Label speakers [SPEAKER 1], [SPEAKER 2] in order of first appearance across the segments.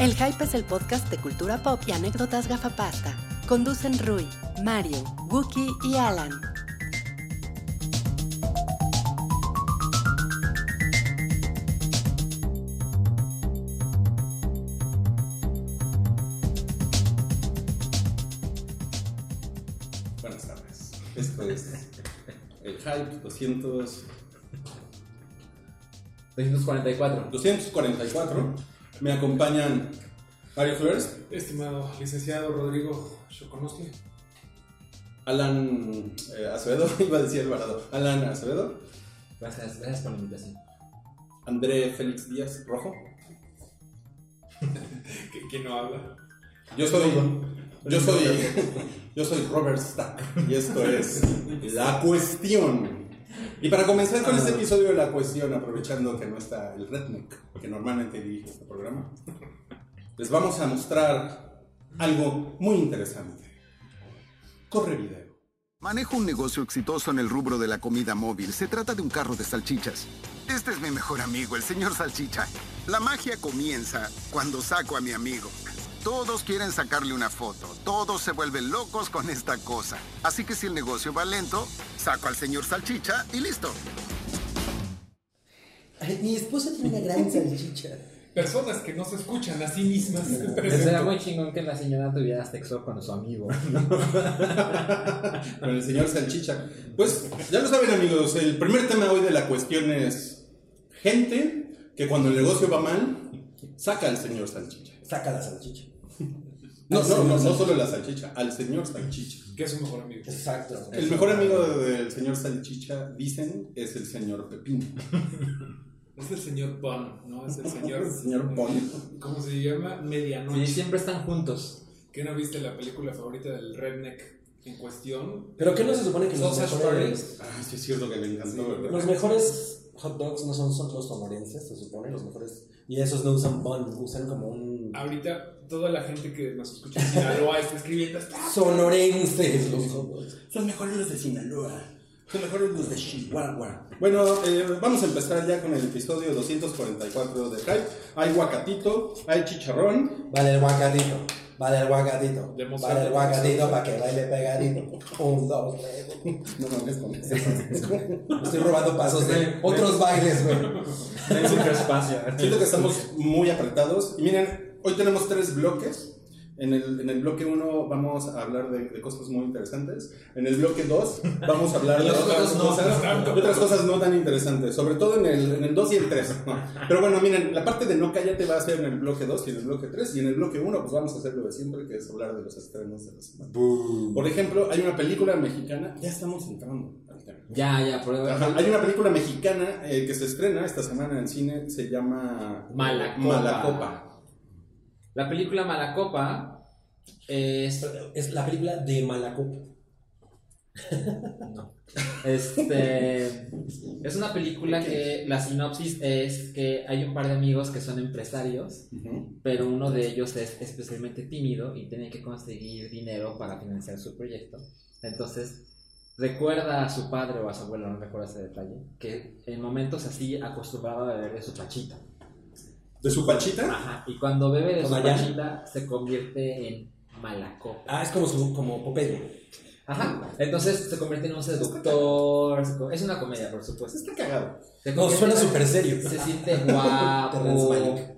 [SPEAKER 1] El Hype es el podcast de cultura pop y anécdotas gafapasta. Conducen Rui, Mario, Wookie y Alan.
[SPEAKER 2] Buenas tardes. Esto es el Hype 200,
[SPEAKER 3] 244.
[SPEAKER 2] 244. Me acompañan Mario Flores,
[SPEAKER 4] Estimado licenciado Rodrigo Choconosky,
[SPEAKER 2] Alan eh, Acevedo, iba a decir Alvarado, Alan Acevedo,
[SPEAKER 3] Gracias, gracias por la invitación.
[SPEAKER 2] André Félix Díaz Rojo.
[SPEAKER 4] que, que no habla.
[SPEAKER 2] Yo soy, yo soy, yo soy Robert Stack y esto es La Cuestión. Y para comenzar con este episodio de La Cuestión, aprovechando que no está el Redneck, que normalmente dirige este programa, les vamos a mostrar algo muy interesante. Corre video.
[SPEAKER 5] Manejo un negocio exitoso en el rubro de la comida móvil. Se trata de un carro de salchichas. Este es mi mejor amigo, el señor Salchicha. La magia comienza cuando saco a mi amigo. Todos quieren sacarle una foto. Todos se vuelven locos con esta cosa. Así que si el negocio va lento, saco al señor Salchicha y listo.
[SPEAKER 6] Ay, Mi esposa tiene una gran salchicha.
[SPEAKER 4] Personas que no se escuchan a sí mismas.
[SPEAKER 3] Será muy chingón que la señora tuviera sexo con su amigo.
[SPEAKER 2] Con el señor Salchicha. Pues ya lo saben amigos, el primer tema hoy de la cuestión es gente que cuando el negocio va mal, saca al señor Salchicha.
[SPEAKER 6] Saca la salchicha.
[SPEAKER 2] No, no, no, no solo la salchicha, al señor Salchicha.
[SPEAKER 4] que es su mejor amigo.
[SPEAKER 6] Exacto.
[SPEAKER 2] El mejor amigo del señor Salchicha, dicen, es el señor Pepín.
[SPEAKER 4] Es el señor Bon, ¿no? Es el señor.
[SPEAKER 2] El señor Bon.
[SPEAKER 4] ¿Cómo se llama?
[SPEAKER 3] Y
[SPEAKER 4] Medianoche.
[SPEAKER 3] siempre están juntos.
[SPEAKER 4] ¿Qué no viste la película favorita del Redneck en cuestión?
[SPEAKER 6] Pero ¿qué no se supone que los
[SPEAKER 4] Sausage
[SPEAKER 6] mejores,
[SPEAKER 2] Ah, sí es cierto que le encantó, ¿verdad?
[SPEAKER 6] los mejores hot dogs no son, son los sonorenses, se supone? Los mejores. Y esos no usan bun, usan como un.
[SPEAKER 4] Ahorita toda la gente que nos escucha en Sinaloa está escribiendo. "Está
[SPEAKER 6] Sonorenses los hot dogs.
[SPEAKER 2] Son mejores los de Sinaloa. Son mejores los de Chihuahua.
[SPEAKER 6] Guau, guau.
[SPEAKER 2] Bueno, eh, vamos a empezar ya con el episodio 244 de Hype. Hay guacatito, hay chicharrón.
[SPEAKER 6] Vale el guacadito. Vale el guacadito.
[SPEAKER 4] Demostrate,
[SPEAKER 6] Vale el guacadito para que baile pegadito. Un, dos, tres.
[SPEAKER 2] No mames con eso.
[SPEAKER 6] Estoy robando pasos de otros bailes, güey.
[SPEAKER 2] Siento que estamos muy apretados. Y miren, hoy tenemos tres bloques. En el, en el bloque 1 vamos a hablar de, de cosas muy interesantes. En el bloque 2 vamos a hablar de
[SPEAKER 3] Y
[SPEAKER 2] otras
[SPEAKER 3] otras
[SPEAKER 2] cosas,
[SPEAKER 3] no tanto.
[SPEAKER 2] de otras cosas no tan interesantes. Sobre todo en el, en el 2 y el 3. Pero bueno, miren, la parte de no cállate va a ser en el bloque 2 y en el bloque 3. Y en el bloque 1 pues vamos a hacer lo de siempre, que es hablar de los estrenos de la semana. Por ejemplo, hay una película mexicana. Ya estamos entrando al tema.
[SPEAKER 3] Ya, ya, prueba.
[SPEAKER 2] Ajá, Hay una película mexicana eh, que se estrena esta semana en cine, se llama eh,
[SPEAKER 3] Malacopa.
[SPEAKER 2] Malacopa.
[SPEAKER 3] La película Malacopa es.
[SPEAKER 6] Es la película de Malacopa.
[SPEAKER 3] No. Este. Es una película que la sinopsis es que hay un par de amigos que son empresarios
[SPEAKER 2] Ujú.
[SPEAKER 3] pero uno de ellos es especialmente tímido y tiene que conseguir dinero para financiar su proyecto. Entonces, recuerda a su padre o a su abuelo, no recuerdo ese detalle, que en momentos así acostumbraba a beber de su pachita.
[SPEAKER 2] ¿De su pachita?
[SPEAKER 3] Ajá, y cuando bebe de su
[SPEAKER 6] Como allá.
[SPEAKER 3] pachita se convierte en malacopa.
[SPEAKER 6] Ah, es como, su- como Popeye.
[SPEAKER 3] Ajá, entonces se convierte en un seductor. se co- Es una comedia, por
[SPEAKER 2] Pues
[SPEAKER 3] supuesto.
[SPEAKER 2] está cagado.
[SPEAKER 3] Se
[SPEAKER 6] No,
[SPEAKER 3] convierte
[SPEAKER 6] suena
[SPEAKER 3] en-
[SPEAKER 6] súper serio.
[SPEAKER 3] Se siente
[SPEAKER 6] Terrence
[SPEAKER 3] guapo.
[SPEAKER 6] Malick.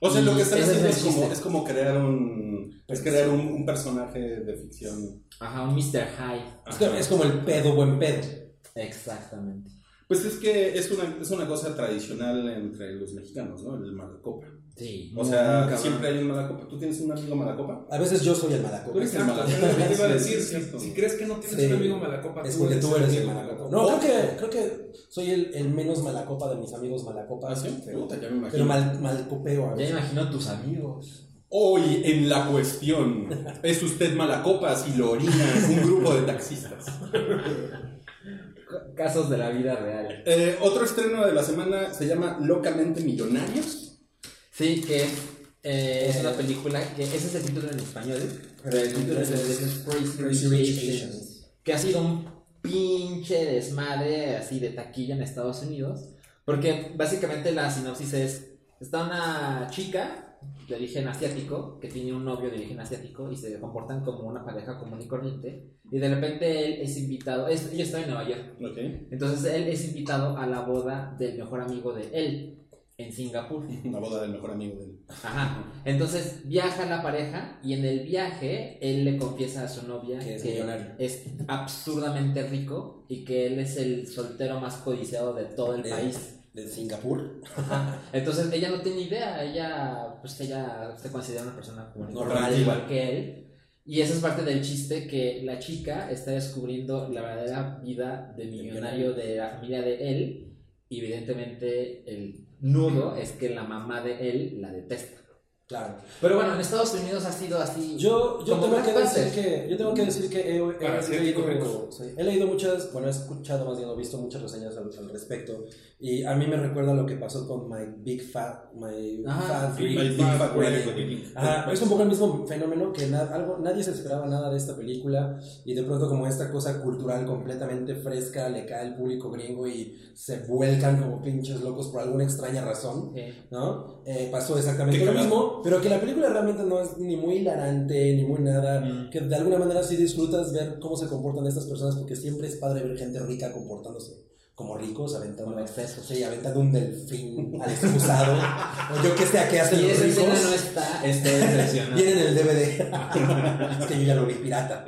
[SPEAKER 2] O sea, lo que están
[SPEAKER 3] Ese es
[SPEAKER 2] haciendo
[SPEAKER 3] el
[SPEAKER 2] es como,
[SPEAKER 3] chiste.
[SPEAKER 2] es como crear un. Es crear un, un personaje de ficción.
[SPEAKER 3] Ajá, un Mr. Hyde.
[SPEAKER 6] Es como, es como el pedo, buen pedo.
[SPEAKER 3] Exactamente.
[SPEAKER 2] Pues es que es una, es una cosa tradicional entre los mexicanos, ¿no? El malacopa.
[SPEAKER 3] Sí.
[SPEAKER 2] O sea,
[SPEAKER 6] cabrón.
[SPEAKER 2] siempre hay un malacopa. ¿Tú tienes un amigo malacopa?
[SPEAKER 6] A veces yo soy el
[SPEAKER 2] Tú
[SPEAKER 6] malacopa.
[SPEAKER 2] eres el
[SPEAKER 4] Exacto,
[SPEAKER 2] malacopa.
[SPEAKER 4] es lo que te iba a
[SPEAKER 2] Sí,
[SPEAKER 4] decir.
[SPEAKER 2] es cierto.
[SPEAKER 4] Si, si crees que no tienes
[SPEAKER 6] Sí.
[SPEAKER 4] un amigo malacopa,
[SPEAKER 6] Es porque tú eres el malacopa.
[SPEAKER 4] malacopa.
[SPEAKER 6] No, creo que, creo que soy el, el menos malacopa de mis amigos malacopa.
[SPEAKER 2] Ah, sí,
[SPEAKER 6] Pero,
[SPEAKER 2] puta, ya me imagino.
[SPEAKER 6] pero mal, malcopeo a
[SPEAKER 3] Ya
[SPEAKER 6] veces.
[SPEAKER 3] imagino a tus amigos.
[SPEAKER 2] Hoy en la cuestión, ¿es usted malacopa si lo orina un grupo de taxistas?
[SPEAKER 3] C- Casos de la vida real.
[SPEAKER 2] Eh, otro estreno de la semana se llama Locamente Millonarios.
[SPEAKER 3] Sí, que eh, es una película que ese es el título en español, ¿eh? pero el título en inglés es Crazy
[SPEAKER 6] Crazy
[SPEAKER 3] Rich
[SPEAKER 6] Rich
[SPEAKER 3] Asians,
[SPEAKER 6] Asians.
[SPEAKER 3] que ha sido un pinche desmadre así de taquilla en Estados Unidos, porque básicamente la sinopsis es, está una chica de origen asiático que tiene un novio de origen asiático y se comportan como una pareja común y corriente. Y de repente él es invitado, es, yo estoy en Nueva York,
[SPEAKER 2] Ok.
[SPEAKER 3] entonces él es invitado a la boda del mejor amigo de él en Singapur.
[SPEAKER 2] Una boda del mejor amigo de él.
[SPEAKER 3] Ajá. Entonces viaja la pareja y en el viaje él le confiesa a su novia
[SPEAKER 6] Que es millonario.
[SPEAKER 3] es absurdamente rico y que él es el soltero más codiciado de todo el
[SPEAKER 6] De-
[SPEAKER 3] país.
[SPEAKER 6] De Singapur.
[SPEAKER 3] Ajá. Entonces ella no tiene idea, ella pues ella se considera una persona común y
[SPEAKER 6] Normal.
[SPEAKER 3] corriente, igual que él. Y esa es parte del chiste que la chica está descubriendo la verdadera vida del millonario de la familia de él y evidentemente el nudo es que la mamá de él la detesta.
[SPEAKER 6] Claro.
[SPEAKER 3] Pero bueno, en Estados Unidos ha sido así.
[SPEAKER 6] Yo, yo
[SPEAKER 3] Como
[SPEAKER 6] tengo que
[SPEAKER 3] Black
[SPEAKER 6] decir
[SPEAKER 3] Panther.
[SPEAKER 6] que, yo tengo que decir que he, he-
[SPEAKER 4] Para
[SPEAKER 6] he
[SPEAKER 4] ser
[SPEAKER 6] leído,
[SPEAKER 4] rico.
[SPEAKER 6] sí, he leído muchas, bueno, he escuchado más bien, he visto muchas reseñas al, al respecto y a mí me recuerda lo que pasó con My Big Fat, My
[SPEAKER 3] Ah,
[SPEAKER 6] Fat
[SPEAKER 2] My Big Fat Wedding.
[SPEAKER 6] Ajá, es un poco el mismo fenómeno que na- algo, nadie se esperaba nada de esta película y de pronto como esta cosa cultural completamente fresca le cae al público gringo y se vuelcan como pinches locos por alguna extraña razón.
[SPEAKER 3] Eh,
[SPEAKER 6] ¿no? Eh, pasó exactamente
[SPEAKER 2] Qué
[SPEAKER 6] lo
[SPEAKER 2] cagado.
[SPEAKER 6] mismo, pero que la película realmente no es ni muy hilarante, ni muy nada,
[SPEAKER 2] Mm.
[SPEAKER 6] que de alguna manera sí disfrutas ver cómo se comportan estas personas, porque siempre es padre ver gente rica comportándose como ricos, aventando,
[SPEAKER 3] Con exceso.
[SPEAKER 6] sí, aventando un delfín al excusado, o yo que sé a qué hacen
[SPEAKER 3] si
[SPEAKER 6] los
[SPEAKER 3] esa escena no
[SPEAKER 6] ricos.
[SPEAKER 3] está, estoy decepcionado.
[SPEAKER 6] Viene en el DVD. es que yo ya lo vi pirata.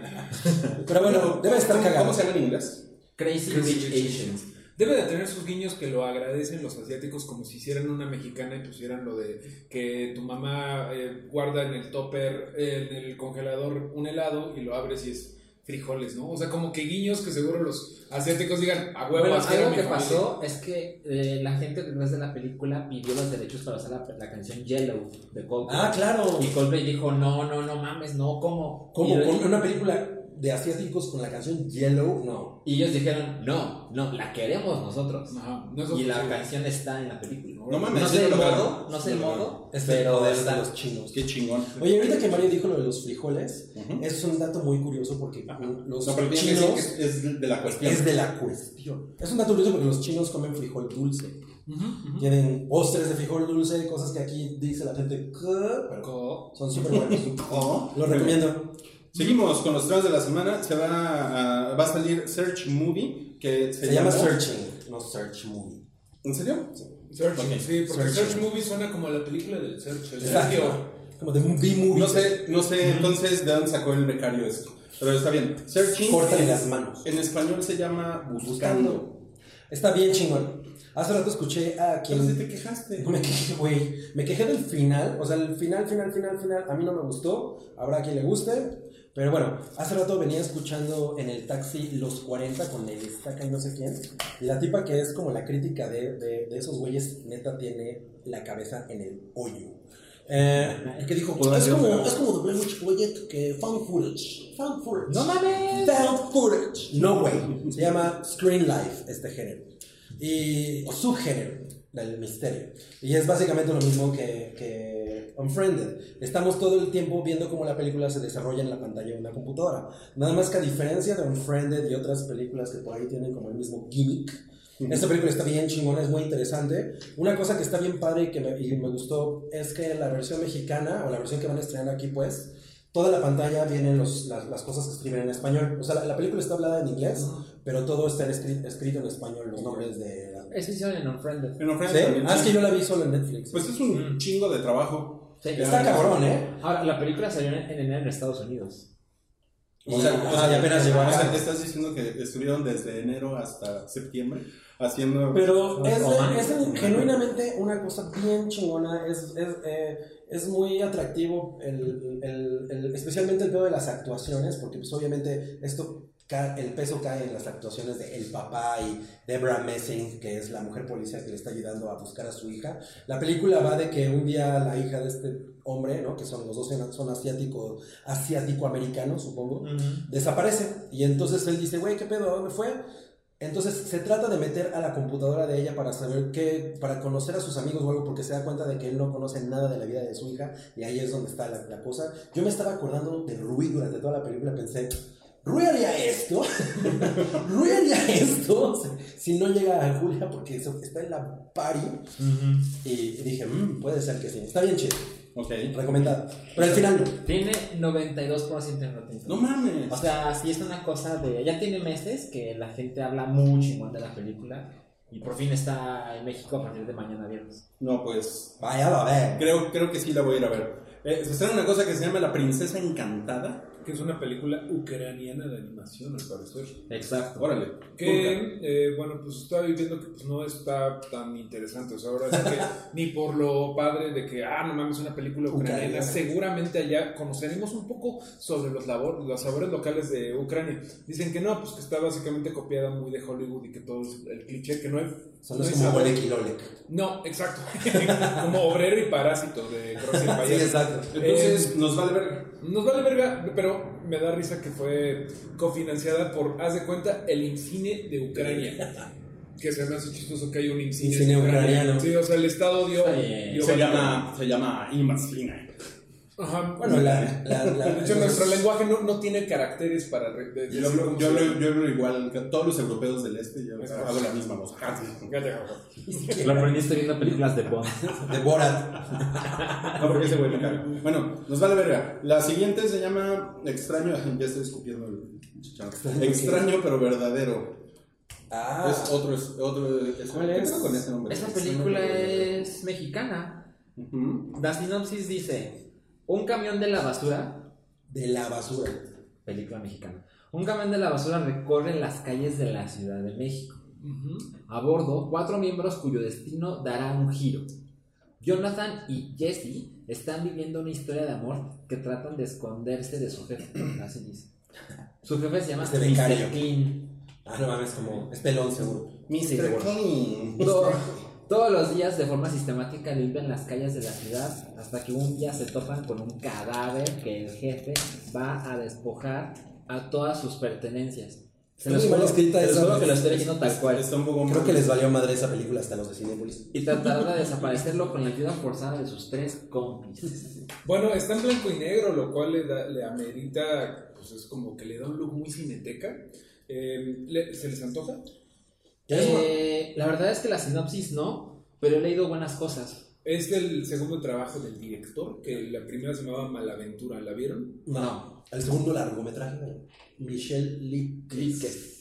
[SPEAKER 6] Pero bueno, debe estar
[SPEAKER 2] ¿Cómo-
[SPEAKER 6] cagado.
[SPEAKER 2] ¿Cómo se habla en inglés?
[SPEAKER 3] Crazy
[SPEAKER 4] Crazy
[SPEAKER 3] Rich
[SPEAKER 4] Rich
[SPEAKER 3] Asians.
[SPEAKER 4] Debe de tener sus guiños que lo agradecen los asiáticos como si hicieran una mexicana y pusieran lo de que tu mamá eh, guarda en el topper, eh, en el congelador un helado y lo abres y es frijoles, ¿no? O sea, como que guiños que seguro los asiáticos digan, a huevo,
[SPEAKER 3] Bueno,
[SPEAKER 4] así era
[SPEAKER 3] algo
[SPEAKER 4] mi
[SPEAKER 3] que
[SPEAKER 4] familia".
[SPEAKER 3] pasó es que eh, la gente detrás de la película pidió los derechos para usar la, la canción Yellow de Coldplay.
[SPEAKER 6] Ah, claro.
[SPEAKER 3] Y Coldplay dijo, no, no, no mames, no, ¿cómo?
[SPEAKER 6] Como
[SPEAKER 3] Y,
[SPEAKER 6] con una película de asiáticos con la canción Yellow, no.
[SPEAKER 3] y ellos dijeron, no, no, la queremos nosotros.
[SPEAKER 4] Ajá, no es
[SPEAKER 3] Y la
[SPEAKER 4] oficial.
[SPEAKER 3] canción está en la película.
[SPEAKER 2] No mames,
[SPEAKER 3] No
[SPEAKER 2] sí
[SPEAKER 3] sé el
[SPEAKER 2] lo lograron.
[SPEAKER 3] modo, no sé el
[SPEAKER 2] Lo lograron.
[SPEAKER 3] modo,
[SPEAKER 6] Este
[SPEAKER 3] pero
[SPEAKER 6] poder de
[SPEAKER 3] está.
[SPEAKER 6] los chinos.
[SPEAKER 2] Pues Qué chingón.
[SPEAKER 6] Oye, ahorita que Mario dijo lo de los frijoles,
[SPEAKER 2] Ujú.
[SPEAKER 6] es un dato muy curioso porque los
[SPEAKER 2] No, pero tienes que decir
[SPEAKER 6] chinos
[SPEAKER 2] que es- es de la cuestión.
[SPEAKER 6] es de la cuestión. Es un dato curioso porque los chinos comen frijol dulce.
[SPEAKER 4] Ujú, ujú.
[SPEAKER 6] Tienen ostres de frijol dulce, cosas que aquí dice la gente, "¿Qué?", pero
[SPEAKER 4] Co-
[SPEAKER 6] son súper buenos.
[SPEAKER 2] Oh.
[SPEAKER 6] Los recomiendo.
[SPEAKER 2] Seguimos con los trends de la semana. Se va a, va a salir Search Movie, que se,
[SPEAKER 6] Se llama Searching, no Search Movie.
[SPEAKER 2] ¿En serio?
[SPEAKER 4] Search,
[SPEAKER 2] Ok.
[SPEAKER 4] sí, porque
[SPEAKER 6] Search.
[SPEAKER 4] Search Movie suena como la película del Search, el
[SPEAKER 6] Exacto.
[SPEAKER 4] Sergio.
[SPEAKER 6] Como de un B-movie.
[SPEAKER 2] No sé, no sé entonces de dónde sacó el becario esto. Pero está bien. Searching.
[SPEAKER 6] Córtale
[SPEAKER 2] en-
[SPEAKER 6] las manos.
[SPEAKER 2] En español se llama Buscando.
[SPEAKER 6] Buscando. Está bien chingón. Hace rato escuché a quien...
[SPEAKER 2] Pero si te quejaste.
[SPEAKER 6] No me quejé, este, güey. Me quejé del final. O sea, el final, final, final, final. A mí no me gustó. Habrá quien le guste. Pero bueno, hace rato venía escuchando en el taxi Los 40 con el estaca y no sé quién. Y la tipa que es como la crítica de, de- de esos güeyes, neta, tiene la cabeza en el hoyo. Eh, el que dijo, es como, es como The Blair Witch Project que fan footage. Fan footage.
[SPEAKER 3] ¡No mames!
[SPEAKER 6] Found footage. No way. Se llama Screen Life este género. Y, o subgénero del misterio. Y es básicamente lo mismo que, que Unfriended. Estamos todo el tiempo viendo cómo la película se desarrolla en la pantalla de una computadora. Nada más que a diferencia de Unfriended y otras películas que por ahí tienen como el mismo gimmick, esta película está bien chingona, es muy interesante. Una cosa que está bien padre y que me, y me gustó es que la versión mexicana, o la versión que van a estrenar aquí, pues, toda la pantalla vienen los- las, las cosas que escriben en español. O sea, la, la película está hablada en inglés, pero todo está escri- escrito en español, los nombres de... la-
[SPEAKER 3] Eso hicieron en Unfriended.
[SPEAKER 2] En
[SPEAKER 6] ¿Sí?
[SPEAKER 2] ofrenda también.
[SPEAKER 6] Ah, es que yo la vi solo en Netflix.
[SPEAKER 2] Pues es un chingo de trabajo.
[SPEAKER 3] Sí.
[SPEAKER 6] está cabrón, ¿eh?
[SPEAKER 3] Ahora, la película salió en en enero en Estados Unidos.
[SPEAKER 2] O sea,
[SPEAKER 6] Ah,
[SPEAKER 2] o sea,
[SPEAKER 6] y apenas llegó
[SPEAKER 2] o sea,
[SPEAKER 6] acá.
[SPEAKER 2] estás diciendo que estuvieron desde enero hasta septiembre haciendo.
[SPEAKER 6] Pero es,
[SPEAKER 3] no mames.
[SPEAKER 6] es genuinamente una cosa bien chingona. Es, es, eh, es muy atractivo, el, el- el- especialmente el pedo de las actuaciones, porque pues obviamente esto ca- el peso cae en las actuaciones de el papá y Deborah Messing, que es la mujer policía que le está ayudando a buscar a su hija. La película va de que un día la hija de este hombre, ¿no? que son los dos son- son asiático, asiático-americanos, supongo, desaparece. Y entonces él dice, güey, ¿qué pedo? ¿A dónde fue? Entonces se trata de meter a la computadora de ella para saber qué, para conocer a sus amigos o algo, porque se da cuenta de que él no conoce nada de la vida de su hija y ahí es donde está la, la cosa. Yo me estaba acordando de Rui durante toda la película, pensé, Rui haría esto, Rui haría esto, si no llega a Julia porque se- está en la party y dije, "Mm, puede ser que sí, está bien chido.
[SPEAKER 2] Ok.
[SPEAKER 6] Recomendado. Pero al final no.
[SPEAKER 3] Tiene 92% en Rotten
[SPEAKER 2] No
[SPEAKER 3] Tomatoes.
[SPEAKER 2] mames.
[SPEAKER 3] O sea, sí es una cosa de. Ya tiene meses que la gente habla muy chingón de la película. Y por fin está en México a partir de mañana viernes.
[SPEAKER 2] No, pues
[SPEAKER 6] Vaya, a ver.
[SPEAKER 2] creo, creo que sí la voy a ir a ver. Eh, se estrena una cosa que se llama La Princesa Encantada.
[SPEAKER 4] Que es una película ucraniana de animación, al parecer.
[SPEAKER 3] Exacto.
[SPEAKER 2] Órale. turca.
[SPEAKER 4] Que, eh, bueno, pues estaba viviendo que pues, no está tan interesante. O sea, ahora sí que ni por lo padre de que, ah, no mames, una película ucraniana.
[SPEAKER 6] Ucraniana.
[SPEAKER 4] Seguramente allá conoceremos un poco sobre los, labor- los sabores locales de Ucrania. Dicen que no, pues que está básicamente copiada muy de Hollywood y que todo es el cliché, que no hay.
[SPEAKER 6] Son
[SPEAKER 4] no
[SPEAKER 6] los
[SPEAKER 4] hay
[SPEAKER 6] como
[SPEAKER 4] sabor.
[SPEAKER 6] Bolek y Lolek.
[SPEAKER 4] No, exacto. como obrero y parásito de Croacia y
[SPEAKER 6] Sí,
[SPEAKER 4] Payaso.
[SPEAKER 6] exacto.
[SPEAKER 2] Entonces, nos vale verga.
[SPEAKER 4] Eh, Nos vale verga, pero me da risa que fue cofinanciada por, haz de cuenta, el Incine de Ucrania. Que se me hace chistoso que hay un Incine,
[SPEAKER 6] Incine
[SPEAKER 4] de Ucrania.
[SPEAKER 6] ucraniano.
[SPEAKER 4] Sí, o sea, el Estado dio.
[SPEAKER 3] Está bien.
[SPEAKER 4] dio
[SPEAKER 2] Se
[SPEAKER 4] valor.
[SPEAKER 2] llama, se llama Invasina.
[SPEAKER 4] Ajá,
[SPEAKER 6] Bueno, la, la, la-
[SPEAKER 4] De hecho, nuestro lenguaje no, no tiene caracteres para. re- de-
[SPEAKER 2] Yo
[SPEAKER 4] decir
[SPEAKER 2] hablo,
[SPEAKER 4] cómo
[SPEAKER 2] yo,
[SPEAKER 4] se
[SPEAKER 2] hablo,
[SPEAKER 4] llama.
[SPEAKER 2] yo hablo igual que todos los europeos del este, yo
[SPEAKER 4] Exacto.
[SPEAKER 2] hago la misma voz.
[SPEAKER 4] Ah, Cállate, cabrón.
[SPEAKER 3] Lo aprendiste viendo películas de Bond.
[SPEAKER 6] de Borat.
[SPEAKER 2] No, porque ese güey me caga. Bueno, nos vale verga. La siguiente se llama Extraño, ya estoy escupiendo el chicharro. Extraño pero verdadero.
[SPEAKER 6] Ah,
[SPEAKER 2] Es otro, es otro. es-
[SPEAKER 6] ¿Cuál
[SPEAKER 2] ¿qué
[SPEAKER 6] es?
[SPEAKER 2] pedo con ese nombre?
[SPEAKER 3] Esta
[SPEAKER 2] Extraño,
[SPEAKER 3] película
[SPEAKER 2] pero verdadero.
[SPEAKER 3] es mexicana.
[SPEAKER 2] Ujú.
[SPEAKER 3] La sinopsis dice: Un camión de la basura
[SPEAKER 6] de la basura.
[SPEAKER 3] película mexicana. Un camión de la basura recorre las calles de la Ciudad de México. A bordo, cuatro miembros cuyo destino dará un giro. Jonathan y Jesse están viviendo una historia de amor que tratan de esconderse de su jefe. Así dice. Su jefe se llama
[SPEAKER 6] Este
[SPEAKER 3] Mr.
[SPEAKER 6] becario.
[SPEAKER 3] Clean.
[SPEAKER 6] Ah, no mames, como. Es pelón, seguro.
[SPEAKER 3] Sí,
[SPEAKER 2] Mr.
[SPEAKER 3] seguro.
[SPEAKER 6] Este,
[SPEAKER 2] Clean.
[SPEAKER 3] To- todos los días, de forma sistemática, limpian las calles de la ciudad hasta que un día se topan con un cadáver que el jefe va a despojar a todas sus pertenencias. Se
[SPEAKER 6] Está
[SPEAKER 3] los
[SPEAKER 6] muy mal
[SPEAKER 3] juro,
[SPEAKER 6] escrita
[SPEAKER 3] se los
[SPEAKER 6] esa,
[SPEAKER 3] juro que
[SPEAKER 6] güey.
[SPEAKER 3] lo estoy leyendo tal cual.
[SPEAKER 2] Está un poco
[SPEAKER 6] Creo
[SPEAKER 2] mal.
[SPEAKER 6] que les valió madre esa película hasta los de Cinepolis.
[SPEAKER 3] Y tratar de desaparecerlo con la ayuda forzada de sus tres cómplices.
[SPEAKER 4] Bueno, está en blanco y negro, lo cual le, da- le amerita, pues es como que le da un look muy cineteca. Eh, le- ¿Se les antoja?
[SPEAKER 3] Eh, la verdad es que la sinopsis no, pero he leído buenas cosas.
[SPEAKER 4] Es del segundo trabajo del director, que la primera se llamaba Malaventura, ¿la vieron?
[SPEAKER 3] No.
[SPEAKER 6] El segundo largometraje de Michelle Lipkis.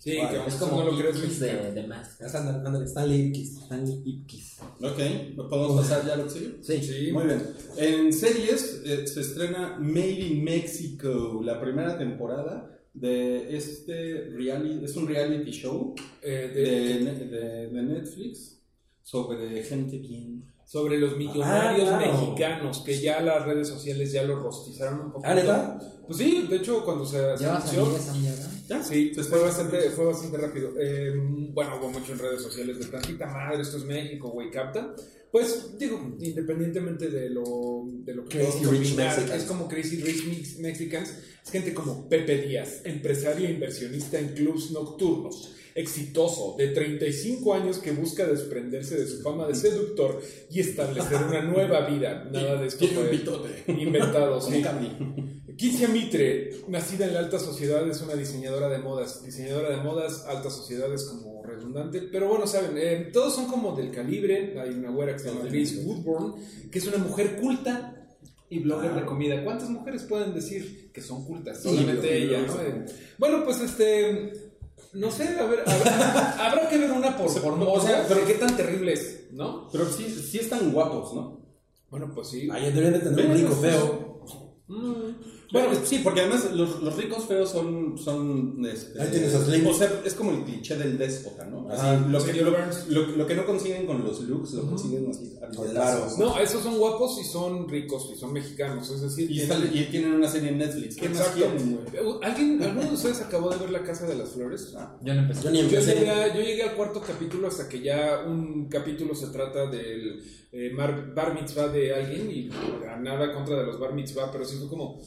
[SPEAKER 4] Sí,
[SPEAKER 6] Vale,
[SPEAKER 4] que aunque
[SPEAKER 3] Es
[SPEAKER 4] tú no
[SPEAKER 3] como
[SPEAKER 4] lo creas eh,
[SPEAKER 3] Ipkiss
[SPEAKER 4] mexicano.
[SPEAKER 3] de, de más.
[SPEAKER 6] Ándale, ándale, Stanley Lipkis.
[SPEAKER 3] Stanley Ipkiss.
[SPEAKER 2] Ok, ¿podemos pasar ya a lo que sigue?
[SPEAKER 3] Sí.
[SPEAKER 4] Sí.
[SPEAKER 2] Muy bien. En series eh, se estrena Made in Mexico, la primera temporada de este reality, es un reality show
[SPEAKER 4] Eh,
[SPEAKER 2] de,
[SPEAKER 4] de-
[SPEAKER 2] de- de Netflix sobre gente bien.
[SPEAKER 4] sobre los millonarios
[SPEAKER 6] Ah, claro.
[SPEAKER 4] mexicanos, que ya las redes sociales ya lo rostizaron un poco.
[SPEAKER 6] Ah, ¿neta?
[SPEAKER 4] Pues sí, de hecho, cuando se, se
[SPEAKER 3] ¿Ya vas a
[SPEAKER 4] anunció,
[SPEAKER 3] salir esa mierda?
[SPEAKER 2] Ya,
[SPEAKER 4] Sí, pues
[SPEAKER 2] se estrena
[SPEAKER 4] fue bastante, fue bastante rápido. Eh, bueno, hubo mucho en redes sociales de tantita madre, esto es México, güey, capta. Pues digo, independientemente de lo, de lo que
[SPEAKER 6] Crazy
[SPEAKER 4] podamos
[SPEAKER 6] Rich
[SPEAKER 4] opinar,
[SPEAKER 6] Mexicans.
[SPEAKER 4] es como Crazy Rich Mex- Mexicans, es gente como Pepe Díaz, empresario e inversionista en clubs nocturnos, exitoso, de 35 años que busca desprenderse de su fama de seductor y establecer una nueva vida. Nada de esto
[SPEAKER 2] Tiene un
[SPEAKER 4] fue
[SPEAKER 2] pitote.
[SPEAKER 4] inventado,
[SPEAKER 2] Como
[SPEAKER 4] sí.
[SPEAKER 2] Cabri.
[SPEAKER 4] Kitia Mitre, nacida en la alta sociedad, es una diseñadora de modas. Diseñadora de modas, alta sociedad es como redundante. Pero bueno, saben, eh, todos son como del calibre. Hay una güera que se llama Grace Woodburn, que es una mujer culta y blogger de comida. ¿Cuántas mujeres pueden decir que son cultas? Solamente
[SPEAKER 2] blogger,
[SPEAKER 4] ella, ¿no?
[SPEAKER 2] blogger.
[SPEAKER 4] Eh, Bueno, pues este. No sé, a ver, habrá, habrá que ver una por
[SPEAKER 2] o sea,
[SPEAKER 4] formosa, pero qué tan terrible es, ¿no?
[SPEAKER 2] Pero sí, sí están guapos, ¿no?
[SPEAKER 4] Bueno, pues sí.
[SPEAKER 6] Ahí deberían de tener un
[SPEAKER 2] Ven,
[SPEAKER 4] pues,
[SPEAKER 6] rico
[SPEAKER 2] sí.
[SPEAKER 6] feo.
[SPEAKER 4] Mm.
[SPEAKER 2] Bueno, sí, porque además los, los ricos feos son. son este,
[SPEAKER 6] Ahí tienes a Slim.
[SPEAKER 2] O sea, es como el cliché del déspota, ¿no? Así,
[SPEAKER 6] Ajá.
[SPEAKER 2] lo, que,
[SPEAKER 4] Sí,
[SPEAKER 2] lo,
[SPEAKER 4] Burns.
[SPEAKER 2] lo- lo que no consiguen con los looks, lo consiguen así. a
[SPEAKER 6] Con
[SPEAKER 2] billetazos.
[SPEAKER 6] varos.
[SPEAKER 4] No, esos son guapos y son ricos y son mexicanos, es decir,
[SPEAKER 2] Y,
[SPEAKER 4] tienen-
[SPEAKER 2] sale- y tienen una serie en Netflix. ¿Qué más
[SPEAKER 4] Exacto.
[SPEAKER 2] quieren, güey? Ah.
[SPEAKER 4] ¿Alguien, ¿Alguno de ustedes acabó de ver La Casa de las Flores?
[SPEAKER 3] Yo no empecé.
[SPEAKER 6] Yo ni
[SPEAKER 4] pues, Yo llegué,
[SPEAKER 6] empecé.
[SPEAKER 4] a- yo llegué al cuarto capítulo hasta que ya un capítulo se trata del eh, mar- bar mitzvah de alguien y a nada contra de los bar mitzvah, pero sí fue como,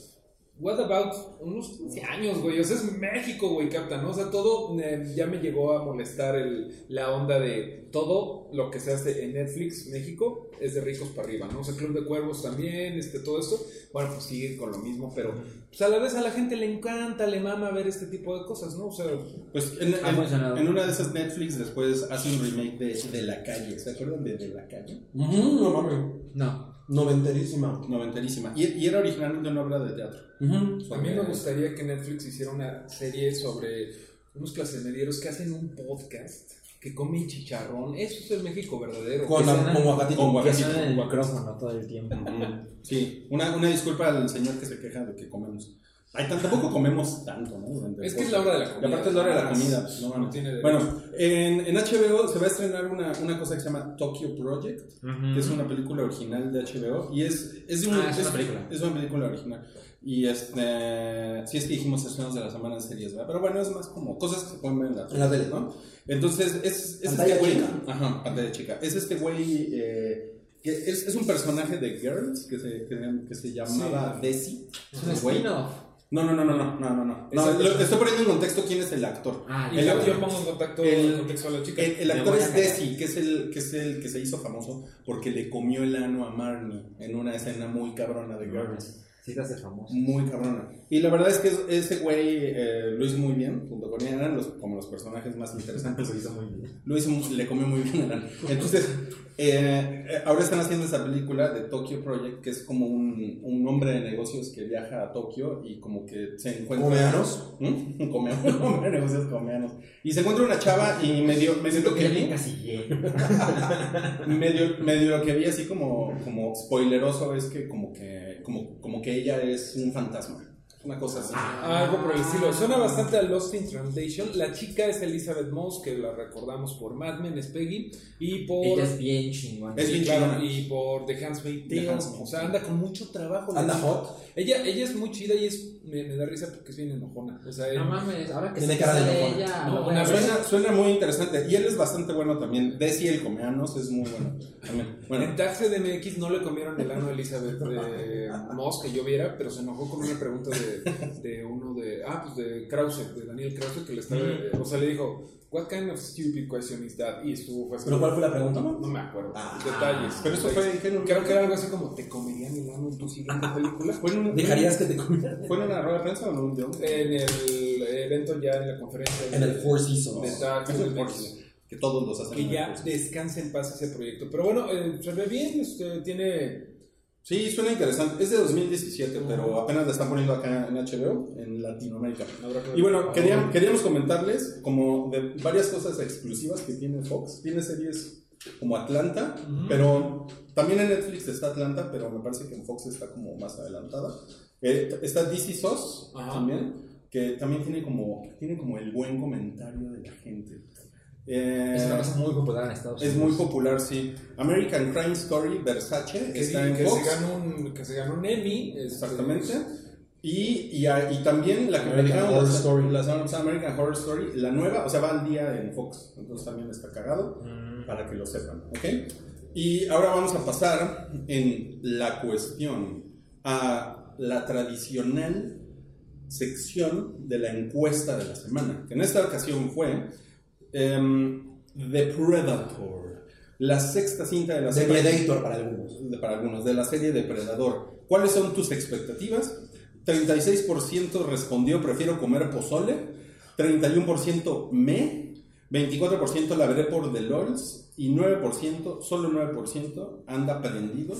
[SPEAKER 4] what about unos 15 años, güey? O sea, es México, güey, capta, ¿no? O sea, todo eh, ya me llegó a molestar el, la onda de todo lo que se hace en Netflix México es de ricos para arriba, ¿no? O sea, Club de Cuervos también, este, todo esto. Bueno, pues sigue con lo mismo, pero pues a la vez a la gente le encanta, le mama ver este tipo de cosas, ¿no? O sea,
[SPEAKER 2] Pues en,
[SPEAKER 3] Ah,
[SPEAKER 2] en-
[SPEAKER 3] pues, no.
[SPEAKER 2] en una de esas Netflix después hace un remake de, de La Calle. ¿Se acuerdan de De La Calle?
[SPEAKER 6] Ujú, no mames.
[SPEAKER 3] No.
[SPEAKER 6] Noventerísima.
[SPEAKER 2] Noventerísima. Y, y era originalmente una obra de teatro.
[SPEAKER 6] Ujú.
[SPEAKER 4] Pues, a mí me gustaría que Netflix hiciera una serie sobre unos clasemedieros que hacen un podcast, que comen chicharrón. Eso es el México verdadero.
[SPEAKER 6] Con,
[SPEAKER 3] Que
[SPEAKER 6] la-
[SPEAKER 3] suena-
[SPEAKER 6] con guacatito.
[SPEAKER 2] con
[SPEAKER 3] Que
[SPEAKER 2] guacatito.
[SPEAKER 3] suena en el
[SPEAKER 2] guacatito.
[SPEAKER 3] micrófono todo el tiempo.
[SPEAKER 2] Ujú. Sí, una, una disculpa al señor que se queja de que comemos. Ay, tan- tampoco comemos tanto, ¿no? Durante
[SPEAKER 4] Es
[SPEAKER 2] el
[SPEAKER 4] que es
[SPEAKER 2] podcast.
[SPEAKER 4] la hora de la comida.
[SPEAKER 2] Y aparte es la hora de la
[SPEAKER 4] Además,
[SPEAKER 2] comida. pues, no mames.
[SPEAKER 4] no tiene derecho.
[SPEAKER 2] bueno, en, en HBO se va a estrenar una, una cosa que se llama Tokyo Project, que es una película original de HBO. Y es, es, de un-
[SPEAKER 3] Mm. Ah, es una película.
[SPEAKER 2] es una película original. Y este. Si es que dijimos estrenos de la semana en series, ¿verdad? Pero bueno, es más como cosas que se pueden ver en la
[SPEAKER 6] En la tele.
[SPEAKER 2] ¿no? Entonces, es, es
[SPEAKER 6] Pantalla
[SPEAKER 2] este güey.
[SPEAKER 6] chica.
[SPEAKER 2] Ajá, pantalla chica. Es este güey. eh, que es, es un personaje de Girls que se, que, que se llamaba Desi.
[SPEAKER 3] Es un
[SPEAKER 2] Este güey.
[SPEAKER 3] spin-off.
[SPEAKER 2] No, no, no, no, no, no, no. no.
[SPEAKER 4] Esa-
[SPEAKER 2] No, lo- estoy poniendo en contexto quién es el actor.
[SPEAKER 3] Ah,
[SPEAKER 4] Y
[SPEAKER 2] el,
[SPEAKER 4] yo, yo
[SPEAKER 2] actor,
[SPEAKER 4] pongo en contacto,
[SPEAKER 2] El-
[SPEAKER 4] en contexto a la chica.
[SPEAKER 2] el- el
[SPEAKER 3] Me
[SPEAKER 2] actor
[SPEAKER 3] voy a
[SPEAKER 2] es
[SPEAKER 3] cagar.
[SPEAKER 2] Desi, que es, el, que es el que se hizo famoso porque le comió el ano a Marnie en una escena muy cabrona de Girls.
[SPEAKER 3] Sí, te hace famoso.
[SPEAKER 2] Muy cabrona. Y la verdad es que es- ese güey eh, lo hizo muy bien, junto con él eran los, como los personajes más interesantes. lo hizo muy bien. Lo hizo, mu- le comió muy bien a Alan. Entonces, eh, eh, ahora están haciendo esa película de Tokyo Project, que es como un, un hombre de negocios que viaja a Tokio y como que se encuentra...
[SPEAKER 6] ¿Comeanos?
[SPEAKER 2] ¿Mm? Comea- un hombre de negocios comeanos. Y se encuentra una chava y medio, me siento
[SPEAKER 3] Ya me
[SPEAKER 2] que...
[SPEAKER 3] encasillé.
[SPEAKER 2] Medio, medio lo que vi así como, como spoileroso es que como que, como, como que ella es un fantasma. Una cosa así.
[SPEAKER 3] Ah,
[SPEAKER 4] Ah, Algo por el estilo. Suena bastante a Lost in Translation. La chica es Elizabeth Moss, que la recordamos por Mad Men, es Peggy. Y por.
[SPEAKER 3] Ella es bien chingona.
[SPEAKER 2] Es
[SPEAKER 4] y
[SPEAKER 2] bien
[SPEAKER 4] claro,
[SPEAKER 2] chingona.
[SPEAKER 4] y por The Handmaid's
[SPEAKER 2] The
[SPEAKER 4] Tale.
[SPEAKER 2] Handmaid's
[SPEAKER 4] O sea, anda con mucho trabajo. la
[SPEAKER 6] Anda
[SPEAKER 4] chica.
[SPEAKER 6] hot.
[SPEAKER 4] Ella, ella es muy chida y es, me, me da risa porque es bien enojona. O sea,
[SPEAKER 3] No
[SPEAKER 4] eh,
[SPEAKER 3] mames, ahora que
[SPEAKER 6] Tiene
[SPEAKER 3] se
[SPEAKER 6] cara de
[SPEAKER 3] sale
[SPEAKER 6] enojona.
[SPEAKER 3] ella,
[SPEAKER 4] No,
[SPEAKER 3] lo voy
[SPEAKER 4] una
[SPEAKER 3] a ver.
[SPEAKER 2] Suena, suena muy interesante. Y él es bastante bueno también. Desi el Comeanos es muy bueno. También. Bueno,
[SPEAKER 4] en Taxi de MX no le comieron el ano a Elizabeth eh, Moss, que yo viera, pero se enojó con una pregunta de, de uno de. Ah, pues de Krause, de Daniel Krause, que le estaba. eh, O sea, le dijo. What kind of stupid question is that? Y estuvo fue así
[SPEAKER 6] ¿Pero
[SPEAKER 4] como-
[SPEAKER 6] cuál fue la pregunta?
[SPEAKER 4] No me acuerdo.
[SPEAKER 6] Ah.
[SPEAKER 4] detalles.
[SPEAKER 2] pero eso fue, ¿qué?
[SPEAKER 4] Creo que era algo así como: ¿te comerían el ano en tu siguiente película?
[SPEAKER 2] ¿fue en un-
[SPEAKER 6] ¿Dejarías que te comieran?
[SPEAKER 2] ¿Fue en una rueda de prensa o en un diálogo?
[SPEAKER 4] En el evento ya, en la conferencia.
[SPEAKER 6] En el Four Seasons.
[SPEAKER 4] De Taxi
[SPEAKER 2] Eso
[SPEAKER 4] de
[SPEAKER 2] es por-
[SPEAKER 4] MX.
[SPEAKER 2] Que todos los hacen.
[SPEAKER 4] Que
[SPEAKER 2] en la
[SPEAKER 4] ya
[SPEAKER 2] prensa.
[SPEAKER 4] descanse en paz ese proyecto. Pero bueno, eh, se ve bien, este, tiene.
[SPEAKER 2] Sí, suena interesante. Es de 2017, pero
[SPEAKER 4] Ah.
[SPEAKER 2] apenas la están poniendo acá en HBO, en Latinoamérica.
[SPEAKER 4] habrá que ver.
[SPEAKER 2] Y bueno, queríamos, queríamos comentarles como de varias cosas exclusivas que tiene Fox. Tiene series como Atlanta, pero también en Netflix está Atlanta, pero me parece que en Fox está como más adelantada. Eh, está DC Sos
[SPEAKER 4] Ajá.
[SPEAKER 2] también, que también tiene como, tiene como el buen comentario de la gente. Eh,
[SPEAKER 3] Es una cosa muy popular en Estados
[SPEAKER 2] es
[SPEAKER 3] Unidos.
[SPEAKER 2] muy popular, sí. American Crime Story Versace
[SPEAKER 4] Que,
[SPEAKER 2] está en
[SPEAKER 4] que
[SPEAKER 2] Fox.
[SPEAKER 4] se ganó un, que se ganó un Emmy. este,
[SPEAKER 2] Exactamente. Y, y, a- y también la que me
[SPEAKER 6] American
[SPEAKER 2] dijeron,
[SPEAKER 6] Horror
[SPEAKER 2] las-
[SPEAKER 6] Story.
[SPEAKER 2] las las American Horror Story, la nueva, o sea, va al día en Fox, entonces también está cagado,
[SPEAKER 3] Mm.
[SPEAKER 2] para que lo sepan, ¿ok? Y ahora vamos a pasar en la cuestión a la tradicional sección de la encuesta de la semana, que en esta ocasión fue em, The Predator, la sexta cinta de la
[SPEAKER 6] De
[SPEAKER 2] serie
[SPEAKER 6] Predator para algunos.
[SPEAKER 2] de- para algunos, de la serie Depredador. ¿Cuáles son tus expectativas? 36% respondió prefiero comer pozole, 31% me, 24% la veré por Delores y 9%, solo 9% anda prendido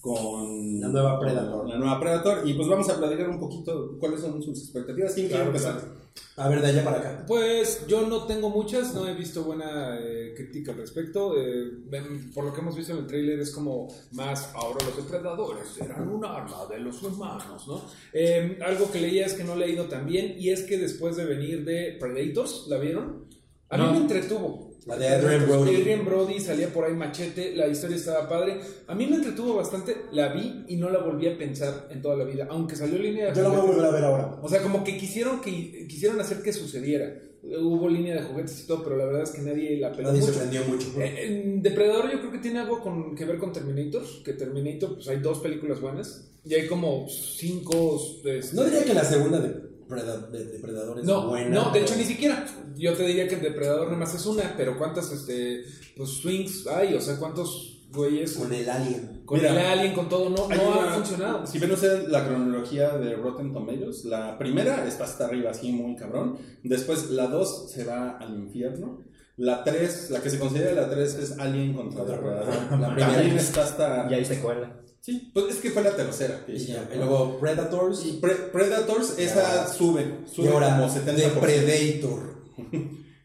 [SPEAKER 2] con
[SPEAKER 6] La nueva Predator.
[SPEAKER 2] La nueva Predator y pues vamos a platicar un poquito cuáles son sus expectativas. ¿Quién quiere
[SPEAKER 4] Claro,
[SPEAKER 2] empezar?
[SPEAKER 6] A ver, de allá para acá.
[SPEAKER 4] Pues yo no tengo muchas, no he visto buena eh, crítica al respecto. eh, ven, por lo que hemos visto en el tráiler es como más ahora los depredadores eran un arma de los humanos, ¿no? Eh, algo que leía es que no le ha ido tan bien y es que después de venir de Predators, ¿la vieron? A mí
[SPEAKER 3] No.
[SPEAKER 4] me entretuvo.
[SPEAKER 6] La de Adrian Brody.
[SPEAKER 4] Adrian Brody salía por ahí machete, la historia estaba padre. A mí me entretuvo bastante, la vi y no la volví a pensar en toda la vida, aunque salió línea de
[SPEAKER 6] Yo la voy a
[SPEAKER 4] juguete.
[SPEAKER 6] volver a ver ahora.
[SPEAKER 4] O sea, como que quisieron que quisieron hacer que sucediera. Hubo línea de juguetes y todo, pero la verdad es que nadie la peló
[SPEAKER 6] Nadie se
[SPEAKER 4] mucho.
[SPEAKER 6] prendió mucho.
[SPEAKER 4] Eh, en Depredador yo creo que tiene algo con, que ver con Terminator, que Terminator pues hay dos películas buenas y hay como cinco... este,
[SPEAKER 6] No diría que la segunda de preda- de- depredadores
[SPEAKER 4] No,
[SPEAKER 6] buena.
[SPEAKER 4] no, de hecho ni siquiera. Yo te diría que el depredador nada más es una, pero cuántas este pues swings hay, o sea, cuántos güeyes
[SPEAKER 6] Con el alien.
[SPEAKER 4] con
[SPEAKER 2] Mira,
[SPEAKER 4] el alien, con todo, no,
[SPEAKER 2] hay
[SPEAKER 4] Oh, no
[SPEAKER 2] una-
[SPEAKER 4] ha funcionado.
[SPEAKER 2] Si ven ustedes la cronología de Rotten Tomatoes, la primera está hasta arriba, así muy cabrón. Después la 2 se va al infierno. La 3, la que se considera la 3 es Alien contra
[SPEAKER 6] Contra
[SPEAKER 2] Depredador.
[SPEAKER 6] Depredador.
[SPEAKER 2] La
[SPEAKER 6] Ajá.
[SPEAKER 2] primera está hasta.
[SPEAKER 3] Y ahí se cuela.
[SPEAKER 2] Sí, pues es que fue la tercera. que
[SPEAKER 6] Y,
[SPEAKER 2] hicieron,
[SPEAKER 6] ya, y
[SPEAKER 2] ¿no?
[SPEAKER 6] luego Predators.
[SPEAKER 2] Y Pre- Predators, esa
[SPEAKER 6] Ya.
[SPEAKER 2] sube,
[SPEAKER 6] y
[SPEAKER 2] sube
[SPEAKER 6] ahora
[SPEAKER 2] como 70%.
[SPEAKER 6] The Predator.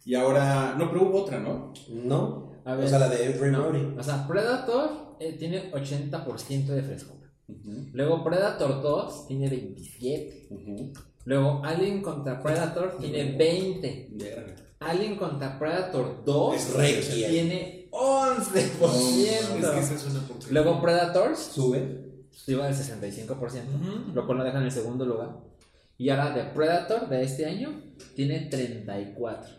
[SPEAKER 2] y ahora, no, pero hubo otra, ¿no?
[SPEAKER 6] ¿No?
[SPEAKER 3] A ver.
[SPEAKER 6] O sea, la de Ray
[SPEAKER 3] No,
[SPEAKER 6] Murray.
[SPEAKER 3] O sea, Predator eh, tiene 80% de frescura. Luego Predator 2 tiene 27.
[SPEAKER 2] Ujú.
[SPEAKER 3] Luego Alien contra Predator tiene 20.
[SPEAKER 2] Verga.
[SPEAKER 3] Alien contra Predator 2
[SPEAKER 6] Es requiem.
[SPEAKER 3] tiene
[SPEAKER 4] Es que
[SPEAKER 3] 11%.
[SPEAKER 4] esa es una porquería.
[SPEAKER 3] Luego Predators
[SPEAKER 6] Sube.
[SPEAKER 3] iba al 65%,
[SPEAKER 4] Ujú.
[SPEAKER 3] lo cual lo deja en el segundo lugar. Y ahora The Predator de este año tiene 34.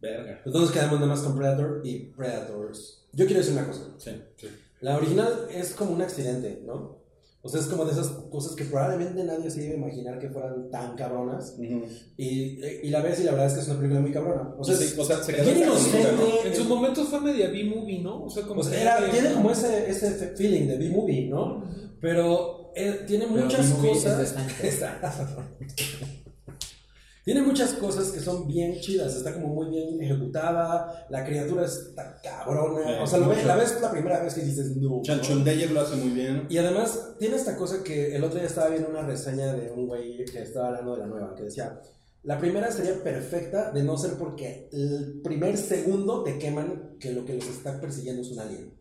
[SPEAKER 2] Verga.
[SPEAKER 6] Entonces quedamos nada más con Predator y Predators. Yo quiero decir una cosa.
[SPEAKER 2] Sí, sí.
[SPEAKER 6] La original es como un accidente, ¿no? O sea, es como de esas cosas que probablemente nadie se iba a imaginar que fueran tan cabronas.
[SPEAKER 2] Ujú.
[SPEAKER 6] Y, eh, y la ves y la verdad es que es una película muy cabrona. O sea,
[SPEAKER 2] Sí, o sea, se quedó
[SPEAKER 6] bien
[SPEAKER 2] en la
[SPEAKER 6] inocente.
[SPEAKER 2] cajita,
[SPEAKER 4] En su momento fue media B-movie, ¿no? O sea, como
[SPEAKER 6] o sea,
[SPEAKER 4] que- este
[SPEAKER 6] era- tiene como ese, ese fe- feeling de B-movie, ¿no? Pero eh, tiene muchas cosas. tiene muchas cosas que son bien chidas. Está como muy bien ejecutada. La criatura está cabrona.
[SPEAKER 2] Sí,
[SPEAKER 6] o sea, lo ves-
[SPEAKER 2] mucho.
[SPEAKER 6] la ves la primera vez que dices, no.
[SPEAKER 2] Chanchondeyer lo hace muy bien.
[SPEAKER 6] Y además tiene esta cosa que el otro día estaba viendo una reseña de un güey que estaba hablando de la nueva, que decía, la primera sería perfecta de no ser porque el primer segundo te queman que lo que los está persiguiendo es un alien.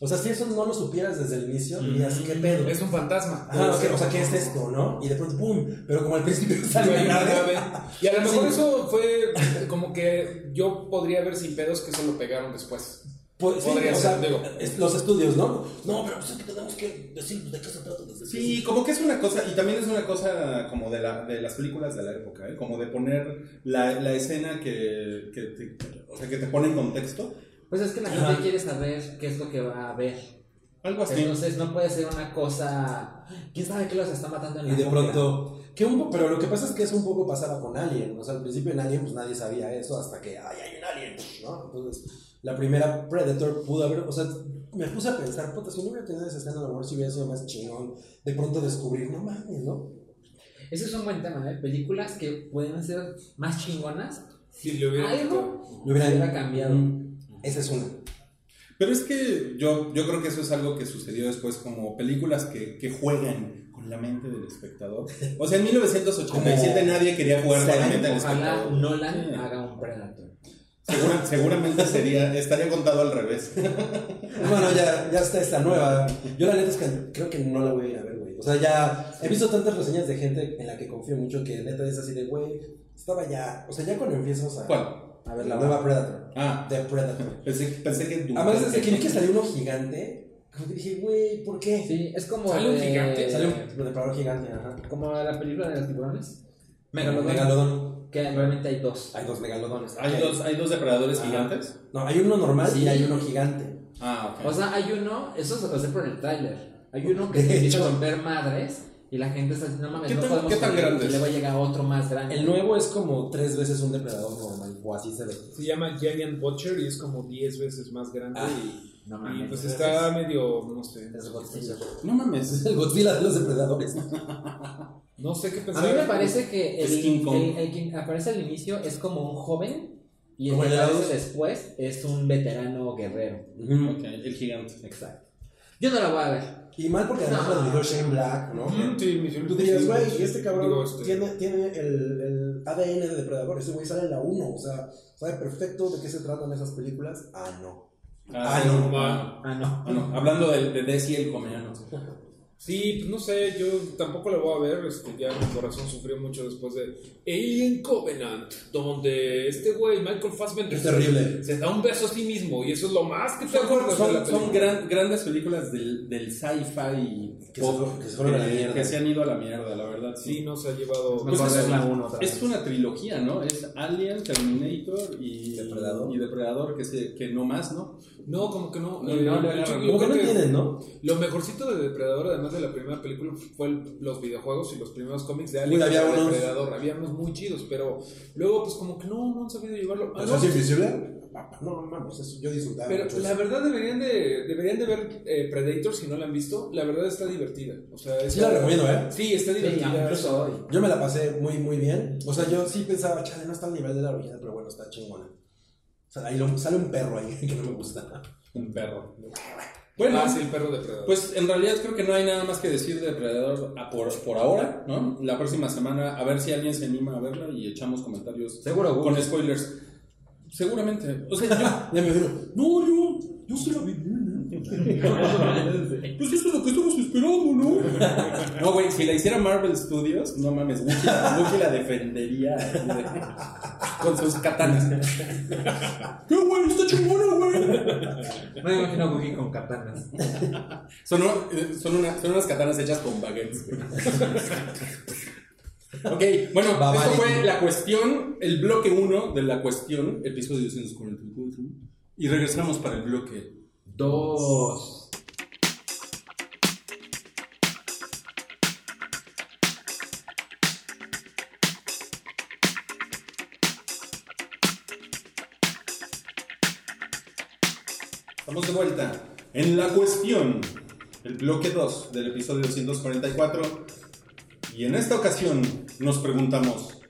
[SPEAKER 6] O sea, si eso no lo supieras desde el inicio, dirías, ¿qué pedo?
[SPEAKER 4] Mm. Es un fantasma.
[SPEAKER 6] Ajá, o sea, o sea, ¿qué es esto, no? Y de pronto, ¡pum! Pero como al principio sale
[SPEAKER 4] Güey,
[SPEAKER 6] una nave,
[SPEAKER 4] nave. Y a lo mejor
[SPEAKER 6] Sí.
[SPEAKER 4] eso fue eh, como que yo podría ver sin pedos que eso lo pegaron después.
[SPEAKER 6] pues, sí,
[SPEAKER 4] Podría
[SPEAKER 6] o
[SPEAKER 4] ser,
[SPEAKER 6] sea,
[SPEAKER 4] digo.
[SPEAKER 6] es- los estudios, ¿no? No, pero pues es que tenemos que decir de qué se trata desde el
[SPEAKER 2] Sí, como que es una cosa, y también es una cosa como de, la, de las películas de la época, ¿eh? como de poner la, la escena que, que te, o sea, que te pone en contexto,
[SPEAKER 3] Pues es que la gente
[SPEAKER 6] Ajá.
[SPEAKER 3] quiere saber qué es lo que va a ver.
[SPEAKER 2] algo así.
[SPEAKER 3] Entonces no puede ser una cosa. ¿Quién sabe qué los está matando en la
[SPEAKER 6] Y de
[SPEAKER 3] jungla?
[SPEAKER 6] pronto, que un po- pero lo que pasa es que eso un poco pasaba con Alien. O sea, al principio en Alien, pues nadie sabía eso hasta que, ay, hay un Alien, ¿no? Entonces, la primera Predator pudo haber, o sea, me puse a pensar, puta, si no hubiera tenido esa escena, a lo mejor si hubiera sido más chingón. De pronto descubrir, no mames, ¿no?
[SPEAKER 3] Ese es un buen tema, ¿eh? Películas que pueden ser más chingonas.
[SPEAKER 4] Si le hubiera quitado.
[SPEAKER 3] Algo
[SPEAKER 6] Lo hubieran-
[SPEAKER 3] hubiera cambiado.
[SPEAKER 6] Esa es una.
[SPEAKER 2] Pero es que yo, yo creo que eso es algo que sucedió después, como películas que, que juegan con la mente del espectador. O sea, en 1987
[SPEAKER 6] Como-
[SPEAKER 2] nadie quería jugar con la
[SPEAKER 6] Seven,
[SPEAKER 2] mente del
[SPEAKER 3] Ojalá
[SPEAKER 2] espectador.
[SPEAKER 3] Nolan
[SPEAKER 2] Sí.
[SPEAKER 3] haga un Predator.
[SPEAKER 2] Segura- seguramente sería, estaría contado al revés.
[SPEAKER 6] Bueno, ya, ya está esta nueva. Yo la neta es que creo que no la voy a ir a ver, güey. O sea, ya he visto tantas reseñas de gente en la que confío mucho que neta es así de, güey, estaba ya, o sea, ya cuando empiezas a,
[SPEAKER 2] ¿Cuál?
[SPEAKER 6] a ver la nueva Predator.
[SPEAKER 2] Ah,
[SPEAKER 6] The Predator.
[SPEAKER 2] pensé, pensé que...
[SPEAKER 6] Además, desde que vi que salió uno gigante, como que dije, güey, ¿por qué?
[SPEAKER 3] Sí, es como.
[SPEAKER 4] ¿Sale un
[SPEAKER 3] de-
[SPEAKER 4] gigante?
[SPEAKER 6] Salió un depredador gigante, ajá.
[SPEAKER 3] Como la película de los tiburones.
[SPEAKER 6] Megalodón.
[SPEAKER 3] Que realmente hay dos.
[SPEAKER 6] Hay dos megalodones.
[SPEAKER 2] ¿Hay dos, ¿Hay dos depredadores
[SPEAKER 6] Ajá.
[SPEAKER 2] gigantes?
[SPEAKER 6] No, hay uno normal
[SPEAKER 3] Sí.
[SPEAKER 6] y hay uno gigante.
[SPEAKER 2] Ah, ok.
[SPEAKER 3] O sea, hay uno, eso se lo sé por el tráiler. Hay uno que
[SPEAKER 6] De
[SPEAKER 3] se empieza
[SPEAKER 6] hecho.
[SPEAKER 3] a romper madres y la gente está diciendo, no mames,
[SPEAKER 2] ¿Qué
[SPEAKER 3] no
[SPEAKER 2] tan-
[SPEAKER 3] podemos
[SPEAKER 2] qué tan
[SPEAKER 3] salir",
[SPEAKER 2] grande
[SPEAKER 3] y
[SPEAKER 2] es?
[SPEAKER 3] le va a llegar otro más grande.
[SPEAKER 6] El nuevo es como tres veces un depredador normal, o así se ve.
[SPEAKER 4] Se llama Giant Butcher y es como 10 veces más grande.
[SPEAKER 6] Ah,
[SPEAKER 4] y,
[SPEAKER 3] No
[SPEAKER 4] y,
[SPEAKER 3] mames.
[SPEAKER 4] pues
[SPEAKER 3] es-
[SPEAKER 4] está medio, no sé.
[SPEAKER 3] es Godzilla.
[SPEAKER 2] no mames.
[SPEAKER 6] Es el Godzilla de los depredadores.
[SPEAKER 4] No sé qué
[SPEAKER 3] A
[SPEAKER 4] pensar.
[SPEAKER 3] mí me parece que el,
[SPEAKER 2] Es King Kong.
[SPEAKER 3] el- el que aparece al inicio es como un joven y el
[SPEAKER 6] Como
[SPEAKER 3] que
[SPEAKER 6] el de
[SPEAKER 3] aparece
[SPEAKER 6] dos.
[SPEAKER 3] después es un veterano guerrero.
[SPEAKER 2] Ok, el gigante.
[SPEAKER 3] Exacto. Yo no la voy a ver.
[SPEAKER 6] Y mal porque además
[SPEAKER 3] No.
[SPEAKER 6] lo dirigió Shane Black, ¿no?
[SPEAKER 4] Mm, sí, me hicieron-
[SPEAKER 6] Tú dirías,
[SPEAKER 4] sí,
[SPEAKER 6] güey,
[SPEAKER 4] sí,
[SPEAKER 6] este cabrón
[SPEAKER 4] digo, este-
[SPEAKER 6] tiene, tiene el, el ADN de depredador. Ese güey sale en la 1, o sea, sabe perfecto de qué se tratan esas películas. Ah, no. Ah,
[SPEAKER 2] sí.
[SPEAKER 6] no.
[SPEAKER 2] Ah,
[SPEAKER 3] Ah, no.
[SPEAKER 2] ah, no. Hablando de, de Desi el comeano.
[SPEAKER 4] Sí, pues no sé, yo tampoco la voy a ver, este, ya mi corazón sufrió mucho después de Alien Covenant, donde este güey, Michael Fassbender,
[SPEAKER 6] Es terrible.
[SPEAKER 4] se da un beso a sí mismo y eso es lo más que te
[SPEAKER 2] Son,
[SPEAKER 4] acuerdas de la
[SPEAKER 2] son, son
[SPEAKER 4] película.
[SPEAKER 2] gran- grandes películas del, del sci-fi y
[SPEAKER 6] Que se
[SPEAKER 2] pop
[SPEAKER 6] fue- que se fueron a la mierda.
[SPEAKER 2] que se han ido a la mierda, la verdad.
[SPEAKER 4] Sí,
[SPEAKER 2] Sí.
[SPEAKER 4] nos ha llevado...
[SPEAKER 2] Pues
[SPEAKER 3] Mejor
[SPEAKER 2] es-
[SPEAKER 3] verla uno otra
[SPEAKER 2] Es
[SPEAKER 3] vez.
[SPEAKER 2] una trilogía, ¿no? Es Alien, Terminator y
[SPEAKER 6] Depredador.
[SPEAKER 2] y Depredador, que, se, que no más, ¿no?
[SPEAKER 4] No, como que no.
[SPEAKER 2] No,
[SPEAKER 4] eh,
[SPEAKER 2] no, no,
[SPEAKER 4] de hecho,
[SPEAKER 2] no,
[SPEAKER 4] yo
[SPEAKER 6] Como que
[SPEAKER 4] creo
[SPEAKER 6] no
[SPEAKER 4] que
[SPEAKER 6] entienden, ¿no?
[SPEAKER 4] Lo mejorcito de Depredador, además, además de la primera película, fue el- los videojuegos y los primeros cómics de
[SPEAKER 6] Uy,
[SPEAKER 4] Alien
[SPEAKER 6] había
[SPEAKER 4] había
[SPEAKER 6] unos-
[SPEAKER 4] Depredador. Había unos muy chidos, pero luego, pues como que no, no han sabido llevarlo. Ah,
[SPEAKER 2] ¿Los
[SPEAKER 4] no,
[SPEAKER 2] hace invisible?
[SPEAKER 6] No, no mames, eso- yo disfrutaba
[SPEAKER 4] pero
[SPEAKER 6] mucho
[SPEAKER 4] la
[SPEAKER 6] eso.
[SPEAKER 4] verdad deberían de, deberían de ver eh, Predator si no la han visto. La verdad está divertida. O sea, es
[SPEAKER 6] Sí la recomiendo, ¿eh?
[SPEAKER 4] Sí, está
[SPEAKER 3] Sí,
[SPEAKER 4] divertida.
[SPEAKER 3] incluso hoy.
[SPEAKER 6] Yo me la pasé muy, muy bien. O sea, yo sí pensaba, chale, no está al nivel de la original, pero bueno, está chingona. O sea, ahí lo- sale un perro ahí que no me gusta.
[SPEAKER 2] Un perro.
[SPEAKER 4] Bueno,
[SPEAKER 2] Bueno,
[SPEAKER 4] ah, sí, el perro depredador.
[SPEAKER 2] Pues en realidad creo que no hay nada más que decir de Depredador a por, por ahora, ¿no? La próxima semana a ver si alguien se anima a verla y echamos comentarios
[SPEAKER 3] Seguro,
[SPEAKER 2] con spoilers. Seguramente. O sea, yo,
[SPEAKER 6] Ya me vino.
[SPEAKER 2] No, yo, yo se la vi bien, ¿eh? Pues eso es lo que estamos esperando, ¿no? No, güey, si la hiciera Marvel Studios, no mames, Wookie, Wookie la defendería así de- con sus katanas. ¡Qué güey, está chingona, güey!
[SPEAKER 3] no me imagino a Wookiee con katanas.
[SPEAKER 2] Son, eh, son, una- son unas katanas hechas con baguettes, güey. Ok, bueno,
[SPEAKER 6] Babali.
[SPEAKER 2] esto fue la cuestión, el bloque 1 de la cuestión, episodio 144. Y regresamos para el bloque
[SPEAKER 3] Dos.
[SPEAKER 2] Estamos de vuelta en la cuestión, el bloque 2 del episodio 244. Y en esta ocasión nos preguntamos: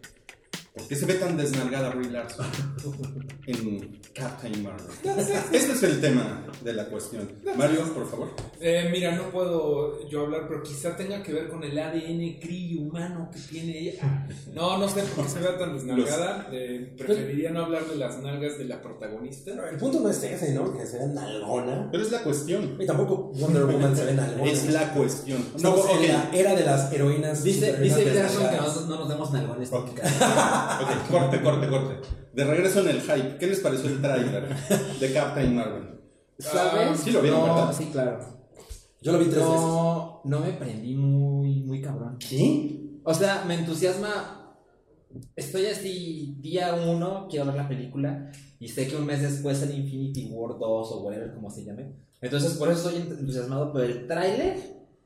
[SPEAKER 2] ¿por qué se ve tan desnalgada Brie Larson en Captain Marvel? Este es el tema de la cuestión. Mario, por favor.
[SPEAKER 4] Eh, mira, no puedo yo hablar, pero quizá tenga que ver con el ADN cri humano que tiene ella. No, no sé por qué se vea tan desnalgada. Eh, preferiría no hablar de las nalgas de la protagonista.
[SPEAKER 6] El punto no es ese, ¿no? Que se ve nalgona.
[SPEAKER 2] Pero es la cuestión.
[SPEAKER 6] Y tampoco Wonder Woman se ve nalgona.
[SPEAKER 2] Es la cuestión. No,
[SPEAKER 6] Estamos en la
[SPEAKER 2] ok.
[SPEAKER 6] era de las heroínas.
[SPEAKER 3] Dice,
[SPEAKER 6] superheroínas
[SPEAKER 3] dice Gerson que
[SPEAKER 6] desmayadas.
[SPEAKER 3] nosotros no nos demos nalgones.
[SPEAKER 2] Ok. Ok, corte, corte, corte. De regreso en el hype, ¿qué les pareció el tráiler de Captain Marvel?
[SPEAKER 3] ¿Sabes?
[SPEAKER 2] sí lo vieron,
[SPEAKER 3] no,
[SPEAKER 2] ¿verdad?
[SPEAKER 3] sí, claro.
[SPEAKER 6] Yo lo vi tres veces.
[SPEAKER 3] No, no me prendí muy, muy cabrón.
[SPEAKER 2] ¿Qué?
[SPEAKER 3] O sea, me entusiasma. Estoy así, día uno, quiero ver la película. Y sé que un mes después sale Infinity War 2 o whatever, como se llame. Entonces, por eso estoy entusiasmado por el tráiler.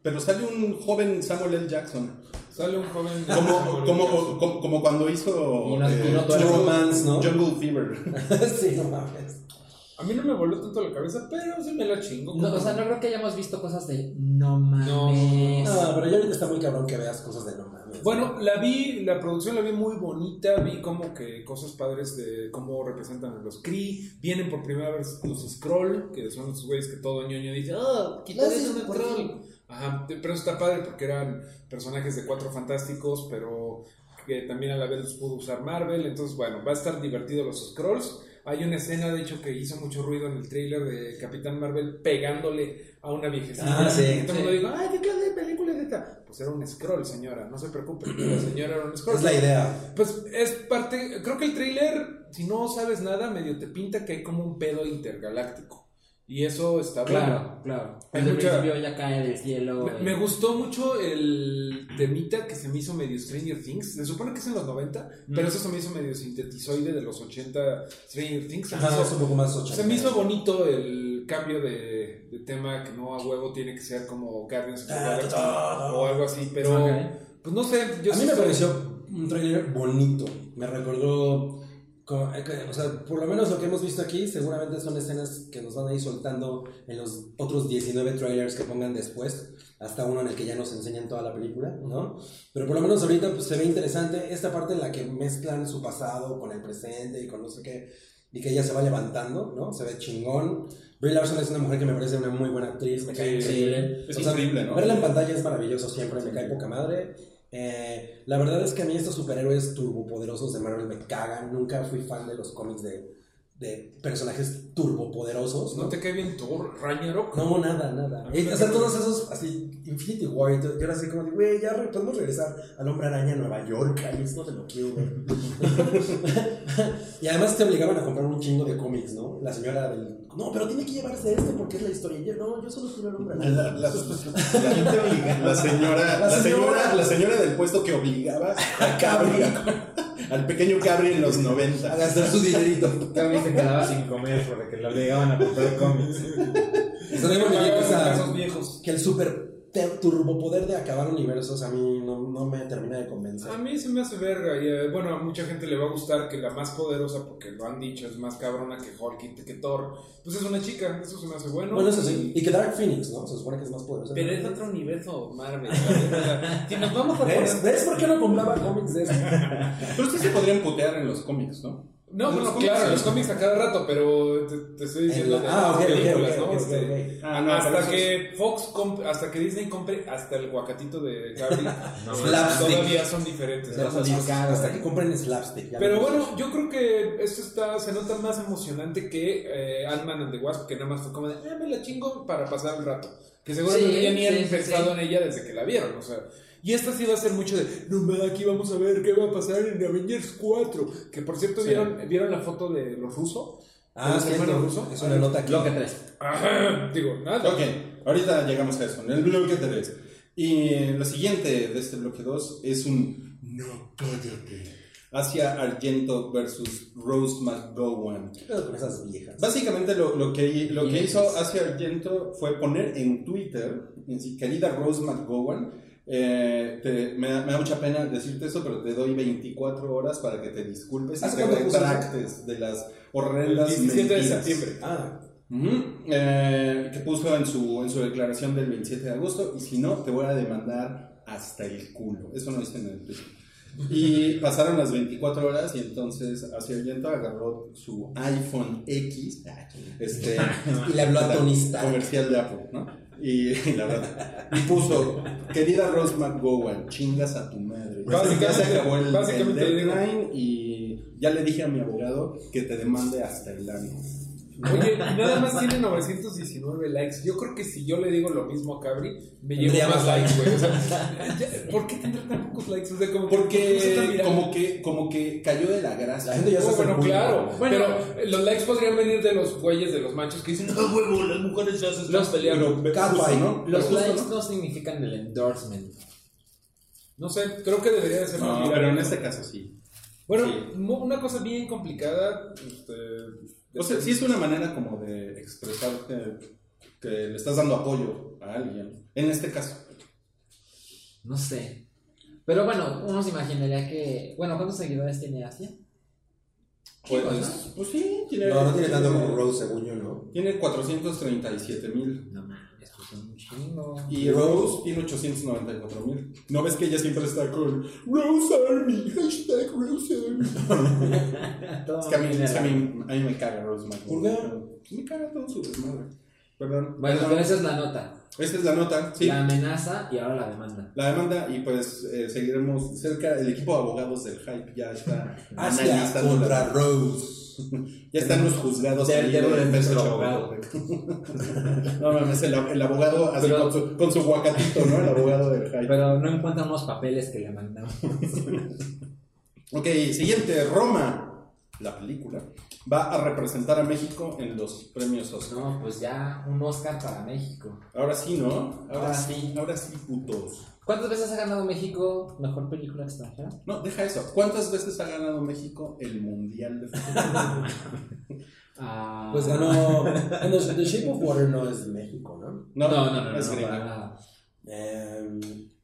[SPEAKER 2] Pero sale un joven Samuel L. Jackson.
[SPEAKER 4] Sale un joven.
[SPEAKER 2] Como, como, como, como cuando hizo
[SPEAKER 3] Y no- y no todo
[SPEAKER 6] el
[SPEAKER 2] Jungle-
[SPEAKER 6] romance, ¿no?
[SPEAKER 2] Jungle Fever.
[SPEAKER 6] sí, no mames.
[SPEAKER 4] A mí no me voló tanto la cabeza, pero sí me la chingo.
[SPEAKER 3] No, o sea, no creo que hayamos visto cosas de no mames.
[SPEAKER 6] No, pero ya ahorita está muy cabrón que veas cosas de no mames.
[SPEAKER 4] Bueno, la vi, la producción la vi muy bonita, vi como que cosas padres de cómo representan a los Kree, vienen por primera vez los Scroll, que son los güeyes que todo ñoño dice, ah, quítale
[SPEAKER 3] Gracias
[SPEAKER 4] un
[SPEAKER 3] por
[SPEAKER 4] Skrull". Ajá, pero eso está padre porque eran personajes de cuatro fantásticos, pero que también a la vez los pudo usar Marvel, entonces bueno, va a estar divertido los Scrolls. Hay una escena, de hecho, que hizo mucho ruido en el tráiler de Capitán Marvel pegándole a una viejecita.
[SPEAKER 6] Ah, sí.
[SPEAKER 4] Y todo el mundo dijo, ay, ¿qué clase de película es esta? Pues era un scroll, señora, no se preocupe, la señora era un scroll.
[SPEAKER 6] es la idea.
[SPEAKER 4] Pues es parte, creo que el tráiler, si no sabes nada, medio te pinta que hay como un pedo intergaláctico. Y eso está bueno.
[SPEAKER 3] Claro, claro. Desde el
[SPEAKER 4] mucha-
[SPEAKER 3] principio ya cae del cielo.
[SPEAKER 4] Me,
[SPEAKER 3] eh.
[SPEAKER 4] me gustó mucho el temita que se me hizo medio Stranger Things. Se supone que es en los 90,
[SPEAKER 6] Mm.
[SPEAKER 4] pero eso se me hizo medio sintetizoide de los 80 Stranger Things. Se me
[SPEAKER 6] Ajá,
[SPEAKER 4] hizo-
[SPEAKER 6] es un poco más
[SPEAKER 4] se me hizo bonito el cambio de, de tema que no a huevo tiene que ser como Guardians of
[SPEAKER 6] Ah,
[SPEAKER 4] the Galaxy o algo así, pero
[SPEAKER 3] Ok.
[SPEAKER 4] pues no sé, yo
[SPEAKER 6] a
[SPEAKER 4] sí
[SPEAKER 6] mí me
[SPEAKER 4] estoy-
[SPEAKER 6] pareció un trailer bonito. Me recordó. co- eh, que- O sea, por lo menos lo que hemos visto aquí, seguramente son escenas que nos van a ir soltando en los otros 19 trailers que pongan después, hasta uno en el que ya nos enseñan toda la película, ¿no? Pero por lo menos ahorita pues, se ve interesante esta parte en la que mezclan su pasado con el presente y con no sé qué, y que ella se va levantando, ¿no? Se ve chingón. Brie Larson es una mujer que me parece una muy buena actriz, me cae
[SPEAKER 2] Sí,
[SPEAKER 6] increíble.
[SPEAKER 2] es
[SPEAKER 6] O sea,
[SPEAKER 2] increíble, ¿no?
[SPEAKER 6] Verla en pantalla es maravilloso siempre, me cae poca madre. Eh, la verdad es que a mí estos superhéroes turbopoderosos de Marvel me cagan. Nunca fui fan de los cómics de, de personajes turbopoderosos, ¿no?
[SPEAKER 4] ¿No te cae bien Thor, Ragnarok?
[SPEAKER 6] No, nada, nada.
[SPEAKER 4] A mí
[SPEAKER 6] Y,
[SPEAKER 4] me
[SPEAKER 6] o sea,
[SPEAKER 4] cae-
[SPEAKER 6] todos esos, así, Infinity War, y todo, yo era así como, de, güey, ya re- podemos regresar al Hombre Araña a Nueva York, ahí es donde lo quiero ver. y además te obligaban a comprar un chingo de cómics, ¿no? La señora del, no, pero tiene que llevarse esto porque es la historia. Y yo, no, yo solo quiero el Hombre Araña.
[SPEAKER 2] La, la- la- la señora,
[SPEAKER 6] La
[SPEAKER 2] la
[SPEAKER 6] señora.
[SPEAKER 2] señora, la señora del puesto que obligaba a Cabri, al pequeño Cabri en los 90.
[SPEAKER 6] a gastar su dinerito.
[SPEAKER 3] También se quedaba sin comer porque le obligaban a comprar cómics.
[SPEAKER 6] Eso mismo que yo
[SPEAKER 4] Esos
[SPEAKER 6] pensaba,
[SPEAKER 4] viejos.
[SPEAKER 6] que el super te- turbopoder de acabar universos a mí no, no me termina de convencer.
[SPEAKER 4] A mí se me hace verga y eh, bueno, a mucha gente le va a gustar que la más poderosa, porque lo han dicho, es más cabrona que Hulk y que Thor, pues es una chica, eso se me hace bueno.
[SPEAKER 6] Bueno, eso sí. Y que Dark Phoenix, ¿no? Se supone que es más poderoso.
[SPEAKER 4] Pero es otro universo, Marvel. ¿sabes? O sea, si nos vamos a poner...
[SPEAKER 6] ¿Ves? ¿Ves por qué no compraba cómics de esto?
[SPEAKER 2] Pero sí se podrían putear en los cómics, ¿no?
[SPEAKER 4] No,
[SPEAKER 2] En los
[SPEAKER 6] pues
[SPEAKER 4] bueno,
[SPEAKER 2] cómics,
[SPEAKER 4] claro,
[SPEAKER 2] sí.
[SPEAKER 4] Pues los cómics a cada rato, pero te, te estoy diciendo de
[SPEAKER 6] ah,
[SPEAKER 4] las
[SPEAKER 6] ok, ok,
[SPEAKER 4] películas,
[SPEAKER 6] ok,
[SPEAKER 4] ¿no?
[SPEAKER 6] ok,
[SPEAKER 4] Este,
[SPEAKER 6] ok.
[SPEAKER 2] Ah, no, pero
[SPEAKER 4] hasta
[SPEAKER 2] eso
[SPEAKER 4] que Fox comp- hasta que Disney compre hasta el guacatito de Gabriel, pues,
[SPEAKER 6] Slapstick.
[SPEAKER 4] todavía son diferentes. ¿no?
[SPEAKER 6] Hasta- hasta- Hasta que compren Slapstick. ya
[SPEAKER 4] Pero
[SPEAKER 6] veremos.
[SPEAKER 4] bueno, yo creo que esto está, se nota más emocionante que eh, Ant-Man and the Wasp, que nada más fue como de, ah, me la chingo para pasar el rato. Que seguramente
[SPEAKER 3] Sí,
[SPEAKER 4] ya ni
[SPEAKER 3] sí,
[SPEAKER 4] han
[SPEAKER 3] sí,
[SPEAKER 4] pensado
[SPEAKER 3] sí.
[SPEAKER 4] en ella desde que la vieron, o sea. Y esta sí va a ser mucho de, no me aquí vamos a ver qué va a pasar en Avengers 4. Que por cierto,
[SPEAKER 2] Sí.
[SPEAKER 4] ¿vieron, ¿vieron la foto de los rusos?
[SPEAKER 6] Ah,
[SPEAKER 4] ¿Es
[SPEAKER 6] es
[SPEAKER 4] hermano ruso?
[SPEAKER 6] Es una nota aquí.
[SPEAKER 3] Bloque 3.
[SPEAKER 4] Ajá, digo, nada.
[SPEAKER 2] Ok, ahorita llegamos a eso, en el bloque 3. Y lo siguiente de este bloque 2 es un No cállate. Hacia Argento versus Rose McGowan.
[SPEAKER 6] ¿Qué pedo con esas viejas?
[SPEAKER 2] Básicamente lo, lo que, lo que
[SPEAKER 3] Yes.
[SPEAKER 2] hizo hacia Argento fue poner en Twitter, en sí, querida Rose McGowan, eh, te- me, da- me da mucha pena decirte esto, pero te doy 24 horas para que te disculpes y
[SPEAKER 6] ¿Hace
[SPEAKER 2] te
[SPEAKER 6] cuánto puso eso?
[SPEAKER 2] retractes de las
[SPEAKER 4] El
[SPEAKER 2] horrendas
[SPEAKER 4] 17 de
[SPEAKER 2] mentiras.
[SPEAKER 4] septiembre.
[SPEAKER 6] Ah,
[SPEAKER 2] Ujú, eh, que puso en su, en su declaración del 27 de agosto, y si no, te voy a demandar hasta el culo. Eso no dice en el tweet. Y pasaron las 24 horas y entonces hacia Argento agarró su iPhone X, este,
[SPEAKER 6] y le habló a Tony Stark.
[SPEAKER 2] comercial de Apple, ¿no? Y, y la verdad, y puso, querida Rose McGowan, chingas a tu madre.
[SPEAKER 4] Básicamente-
[SPEAKER 2] ya se acabó el,
[SPEAKER 4] básicamente
[SPEAKER 2] el
[SPEAKER 4] le digo.
[SPEAKER 2] deadline y ya le dije a mi abogado que te demande hasta el año.
[SPEAKER 4] Oye, nada más tiene 919 likes. Yo creo que si yo le digo lo mismo a Cabri, me llevo
[SPEAKER 6] Tendría
[SPEAKER 4] más
[SPEAKER 6] más
[SPEAKER 4] likes, güey. O sea, ya- ¿por qué tendrá tan pocos likes? O sea, como se está
[SPEAKER 2] Porque
[SPEAKER 4] mirando?
[SPEAKER 2] como que, como que cayó de la gracia.
[SPEAKER 6] La gente ya se
[SPEAKER 4] Oh,
[SPEAKER 6] hace
[SPEAKER 4] bueno,
[SPEAKER 6] bullying.
[SPEAKER 4] claro.
[SPEAKER 3] Bueno.
[SPEAKER 4] pero eh, los likes podrían venir de los güeyes, de los machos que dicen, no, huevo, las mujeres ya se están
[SPEAKER 3] Los-
[SPEAKER 4] peleando.
[SPEAKER 2] Pues,
[SPEAKER 6] Catfight, ¿no?
[SPEAKER 3] Los
[SPEAKER 2] Pero justo,
[SPEAKER 3] likes no significan el endorsement.
[SPEAKER 4] No sé, creo que debería de ser más
[SPEAKER 2] No,
[SPEAKER 4] viral.
[SPEAKER 2] pero en este caso sí.
[SPEAKER 4] Bueno,
[SPEAKER 2] sí.
[SPEAKER 4] mo- una cosa bien complicada. Este,
[SPEAKER 2] O sea, sí es una manera como de expresar que, que le estás dando apoyo a alguien. En este caso.
[SPEAKER 3] No sé. Pero bueno, uno se imaginaría que. Bueno, ¿cuántos seguidores tiene Asia?
[SPEAKER 2] Pues,
[SPEAKER 3] pasa?
[SPEAKER 2] pues sí, tiene.
[SPEAKER 6] No, no tiene tanto como Rose, según yo, ¿no?
[SPEAKER 2] Tiene 437 mil.
[SPEAKER 3] No mames, pues son un chingo.
[SPEAKER 2] Y Rose tiene 894 mil. ¿No ves que ella siempre está con Rose Army? Hashtag Rose Army.
[SPEAKER 3] Ah, Todo
[SPEAKER 2] Es que a mí,
[SPEAKER 3] mineral.
[SPEAKER 2] es que a mí- a mí me caga Rose
[SPEAKER 6] ¿Por qué?
[SPEAKER 2] McGowan. pues Me caga todo su desmadre. Perdón.
[SPEAKER 3] Bueno,
[SPEAKER 2] Perdón.
[SPEAKER 3] pero esa es la nota.
[SPEAKER 2] Esta es la nota, sí.
[SPEAKER 3] La
[SPEAKER 2] La,
[SPEAKER 3] amenaza y ahora la demanda.
[SPEAKER 2] demanda y pues eh, seguiremos cerca. El equipo de abogados del hype ya está
[SPEAKER 6] Asia
[SPEAKER 2] analizando
[SPEAKER 6] Ah, contra
[SPEAKER 2] la-
[SPEAKER 6] Rose.
[SPEAKER 2] Ya están los juzgados.
[SPEAKER 3] Del-
[SPEAKER 2] saliendo
[SPEAKER 3] del-
[SPEAKER 2] de
[SPEAKER 3] del-
[SPEAKER 2] nuestro
[SPEAKER 3] del
[SPEAKER 2] abogado. no mames, el, el abogado así
[SPEAKER 3] Pero-
[SPEAKER 2] con, su, con su guacatito, ¿no? El abogado del hype.
[SPEAKER 3] Pero no encuentran los papeles que le mandamos.
[SPEAKER 2] Ok, siguiente, Roma. La película va a representar a México en los premios Oscar.
[SPEAKER 3] No, pues ya un Oscar para México.
[SPEAKER 2] Ahora sí, ¿no?
[SPEAKER 6] Ah,
[SPEAKER 3] Ahora sí.
[SPEAKER 2] Ahora sí, putos.
[SPEAKER 3] ¿Cuántas veces ha ganado México mejor película extranjera?
[SPEAKER 2] No, deja eso. ¿Cuántas veces ha ganado México el Mundial de Fútbol?
[SPEAKER 3] Ah,
[SPEAKER 6] Pues ganó. Bueno, The Shape of Water no es de México, ¿no?
[SPEAKER 3] No, no, no, no,
[SPEAKER 2] es
[SPEAKER 3] no,
[SPEAKER 2] gringo.
[SPEAKER 3] para nada.
[SPEAKER 6] Eh,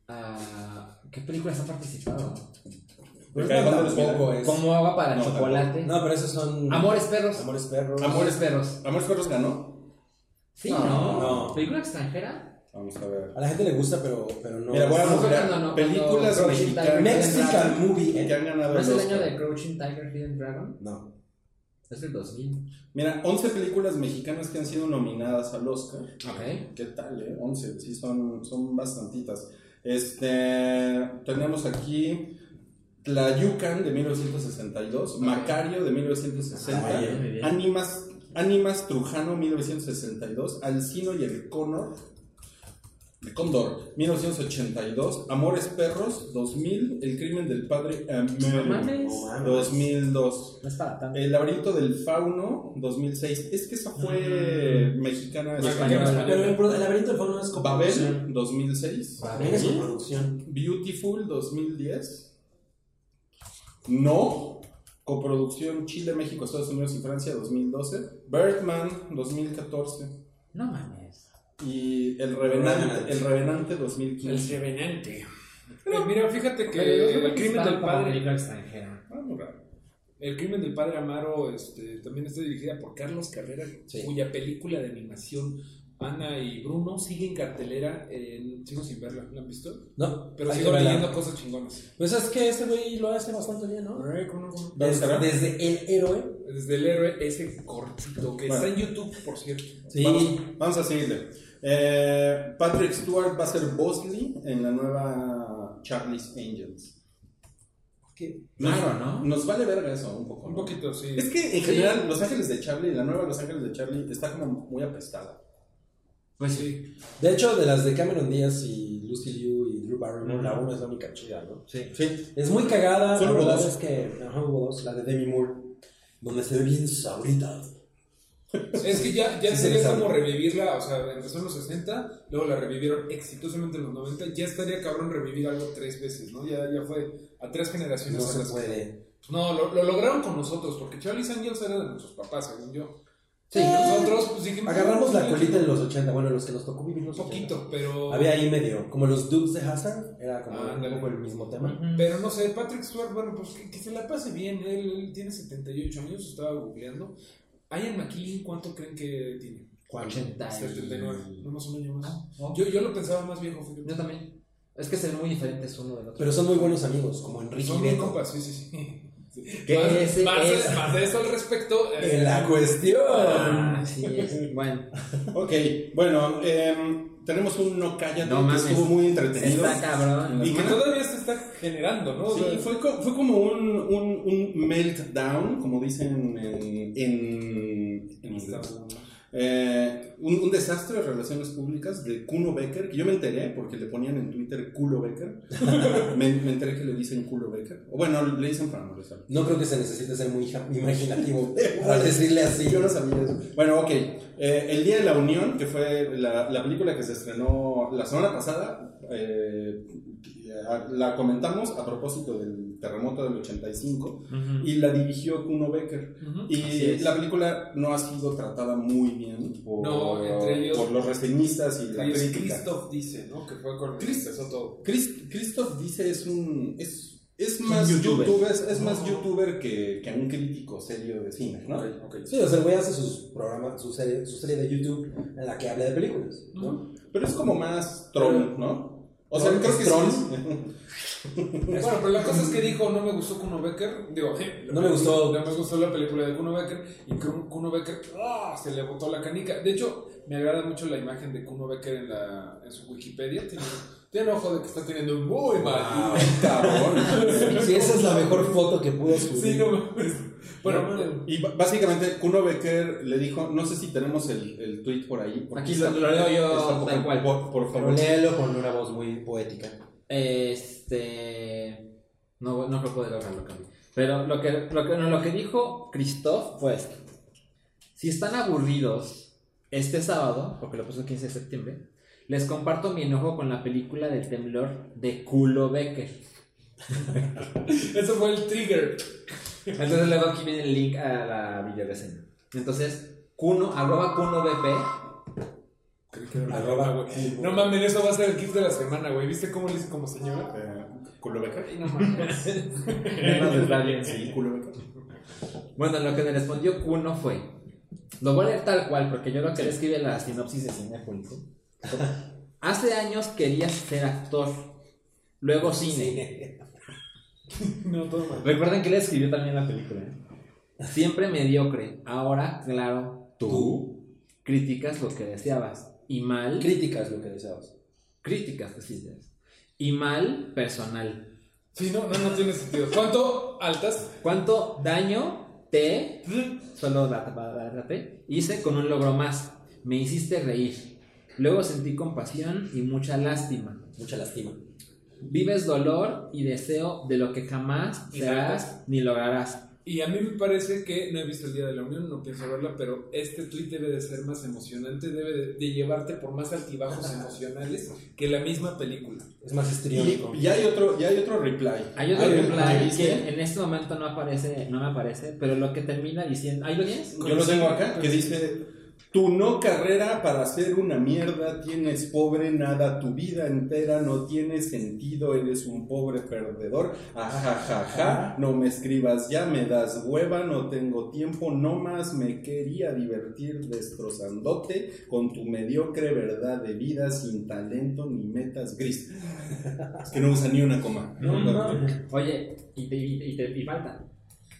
[SPEAKER 3] Ah, ¿Qué películas han participado?
[SPEAKER 2] Me
[SPEAKER 6] pero
[SPEAKER 2] cae
[SPEAKER 6] no
[SPEAKER 2] mal los
[SPEAKER 6] tampoco
[SPEAKER 2] mil-
[SPEAKER 6] es.
[SPEAKER 3] Como agua para el
[SPEAKER 2] Pues, No,
[SPEAKER 3] chocolate.
[SPEAKER 6] No, pero esos son.
[SPEAKER 3] Amores perros.
[SPEAKER 6] Amores perros.
[SPEAKER 2] Amores-
[SPEAKER 3] perros.
[SPEAKER 2] ¿Amores Perros ganó?
[SPEAKER 3] Sí,
[SPEAKER 2] No,
[SPEAKER 3] no,
[SPEAKER 6] no.
[SPEAKER 3] ¿Película extranjera?
[SPEAKER 2] Vamos a ver.
[SPEAKER 6] A la gente le gusta, pero, pero no.
[SPEAKER 2] Mira, voy a
[SPEAKER 3] no,
[SPEAKER 2] buscar
[SPEAKER 3] no, no,
[SPEAKER 2] películas
[SPEAKER 3] no, no,
[SPEAKER 2] mexicanas
[SPEAKER 6] Mexican movie,
[SPEAKER 2] que
[SPEAKER 6] ¿eh?
[SPEAKER 2] han ganado
[SPEAKER 3] ¿No es el
[SPEAKER 2] Oscar.
[SPEAKER 3] año de Crouching Tiger Hidden Dragon?
[SPEAKER 6] No.
[SPEAKER 3] Es el 2000.
[SPEAKER 2] Mira, 11 películas mexicanas que han sido nominadas al Oscar.
[SPEAKER 3] Ok.
[SPEAKER 2] ¿Qué tal, eh? 11, sí, son, son bastantitas. Este, tenemos aquí Tlayucan de 1962, Macario de 1960,
[SPEAKER 6] Ah, bien,
[SPEAKER 3] bien.
[SPEAKER 2] Ánimas, Ánimas Trujano 1962, Alcino y el Cóndor, el Cóndor 1982, Amores Perros 2000, El Crimen del Padre
[SPEAKER 3] No
[SPEAKER 2] Amel
[SPEAKER 3] mames.
[SPEAKER 6] No,
[SPEAKER 2] 2002.
[SPEAKER 3] No es para tanto.
[SPEAKER 2] El laberinto del fauno 2006. Es que esa fue mexicana.
[SPEAKER 3] Mm. Española.
[SPEAKER 6] Pero el, pro- el laberinto del fauno es como.
[SPEAKER 2] Babel 2006.
[SPEAKER 6] También es coproducción.
[SPEAKER 2] Beautiful 2010. No. Coproducción Chile, México, Estados Unidos y Francia 2012. Birdman 2014.
[SPEAKER 3] No mames.
[SPEAKER 2] y El Revenante, El Revenante 2015.
[SPEAKER 4] revenante. Pero Eh, mira, fíjate que
[SPEAKER 3] Pero yo creo
[SPEAKER 4] el
[SPEAKER 3] que
[SPEAKER 4] crimen
[SPEAKER 3] está
[SPEAKER 4] del
[SPEAKER 3] como
[SPEAKER 4] padre.
[SPEAKER 3] película extranjera.
[SPEAKER 4] Ah, muy raro. El crimen del padre Amaro este, también está dirigida por Carlos Carrera,
[SPEAKER 3] Sí.
[SPEAKER 4] cuya película de animación Ana y Bruno sigue en cartelera. en- sigo sin verla, ¿la han visto?
[SPEAKER 6] No,
[SPEAKER 4] Pero
[SPEAKER 6] hay
[SPEAKER 4] sigo
[SPEAKER 6] que verla.
[SPEAKER 4] leyendo cosas chingonas.
[SPEAKER 6] Pues es que este güey lo hace bastante bien, ¿no?
[SPEAKER 4] Ay, ¿cómo no?
[SPEAKER 6] Desde,
[SPEAKER 2] ¿Verdad?
[SPEAKER 6] desde el héroe.
[SPEAKER 4] Desde el héroe, ese cortito que
[SPEAKER 2] Bueno.
[SPEAKER 4] está en YouTube, por cierto.
[SPEAKER 2] Vamos, vamos a seguirle. Eh, Patrick Stewart va a ser Bosley en la nueva Charlie's Angels.
[SPEAKER 6] Qué
[SPEAKER 2] Nos-
[SPEAKER 3] Claro, ¿no?
[SPEAKER 2] Nos vale verga eso un poco.
[SPEAKER 4] Un
[SPEAKER 2] ¿no?
[SPEAKER 4] poquito, sí.
[SPEAKER 2] Es que en
[SPEAKER 4] Sí.
[SPEAKER 2] general Los Ángeles de Charlie, la nueva Los Ángeles de Charlie, está como muy apestada.
[SPEAKER 3] Pues sí.
[SPEAKER 6] De hecho, de las de Cameron Díaz y Lucy Liu y Drew Barrymore, la una es la única chida, ¿no?
[SPEAKER 3] Sí.
[SPEAKER 2] Sí.
[SPEAKER 6] Es muy cagada,
[SPEAKER 2] Solo
[SPEAKER 6] la verdad
[SPEAKER 2] dos.
[SPEAKER 6] es que... Ajá, hubo dos, la de Demi Moore, donde se ve bien saurita.
[SPEAKER 4] Es que ya, ya
[SPEAKER 6] Sí, se
[SPEAKER 4] sería
[SPEAKER 6] les habla.
[SPEAKER 4] como revivirla, o sea, empezó en los 60, luego la revivieron exitosamente en los 90, ya estaría cabrón revivir algo tres veces, ¿no? Ya, ya fue a tres generaciones.
[SPEAKER 6] No
[SPEAKER 4] a
[SPEAKER 6] se
[SPEAKER 4] las-
[SPEAKER 6] puede.
[SPEAKER 4] Pues No, lo, lo lograron con nosotros, porque Charlie Angels era de nuestros papás, según yo.
[SPEAKER 6] Sí.
[SPEAKER 4] Y nosotros, pues dijimos...
[SPEAKER 6] Agarramos la
[SPEAKER 4] "Sí,
[SPEAKER 6] colita en los 80, bueno, los que nos tocó vivir
[SPEAKER 4] Un
[SPEAKER 6] los 80.
[SPEAKER 4] poquito, pero...
[SPEAKER 6] Había ahí medio, como los Dukes de Hazard, era como
[SPEAKER 4] Ah, ándale.
[SPEAKER 6] un poco el mismo tema.
[SPEAKER 4] Pero no sé, Patrick Stewart, bueno, pues que, que se la pase bien. Él, él tiene 78 años, estaba googleando. Ian McKellen, ¿cuánto creen que tiene?
[SPEAKER 3] 80 y-
[SPEAKER 4] 79, no más un año más.
[SPEAKER 3] ¿no?
[SPEAKER 4] Yo, yo lo pensaba más viejo, fíjate.
[SPEAKER 3] Yo también. Es que se ven muy diferentes uno del otro.
[SPEAKER 6] Pero son muy buenos amigos, como Enrique
[SPEAKER 4] Son
[SPEAKER 6] y
[SPEAKER 4] muy
[SPEAKER 6] Beto.
[SPEAKER 4] compas, sí, sí, sí.
[SPEAKER 3] Que
[SPEAKER 4] Más,
[SPEAKER 3] ese
[SPEAKER 4] más-
[SPEAKER 3] es-
[SPEAKER 4] más de eso al respecto. eh,
[SPEAKER 6] En la cuestión.
[SPEAKER 3] Ah, sí es. Bueno,
[SPEAKER 2] Ok, bueno, em, tenemos un no cállate
[SPEAKER 3] No
[SPEAKER 2] que
[SPEAKER 3] mames.
[SPEAKER 2] estuvo muy entretenido.
[SPEAKER 3] está cabrón.
[SPEAKER 2] Y
[SPEAKER 4] que
[SPEAKER 2] que no-
[SPEAKER 4] todavía se está generando, ¿no? O
[SPEAKER 2] Sí,
[SPEAKER 4] sea,
[SPEAKER 2] fue, co- fue como un, un, un meltdown, como dicen en, en, en
[SPEAKER 4] está-
[SPEAKER 2] inglés. Eh, un, un desastre de relaciones públicas de Kuno Becker, que yo me enteré porque le ponían en Twitter culo Becker. me, me enteré que le dicen culo Becker. O bueno, le dicen para molestar.
[SPEAKER 6] No creo que se necesite ser muy ja- imaginativo para decirle así.
[SPEAKER 2] Yo no sabía eso. Bueno, ok. Eh, el Día de la Unión, que fue la, la película que se estrenó la semana pasada, eh, la comentamos a propósito del terremoto del 85 y la dirigió Kuno Becker.
[SPEAKER 4] Ujú.
[SPEAKER 3] Así
[SPEAKER 2] Y
[SPEAKER 3] es.
[SPEAKER 2] la película no ha sido tratada muy bien por,
[SPEAKER 4] No, entre ellos-
[SPEAKER 2] por los reseñistas y la
[SPEAKER 4] Y es
[SPEAKER 2] crítica.
[SPEAKER 4] Christoph dice, ¿no? Que fue con
[SPEAKER 2] Christoph.
[SPEAKER 4] empezó todo.
[SPEAKER 2] Chris- Christoph dice es un es, es más
[SPEAKER 3] youtuber.
[SPEAKER 2] youtuber, es, es más youtuber que, que un crítico serio de cine, ¿no?
[SPEAKER 4] Ok, ok.
[SPEAKER 6] Sí, o sea, el güey hace sus programas, su serie, su serie de YouTube en la que habla de películas, ¿no?
[SPEAKER 2] Pero es como más troll, ¿no? O sea,
[SPEAKER 6] Troll,
[SPEAKER 2] creo que
[SPEAKER 6] troll.
[SPEAKER 2] sí.
[SPEAKER 4] Bueno, pero la cosa es que dijo, no me gustó Kuno Becker. Digo, eh, la
[SPEAKER 6] No me
[SPEAKER 4] película-
[SPEAKER 6] gustó.
[SPEAKER 4] No me gustó la película de Kuno Becker. Y Kuno Kuno Becker, ¡ah! se le botó la canica. De hecho, me agrada mucho la imagen de Kuno Becker en, la, en su Wikipedia. Tiene, tiene ojo de que está teniendo muy mal. día.
[SPEAKER 2] Ah, cabrón.
[SPEAKER 6] Si esa es la mejor foto que pudo subir.
[SPEAKER 4] Sí, no mames. Bueno, eh,
[SPEAKER 2] Y b- básicamente Kuno Becker le dijo, no sé si tenemos el, el tweet por ahí. porque
[SPEAKER 3] Aquí lo- lo leo yo
[SPEAKER 2] está por-
[SPEAKER 3] tal cual.
[SPEAKER 2] Por, por
[SPEAKER 6] Pero
[SPEAKER 2] favor.
[SPEAKER 6] léelo con una voz muy poética.
[SPEAKER 3] Este. No, no creo poder lograrlo, Carlos. Pero lo que, lo, que, no, lo que dijo Christoph fue esto. Si están aburridos este sábado, porque lo puso el 15 de septiembre, les comparto mi enojo con la película del temblor de culo Becker.
[SPEAKER 4] Ese fue el trigger.
[SPEAKER 3] Entonces luego aquí viene el link a la videoreseña. Entonces, Kuno, arroba Kuno BP.
[SPEAKER 6] Arroba cubo.
[SPEAKER 4] No mames, eso va a ser el kit de la semana, güey. ¿Viste cómo le hice como señora?
[SPEAKER 2] Eh, Kuno Becker.
[SPEAKER 4] Ay, no mames.
[SPEAKER 3] Menos está bien.
[SPEAKER 2] Sí, Kuno Becker.
[SPEAKER 3] Bueno, lo que me respondió Kuno fue. Lo voy a leer tal cual, porque yo lo que le escribe la sinopsis de Cinepolis. Hace años querías ser actor, luego cine.
[SPEAKER 4] No, todo mal.
[SPEAKER 3] Recuerden que él escribió también la película. ¿eh? Siempre mediocre, ahora, claro, tú criticas lo que deseabas. Y mal,
[SPEAKER 6] Críticas lo que deseabas.
[SPEAKER 3] críticas, sí, sí. y mal personal.
[SPEAKER 4] Sí, no, no, no tiene sentido. ¿Cuánto altas?
[SPEAKER 3] ¿Cuánto daño te, solo la tapada la T, hice con un logro más? Me hiciste reír. Luego sentí compasión y mucha lástima.
[SPEAKER 6] Mucha lástima.
[SPEAKER 3] Vives dolor y deseo de lo que jamás
[SPEAKER 4] Y
[SPEAKER 3] serás ni lograrás.
[SPEAKER 4] Y a mí me parece que no he visto el Día de la Unión, no pienso verla, pero este tuit debe de ser más emocionante, debe de, de llevarte por más altibajos emocionales que la misma película.
[SPEAKER 6] Es más histriónico.
[SPEAKER 2] Y, y hay otro, y hay otro reply.
[SPEAKER 3] Hay otro
[SPEAKER 2] Hay-
[SPEAKER 3] ejemplar
[SPEAKER 2] ¿hay
[SPEAKER 3] que
[SPEAKER 2] este?
[SPEAKER 3] en este momento no aparece, no me aparece, pero lo que termina diciendo, ¿ahí lo tienes?
[SPEAKER 2] Yo lo tengo acá, que dice, Tu no carrera para ser una mierda, tienes pobre nada, tu vida entera no tiene sentido, eres un pobre perdedor. Ah, Ajajaja, no me escribas ya, me das hueva, no tengo tiempo, no más me quería divertir destrozándote con tu mediocre verdad de vida sin talento ni metas gris. Es que no usa ni una coma.
[SPEAKER 6] No, no.
[SPEAKER 3] Oye, y, te- y, y te- y falta.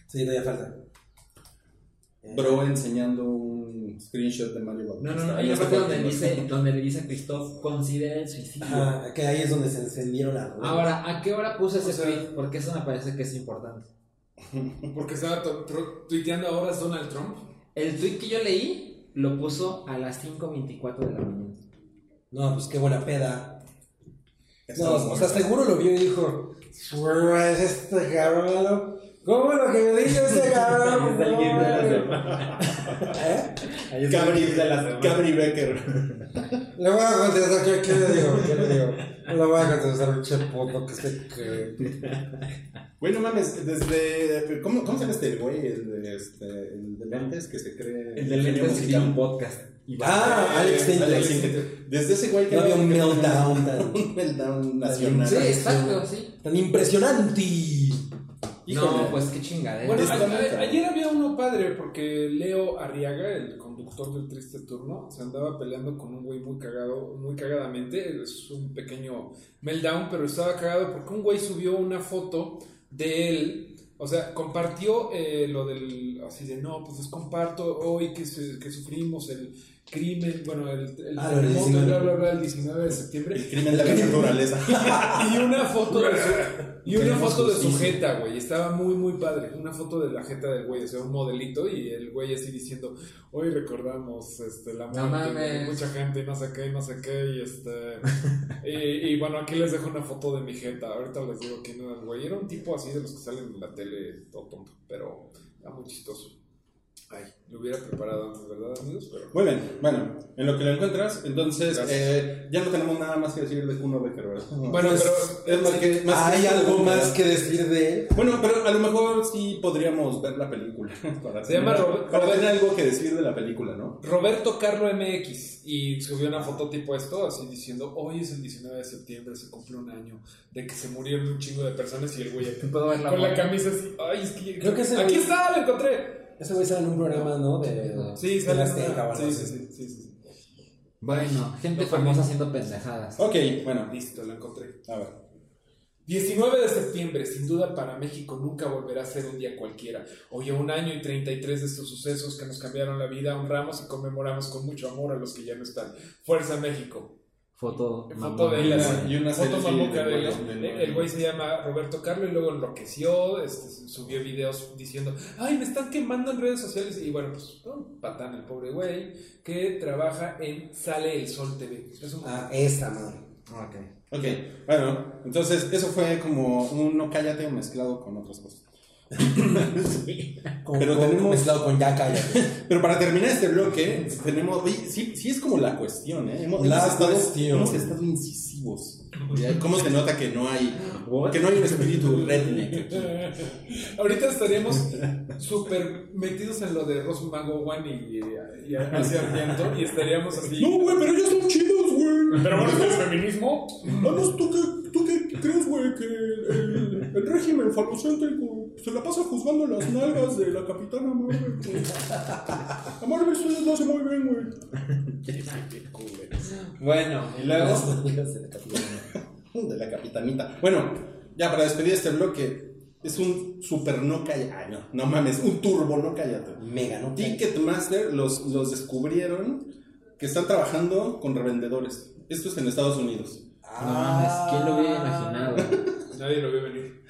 [SPEAKER 6] Sí, todavía falta. Eh,
[SPEAKER 2] Bro enseñando un screenshot de Mario Bautista.
[SPEAKER 3] No, no, no. Hay
[SPEAKER 2] Ya
[SPEAKER 3] una
[SPEAKER 2] está
[SPEAKER 3] parte donde
[SPEAKER 2] partiendo.
[SPEAKER 3] dice, donde le dice a Christoph, considera el suicidio.
[SPEAKER 6] Ajá, que ahí es donde se encendieron las ruedas.
[SPEAKER 3] Ahora, ¿a qué hora puse ese
[SPEAKER 4] O sea-
[SPEAKER 3] tweet? Porque eso me parece que es importante.
[SPEAKER 4] Porque estaba to- tro- tuiteando ahora Donald Trump.
[SPEAKER 3] El tweet que yo leí lo puso a las 5.24 de la mañana.
[SPEAKER 6] No, pues qué buena peda. No,
[SPEAKER 2] Estamos
[SPEAKER 6] o sea,
[SPEAKER 2] muertos.
[SPEAKER 6] seguro lo vio y dijo, "Pues, este cabrón, ¿no? ¿cómo lo que me dice este cabrón?
[SPEAKER 3] Ahí está el
[SPEAKER 6] no,
[SPEAKER 3] gif de la
[SPEAKER 6] güey?"
[SPEAKER 2] Cabri,
[SPEAKER 3] semana. Ahí está el
[SPEAKER 6] ¿Eh?
[SPEAKER 3] gif
[SPEAKER 2] Cabri Becker.
[SPEAKER 6] Le voy a contestar, ¿qué, qué le digo? ¿Qué le digo? No le voy a contestar un che puto que se que...
[SPEAKER 2] Güey, no mames, desde. ¿Cómo, cómo se llama este güey? El de, este, el de lentes que se cree.
[SPEAKER 3] El del lente
[SPEAKER 2] genio
[SPEAKER 3] es que tiene un
[SPEAKER 2] musical.
[SPEAKER 3] podcast. Y va-
[SPEAKER 6] Ah, Alex
[SPEAKER 2] Alex
[SPEAKER 6] Tinter.
[SPEAKER 2] Sintek. Desde ese güey que
[SPEAKER 6] No había un
[SPEAKER 2] que-
[SPEAKER 6] meltdown tan,
[SPEAKER 2] Un meltdown nacional.
[SPEAKER 3] Sí, exacto, sí.
[SPEAKER 6] tan impresionante.
[SPEAKER 2] Híjole.
[SPEAKER 3] No, pues qué chingadera.
[SPEAKER 4] Bueno,
[SPEAKER 2] Está
[SPEAKER 4] a- a-
[SPEAKER 2] muy
[SPEAKER 4] ayer había uno padre porque Leo Arriaga, el conductor del triste turno, se andaba peleando con un güey muy cagado, muy cagadamente. Es un pequeño meltdown, pero estaba cagado porque un güey subió una foto de él. O sea, compartió eh, lo del. Así de no, pues les comparto hoy que, se- que sufrimos el crimen, bueno, el, el
[SPEAKER 6] Ah, lo del
[SPEAKER 4] terremoto,
[SPEAKER 6] 19.
[SPEAKER 4] bla, bla, bla, el 19 de septiembre.
[SPEAKER 2] El crimen de la naturaleza.
[SPEAKER 4] Y una foto de su, y una
[SPEAKER 2] Tenemos
[SPEAKER 4] foto de su
[SPEAKER 2] justicia.
[SPEAKER 4] jeta, güey. Estaba muy, muy padre. Una foto de la jeta del güey, o sea, un modelito y el güey así diciendo, hoy recordamos este, la
[SPEAKER 3] No
[SPEAKER 4] muerte de
[SPEAKER 3] mames.
[SPEAKER 4] mucha gente, no sé qué, no sé qué, y este... y, y bueno, aquí les dejo una foto de mi jeta. Ahorita les digo quién era el güey. Era un tipo así de los que salen en la tele, todo tonto, pero era muy chistoso. Ay, lo hubiera preparado antes, ¿verdad, amigos? Pero...
[SPEAKER 2] Muy bien, bueno, en lo que lo encuentras, entonces
[SPEAKER 4] Gracias.
[SPEAKER 2] eh, ya no tenemos nada más que decir de Kuno Becker, ¿verdad?
[SPEAKER 4] Bueno, pero...
[SPEAKER 2] Es más que- más que-
[SPEAKER 6] ¿Hay algo más que decir de él?
[SPEAKER 2] Bueno, pero a lo mejor sí podríamos ver la película. Para
[SPEAKER 4] Se llama Robert-
[SPEAKER 2] Para tener algo que decir de la película, ¿no?
[SPEAKER 4] Roberto Carlo MX y subió una foto tipo esto, así diciendo, hoy es el 19 de septiembre, se cumple un año de que se murieron un chingo de personas y el güey acá,
[SPEAKER 3] Puedo ver la
[SPEAKER 4] con la
[SPEAKER 3] foto.
[SPEAKER 4] camisa así, ay, es que,
[SPEAKER 6] Creo que ese
[SPEAKER 4] aquí
[SPEAKER 6] güey-
[SPEAKER 4] está, lo encontré.
[SPEAKER 6] Ese güey sale en un programa, ¿no? De,
[SPEAKER 4] Sí,
[SPEAKER 6] de
[SPEAKER 4] sale.
[SPEAKER 6] la Azteca, o algo
[SPEAKER 4] sí,
[SPEAKER 6] así.
[SPEAKER 4] sí, sí, sí, sí.
[SPEAKER 3] Bueno, gente
[SPEAKER 4] No,
[SPEAKER 3] famosa haciendo pendejadas.
[SPEAKER 2] Ok, bueno,
[SPEAKER 4] Listo, lo encontré.
[SPEAKER 2] a ver.
[SPEAKER 4] 19 de septiembre, sin duda para México nunca volverá a ser un día cualquiera. Hoy a un año y 33 de estos sucesos que nos cambiaron la vida, honramos y conmemoramos con mucho amor a los que ya no están. Fuerza México.
[SPEAKER 3] Foto.
[SPEAKER 4] Foto
[SPEAKER 3] mamona.
[SPEAKER 4] de él ah, así.
[SPEAKER 2] Y una
[SPEAKER 4] foto
[SPEAKER 2] selfie
[SPEAKER 4] mamuca
[SPEAKER 2] del
[SPEAKER 4] de él.
[SPEAKER 2] güey, del güey.
[SPEAKER 4] El güey se llama Roberto Carlo y luego enloqueció, este, subió videos diciendo, ay, me están quemando en redes sociales. Y bueno, pues, un patán el pobre güey, que trabaja en Sale el Sol TV. Es un-
[SPEAKER 6] Ah, esa madre.
[SPEAKER 3] Ok.
[SPEAKER 2] Ok, bueno, entonces eso fue como un no cállate o mezclado con otras cosas.
[SPEAKER 6] Con-
[SPEAKER 2] Pero
[SPEAKER 6] con-
[SPEAKER 2] tenemos-
[SPEAKER 6] mezclado con ya cállate.
[SPEAKER 2] Pero para terminar este bloque, tenemos. oye, Sí, sí es como la cuestión, ¿eh? Hemos,
[SPEAKER 6] La
[SPEAKER 2] hemos estado,
[SPEAKER 6] cuestión.
[SPEAKER 2] hemos estado incisivos. ¿Cómo se nota que no hay, que no hay un espíritu redneck aquí?
[SPEAKER 4] Ahorita estaríamos súper metidos en lo de Ross Magowan y, y, y Alicia Argento y estaríamos así.
[SPEAKER 2] No, güey, pero ellos son chidos, güey.
[SPEAKER 4] Pero bueno, ¿es feminismo?
[SPEAKER 2] Vamos, Ah, ¿tú qué, tú qué crees, güey? Que el, el régimen farmacéutico se la pasa juzgando las nalgas de la capitana Marvel. güey. A Marvel Studios lo hace muy bien, güey.
[SPEAKER 3] Bueno, y luego.
[SPEAKER 2] de la capitanita. Bueno, ya para despedir este bloque, es un super no callate. Ay, no, no mames, un turbo no callate.
[SPEAKER 6] Mega, ¿no?
[SPEAKER 2] Ticketmaster los, los descubrieron que están trabajando con revendedores. Esto es en Estados Unidos.
[SPEAKER 3] No mames,
[SPEAKER 6] Ah.
[SPEAKER 3] ¿quién lo hubiera imaginado?
[SPEAKER 4] Nadie lo vio venir.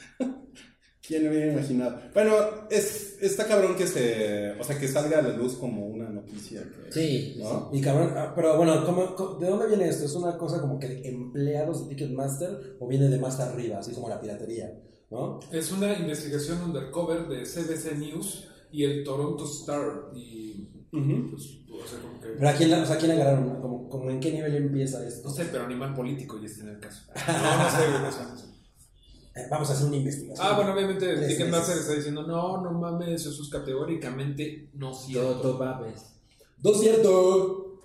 [SPEAKER 2] ¿Quién lo hubiera imaginado? Bueno, es, está cabrón que se. O sea, que salga a la luz como una noticia. que-
[SPEAKER 3] Sí.
[SPEAKER 2] ¿no?
[SPEAKER 6] Y cabrón, ah, pero bueno, ¿cómo- cómo- ¿de dónde viene esto? ¿Es una cosa como que de empleados de Ticketmaster o viene de más arriba, así como la piratería? ¿No?
[SPEAKER 4] Es una investigación undercover de CBC News y el Toronto Star. Y
[SPEAKER 2] Ujú.
[SPEAKER 4] Pues, o sea, como que-
[SPEAKER 6] Pero ¿a quién, la- o sea, ¿a quién agarraron? ¿Cómo, como en qué nivel empieza esto?
[SPEAKER 4] No sé, pero animal político ya está en el caso. No, no sé, güey, no sé, no sé.
[SPEAKER 6] Eh, vamos a hacer una investigación.
[SPEAKER 4] Ah, bueno, obviamente
[SPEAKER 6] Tres
[SPEAKER 4] Ticketmaster
[SPEAKER 6] meses.
[SPEAKER 4] está diciendo, no, no mames, eso es categóricamente no
[SPEAKER 3] Todo
[SPEAKER 4] cierto.
[SPEAKER 3] babes.
[SPEAKER 2] No es cierto.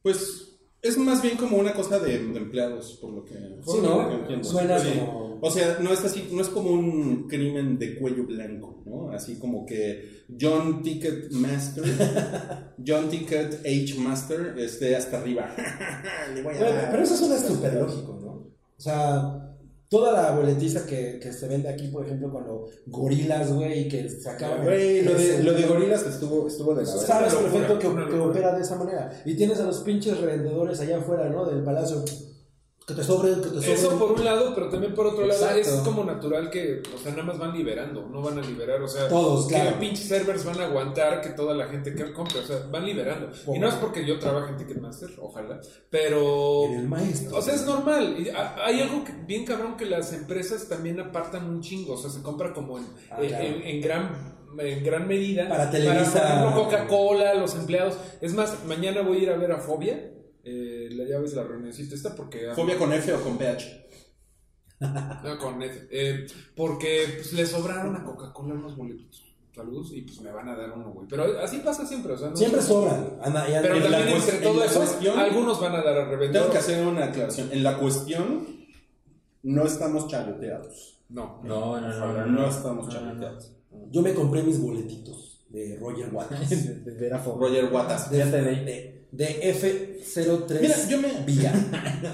[SPEAKER 2] Pues es más bien como una cosa de, de empleados, por lo que.
[SPEAKER 6] Sí,
[SPEAKER 2] por
[SPEAKER 6] ¿no?
[SPEAKER 2] lo que entiendo.
[SPEAKER 6] Suena
[SPEAKER 2] Sí.
[SPEAKER 6] como-
[SPEAKER 2] O sea, no es así, no es como un crimen de cuello blanco, ¿no? Así como que John Ticket Master, John Ticket H Master esté hasta arriba. Le voy a
[SPEAKER 6] Bueno,
[SPEAKER 2] dar.
[SPEAKER 6] pero eso suena súper lógico, ¿no? O sea, toda la boletiza que, que se vende aquí, por ejemplo, con los gorilas, güey, y que sacaban.
[SPEAKER 2] Güey, lo de, lo de gorilas estuvo, estuvo de la verga.
[SPEAKER 6] Sabes
[SPEAKER 4] Una locura,
[SPEAKER 6] perfecto que,
[SPEAKER 4] una
[SPEAKER 6] que
[SPEAKER 4] locura.
[SPEAKER 6] opera de esa manera. Y tienes a los pinches revendedores allá afuera, ¿no? Del palacio. Que te sobren, que te sobren.
[SPEAKER 4] Eso por un lado, pero también por otro lado
[SPEAKER 6] Exacto.
[SPEAKER 4] es como natural que, o sea, nada más van liberando, no van a liberar, o sea,
[SPEAKER 6] Todos,
[SPEAKER 4] que
[SPEAKER 6] claro.
[SPEAKER 4] los pinches servers van a aguantar que toda la gente que compre, o sea, van liberando. Y no es porque yo trabaje en Ticketmaster, ojalá, pero...
[SPEAKER 6] El maestro.
[SPEAKER 4] O sea, es normal. Y a- Hay algo que- bien cabrón que las empresas también apartan un chingo. O sea, se compra como en,
[SPEAKER 6] Ah,
[SPEAKER 4] en-
[SPEAKER 6] claro.
[SPEAKER 4] en- en gran en gran medida
[SPEAKER 6] Para Televisa.
[SPEAKER 4] por ejemplo, Coca-Cola los empleados es más mañana voy a ir a ver a Fobia eh, la llaves la reunioncita esta porque ah,
[SPEAKER 2] ¿Fobia con F o con PH?
[SPEAKER 4] no, con F. Eh, porque pues, le sobraron a Coca-Cola unos boletos. Saludos. Y pues me van a dar uno, güey. Pero así pasa siempre. O sea, no-
[SPEAKER 6] Siempre sobran. Anda, y anda-
[SPEAKER 4] Pero
[SPEAKER 6] y
[SPEAKER 4] también
[SPEAKER 6] la-
[SPEAKER 2] cuest-
[SPEAKER 4] entre
[SPEAKER 2] en
[SPEAKER 4] todo
[SPEAKER 2] la
[SPEAKER 4] eso,
[SPEAKER 2] cuestión-
[SPEAKER 4] algunos van a dar a revender.
[SPEAKER 2] Tengo que hacer una aclaración. En la cuestión, no estamos chaleteados.
[SPEAKER 4] No.
[SPEAKER 3] No, no, no, no.
[SPEAKER 2] No estamos
[SPEAKER 3] chaval.
[SPEAKER 2] chaleteados.
[SPEAKER 6] Yo me compré mis boletitos de Roger Waters. de,
[SPEAKER 3] Era favor.
[SPEAKER 2] Roger Waters.
[SPEAKER 6] de, de F03
[SPEAKER 2] Mira, yo me,
[SPEAKER 6] Villa.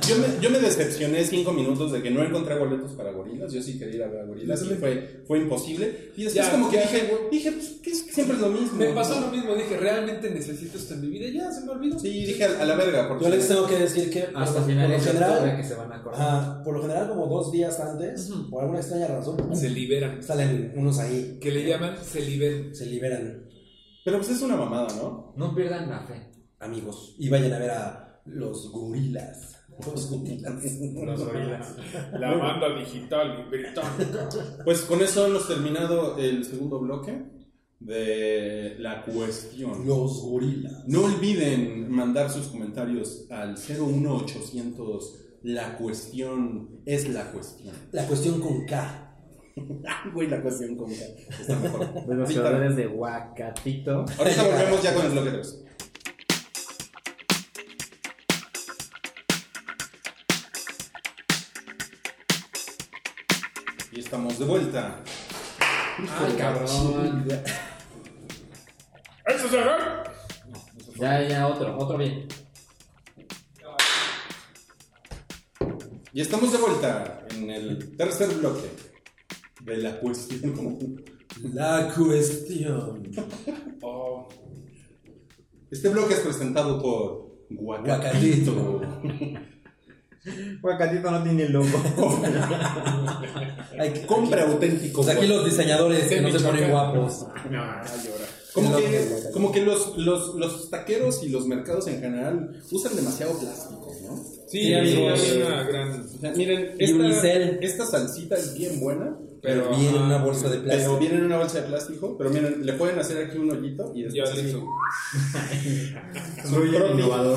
[SPEAKER 2] yo, me, yo me decepcioné cinco minutos de que no encontré boletos para gorilas. Yo sí quería ir a ver a gorilas y fue, fue imposible. Y después
[SPEAKER 4] Ya,
[SPEAKER 2] como que
[SPEAKER 4] ya.
[SPEAKER 2] dije, dije, pues que es- siempre es lo mismo.
[SPEAKER 4] Me pasó lo mismo. Dije, realmente necesito esto en mi vida. Ya se me olvidó.
[SPEAKER 2] Sí, dije a, a la verga. Porque
[SPEAKER 6] Yo les tengo que decir que por-
[SPEAKER 3] Hasta
[SPEAKER 6] por
[SPEAKER 3] finales de
[SPEAKER 6] lo
[SPEAKER 3] octubre que
[SPEAKER 6] general,
[SPEAKER 3] se van a cortar.
[SPEAKER 6] ajá, por lo general como dos días antes,
[SPEAKER 4] Ujú.
[SPEAKER 6] por alguna extraña razón,
[SPEAKER 4] Se liberan.
[SPEAKER 6] salen unos ahí,
[SPEAKER 4] Que le llaman se liberan.
[SPEAKER 6] se liberan
[SPEAKER 2] Pero pues es una mamada, ¿no?
[SPEAKER 3] No pierdan la fe.
[SPEAKER 6] amigos y vayan a ver a los gorilas. Los gorilas.
[SPEAKER 4] La banda digital británica.
[SPEAKER 2] Pues con eso hemos terminado el segundo bloque de la cuestión.
[SPEAKER 6] Los gorilas.
[SPEAKER 2] No olviden mandar sus comentarios al 01800. La cuestión es la cuestión.
[SPEAKER 6] La cuestión con K.
[SPEAKER 2] Güey, la cuestión como está mejor.
[SPEAKER 3] De los
[SPEAKER 2] Ahorita-
[SPEAKER 3] creadores de Huacatito.
[SPEAKER 2] Ahorita volvemos ya con el bloque 3. Y estamos de vuelta.
[SPEAKER 3] Ay, cabrón.
[SPEAKER 4] ¡Eso se ve!
[SPEAKER 3] Ya, ya, otro, otro bien.
[SPEAKER 2] Y estamos de vuelta en el tercer bloque de la cuestión.
[SPEAKER 6] La cuestión.
[SPEAKER 4] Oh,
[SPEAKER 2] Este bloque es presentado por Guacatito.
[SPEAKER 6] Guacatito.
[SPEAKER 3] Huacatito no tiene logo.
[SPEAKER 6] Hay que-
[SPEAKER 2] Compra auténtico.
[SPEAKER 6] Pues aquí los diseñadores que no se ponen guapos.
[SPEAKER 2] Como
[SPEAKER 6] El
[SPEAKER 2] que,
[SPEAKER 6] logo.
[SPEAKER 2] como que los, los, los taqueros y los mercados en general usan demasiado plástico, ¿no?
[SPEAKER 4] Sí,
[SPEAKER 6] Sí, amigos.
[SPEAKER 4] es una gran.
[SPEAKER 2] O sea, miren,
[SPEAKER 6] Y
[SPEAKER 2] esta,
[SPEAKER 6] Unicel.
[SPEAKER 2] esta salsita es bien buena,
[SPEAKER 6] Pero
[SPEAKER 4] Pero,
[SPEAKER 6] viene
[SPEAKER 4] ajá,
[SPEAKER 6] una bolsa de
[SPEAKER 2] pero
[SPEAKER 6] plástico.
[SPEAKER 2] viene en una bolsa de plástico. Pero miren, le pueden hacer aquí un hoyito y
[SPEAKER 4] Ya
[SPEAKER 2] después así.
[SPEAKER 4] listo.
[SPEAKER 2] Pro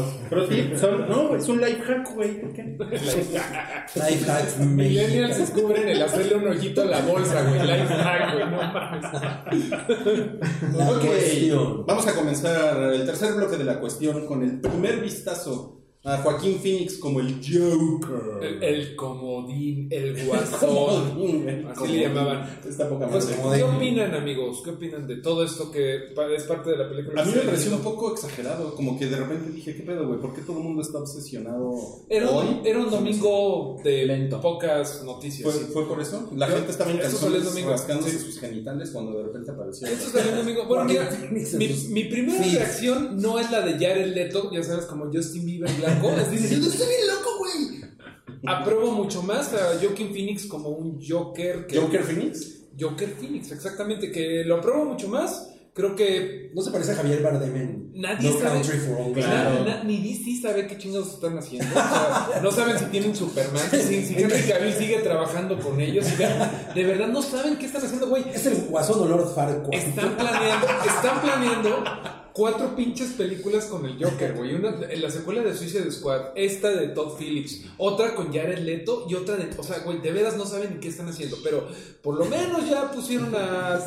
[SPEAKER 2] tip. Pro tip, son- no, es un life hack, güey. ¿por qué?
[SPEAKER 6] Life hacks
[SPEAKER 4] Millennials
[SPEAKER 6] mexicanos.
[SPEAKER 4] descubren el hacerle un ojito a la bolsa, güey. Life hack, güey, no mames.
[SPEAKER 6] La
[SPEAKER 2] Ok,
[SPEAKER 6] cuestión.
[SPEAKER 2] Vamos a comenzar el tercer bloque de la cuestión con el primer vistazo a Joaquín Phoenix como el Joker.
[SPEAKER 4] El, el comodín, el
[SPEAKER 2] Como-
[SPEAKER 4] guasón. Así le llamaban.
[SPEAKER 2] Está poca
[SPEAKER 4] Pues,
[SPEAKER 2] madre.
[SPEAKER 4] ¿Qué opinan, amigos? ¿Qué opinan de todo esto que pa- es parte de la película?
[SPEAKER 2] A mí me pareció un poco exagerado, como que de repente dije, ¿qué pedo, güey? ¿Por qué todo el mundo está obsesionado
[SPEAKER 4] Era
[SPEAKER 2] hoy?
[SPEAKER 4] un, era un domingo de
[SPEAKER 3] Lento.
[SPEAKER 4] pocas noticias.
[SPEAKER 2] ¿Fue, fue por eso? La
[SPEAKER 4] Yo-
[SPEAKER 2] gente estaba en
[SPEAKER 4] eso
[SPEAKER 2] calzones
[SPEAKER 4] salió domingo.
[SPEAKER 2] rascándose
[SPEAKER 4] Sí.
[SPEAKER 2] sus genitales cuando de repente apareció.
[SPEAKER 4] Esto salió un domingo. Bueno, mira, mi, mi primera
[SPEAKER 6] Sí.
[SPEAKER 4] reacción no es la de Jared Leto, ya sabes, como Justin Bieber blanco. Es diciendo, estoy bien loco, güey. Apruebo mucho más a Joaquin Phoenix como un Joker. Que,
[SPEAKER 2] ¿Joker Phoenix?
[SPEAKER 4] Joker Phoenix, exactamente, que lo apruebo mucho más. Creo que
[SPEAKER 6] No se parece a Javier Bardem en
[SPEAKER 4] Nadie
[SPEAKER 6] No
[SPEAKER 4] sabe.
[SPEAKER 6] Country for Old Men.
[SPEAKER 3] Claro.
[SPEAKER 4] na- na- ni DC sabe qué chingados están haciendo. O sea, no saben si tienen Superman, si, si Henry Cavill sigue trabajando con ellos. y ya, de verdad no saben qué están haciendo, güey.
[SPEAKER 6] Es el guasón o Lord Farquaad.
[SPEAKER 4] Están planeando, están planeando cuatro pinches películas con el Joker, güey. Una, la secuela de Suicide Squad, esta de Todd Phillips, otra con Jared Leto y otra de. O sea, güey, de veras no saben ni qué están haciendo, pero por lo menos ya pusieron a.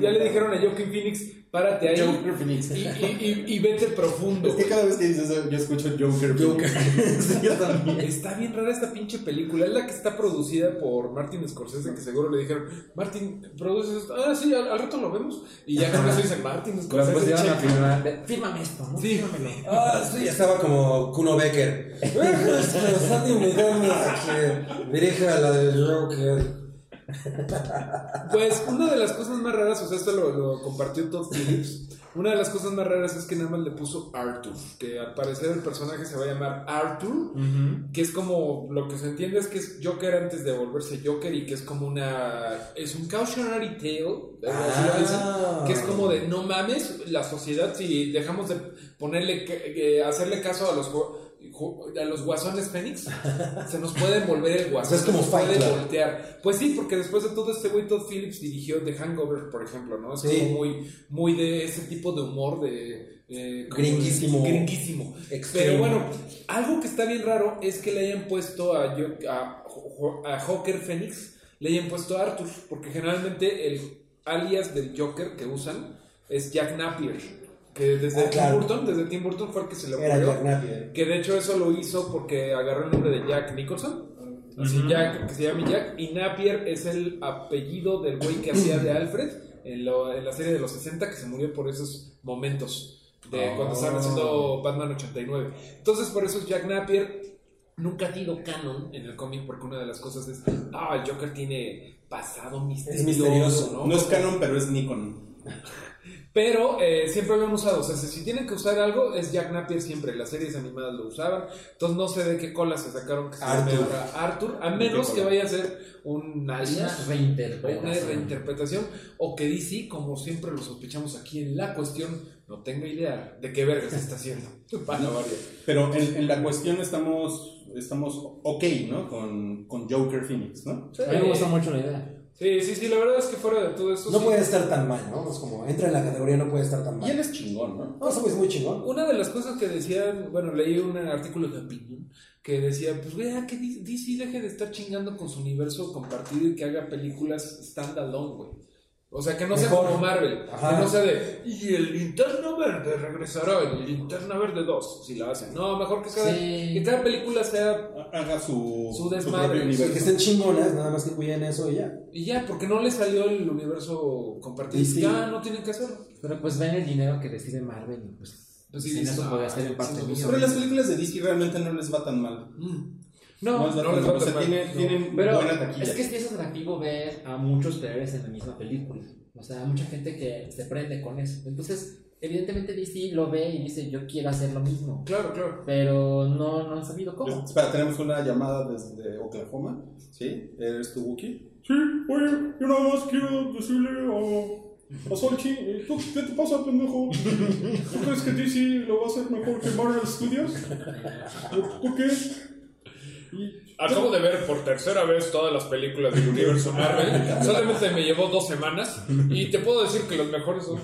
[SPEAKER 4] Ya le dijeron a Joaquin Phoenix, párate ahí.
[SPEAKER 3] Joker Phoenix.
[SPEAKER 4] Y, y- y- y vete profundo.
[SPEAKER 2] Es que cada vez que dices eso, yo escucho Joker. Joker. sí, yo también.
[SPEAKER 4] Está bien rara esta pinche película. Es la que está producida por Martin Scorsese, que seguro le dijeron, Martin, produces esto. Ah, sí, al, al rato lo vemos. Y ya con eso dicen, Martin
[SPEAKER 3] Lo
[SPEAKER 4] Scorsese.
[SPEAKER 3] pusieron a
[SPEAKER 4] checa".
[SPEAKER 3] firmar. de, Fírmame esto, ¿no?
[SPEAKER 4] Sí.
[SPEAKER 6] Ah, sí, ya estaba como Kuno Becker. Eh, pues, que Sandy Medina, que dirija la del Joker.
[SPEAKER 4] Pues una de las cosas más raras, o sea, esto lo, lo compartió Todd Phillips. Una de las cosas más raras es que nada más le puso Arthur, que al parecer el personaje se va a llamar Arthur, que es como lo que se entiende es que es Joker antes de volverse Joker y que es como una es un cautionary tale, así lo dicen,
[SPEAKER 6] Ah.
[SPEAKER 4] que es como de no mames la sociedad si dejamos de ponerle ca- eh, hacerle caso a los ju- ju- a los guasones Fénix se nos puede volver el guasón,
[SPEAKER 6] O sea, es como
[SPEAKER 4] se nos
[SPEAKER 6] Fight
[SPEAKER 4] puede
[SPEAKER 6] Club.
[SPEAKER 4] voltear. Pues sí, porque después de todo este güey Todd Phillips dirigió The Hangover, por ejemplo, ¿no? Es
[SPEAKER 6] Sí.
[SPEAKER 4] como muy muy de ese tipo de humor de eh, como-
[SPEAKER 6] Gringuísimo.
[SPEAKER 4] gringuísimo.
[SPEAKER 6] Extreme.
[SPEAKER 4] Pero bueno, algo que está bien raro es que le hayan puesto a, Jo- a, Jo- a Joker Phoenix, le hayan puesto a Arthur, porque generalmente el alias del Joker que usan es Jack Napier, que desde
[SPEAKER 6] Ah, claro.
[SPEAKER 4] Tim Burton, desde Tim Burton fue el que se le
[SPEAKER 6] Era Jack
[SPEAKER 4] ocurrió.
[SPEAKER 6] Napier.
[SPEAKER 4] Que de hecho eso lo hizo porque agarró el nombre de Jack Nicholson. Así Jack, que se llama Jack, y Napier es el apellido del güey que hacía de Alfred en, lo- en la serie de los 60 que se murió por esos momentos de cuando estaban haciendo Batman 89. Entonces por eso Jack Napier nunca ha sido canon en el cómic porque una de las cosas es, ah, el Joker tiene pasado misterioso,
[SPEAKER 6] misterioso,
[SPEAKER 4] ¿no?
[SPEAKER 2] No es canon, pero es Nikon.
[SPEAKER 4] Pero eh, siempre lo han usado. O sea, si si tienen que usar algo, es Jack Napier siempre. Las series animadas lo usaban. Entonces no sé de qué cola se sacaron que se llame
[SPEAKER 6] Arthur.
[SPEAKER 4] ahora Arthur. A menos
[SPEAKER 2] cola?
[SPEAKER 4] que vaya a ser un
[SPEAKER 3] Una
[SPEAKER 4] alias. o Una
[SPEAKER 3] reinterpretación.
[SPEAKER 4] reinterpretación, o que DC, como siempre lo sospechamos aquí en la cuestión, no tengo idea de qué verga se está haciendo. Para variar.
[SPEAKER 2] Pero en, en la cuestión estamos, estamos ok, ¿no? Con, con Joker Phoenix, ¿no?
[SPEAKER 3] A mí me gusta mucho la idea.
[SPEAKER 4] Sí, sí, sí, la verdad es que fuera de todo eso.
[SPEAKER 6] No
[SPEAKER 4] sí.
[SPEAKER 6] puede estar tan mal, ¿no? Es como, entra en la categoría, no puede estar tan
[SPEAKER 2] Y él
[SPEAKER 6] mal.
[SPEAKER 2] es chingón, ¿no?
[SPEAKER 6] No, ese güey es muy chingón.
[SPEAKER 4] Una de las cosas que decían, bueno, leí un artículo de opinión que decía, pues vea que D- DC deje de estar chingando con su universo compartido y que haga películas standalone, güey. O sea, que no sea
[SPEAKER 6] Mejor.
[SPEAKER 4] como Marvel,
[SPEAKER 6] Ajá.
[SPEAKER 4] que no sea de, y el linterna verde regresará, el linterna verde 2, si la hacen. No, mejor que cada,
[SPEAKER 3] Sí.
[SPEAKER 4] que cada película sea,
[SPEAKER 2] Haga su,
[SPEAKER 4] Su desmadre,
[SPEAKER 2] propio
[SPEAKER 4] sí,
[SPEAKER 6] O sea,
[SPEAKER 2] universo.
[SPEAKER 6] que estén chingonas, nada más que cuiden eso y ya.
[SPEAKER 4] y ya, porque no le salió el universo compartido.
[SPEAKER 6] Y sí.
[SPEAKER 4] Ya, no tienen que hacerlo.
[SPEAKER 3] Pero pues ven el dinero que recibe Marvel y pues.
[SPEAKER 4] Pues sí,
[SPEAKER 3] sin
[SPEAKER 4] dices,
[SPEAKER 3] eso podría
[SPEAKER 4] "Ah,
[SPEAKER 3] ser en parte
[SPEAKER 4] sí,
[SPEAKER 3] mío.
[SPEAKER 2] Pero las películas de DC realmente no les va tan mal.
[SPEAKER 4] Mm.
[SPEAKER 2] No,
[SPEAKER 4] No, no, les va a
[SPEAKER 2] o sea,
[SPEAKER 4] tocar.
[SPEAKER 2] tienen, tienen
[SPEAKER 3] Pero
[SPEAKER 2] buena taquilla.
[SPEAKER 3] es que sí es atractivo ver a muchos creadores en la misma película. O sea, mucha gente que se prende con eso. Entonces, evidentemente DC lo ve y dice, yo quiero hacer lo mismo.
[SPEAKER 4] Claro, claro.
[SPEAKER 3] Pero no, no han sabido cómo.
[SPEAKER 2] Espera, tenemos una llamada desde Oklahoma. ¿Sí? ¿Eres tu Wookiee? Sí, oye, yo nada más quiero decirle a, a Solchi, ¿tú, ¿qué te pasa, pendejo? ¿Tú crees que DC lo va a hacer mejor que Marvel Studios? ¿Por, por qué?
[SPEAKER 4] Acabo de ver por tercera vez todas las películas del universo Marvel. Solamente me llevó dos semanas. Y te puedo decir que los mejores son.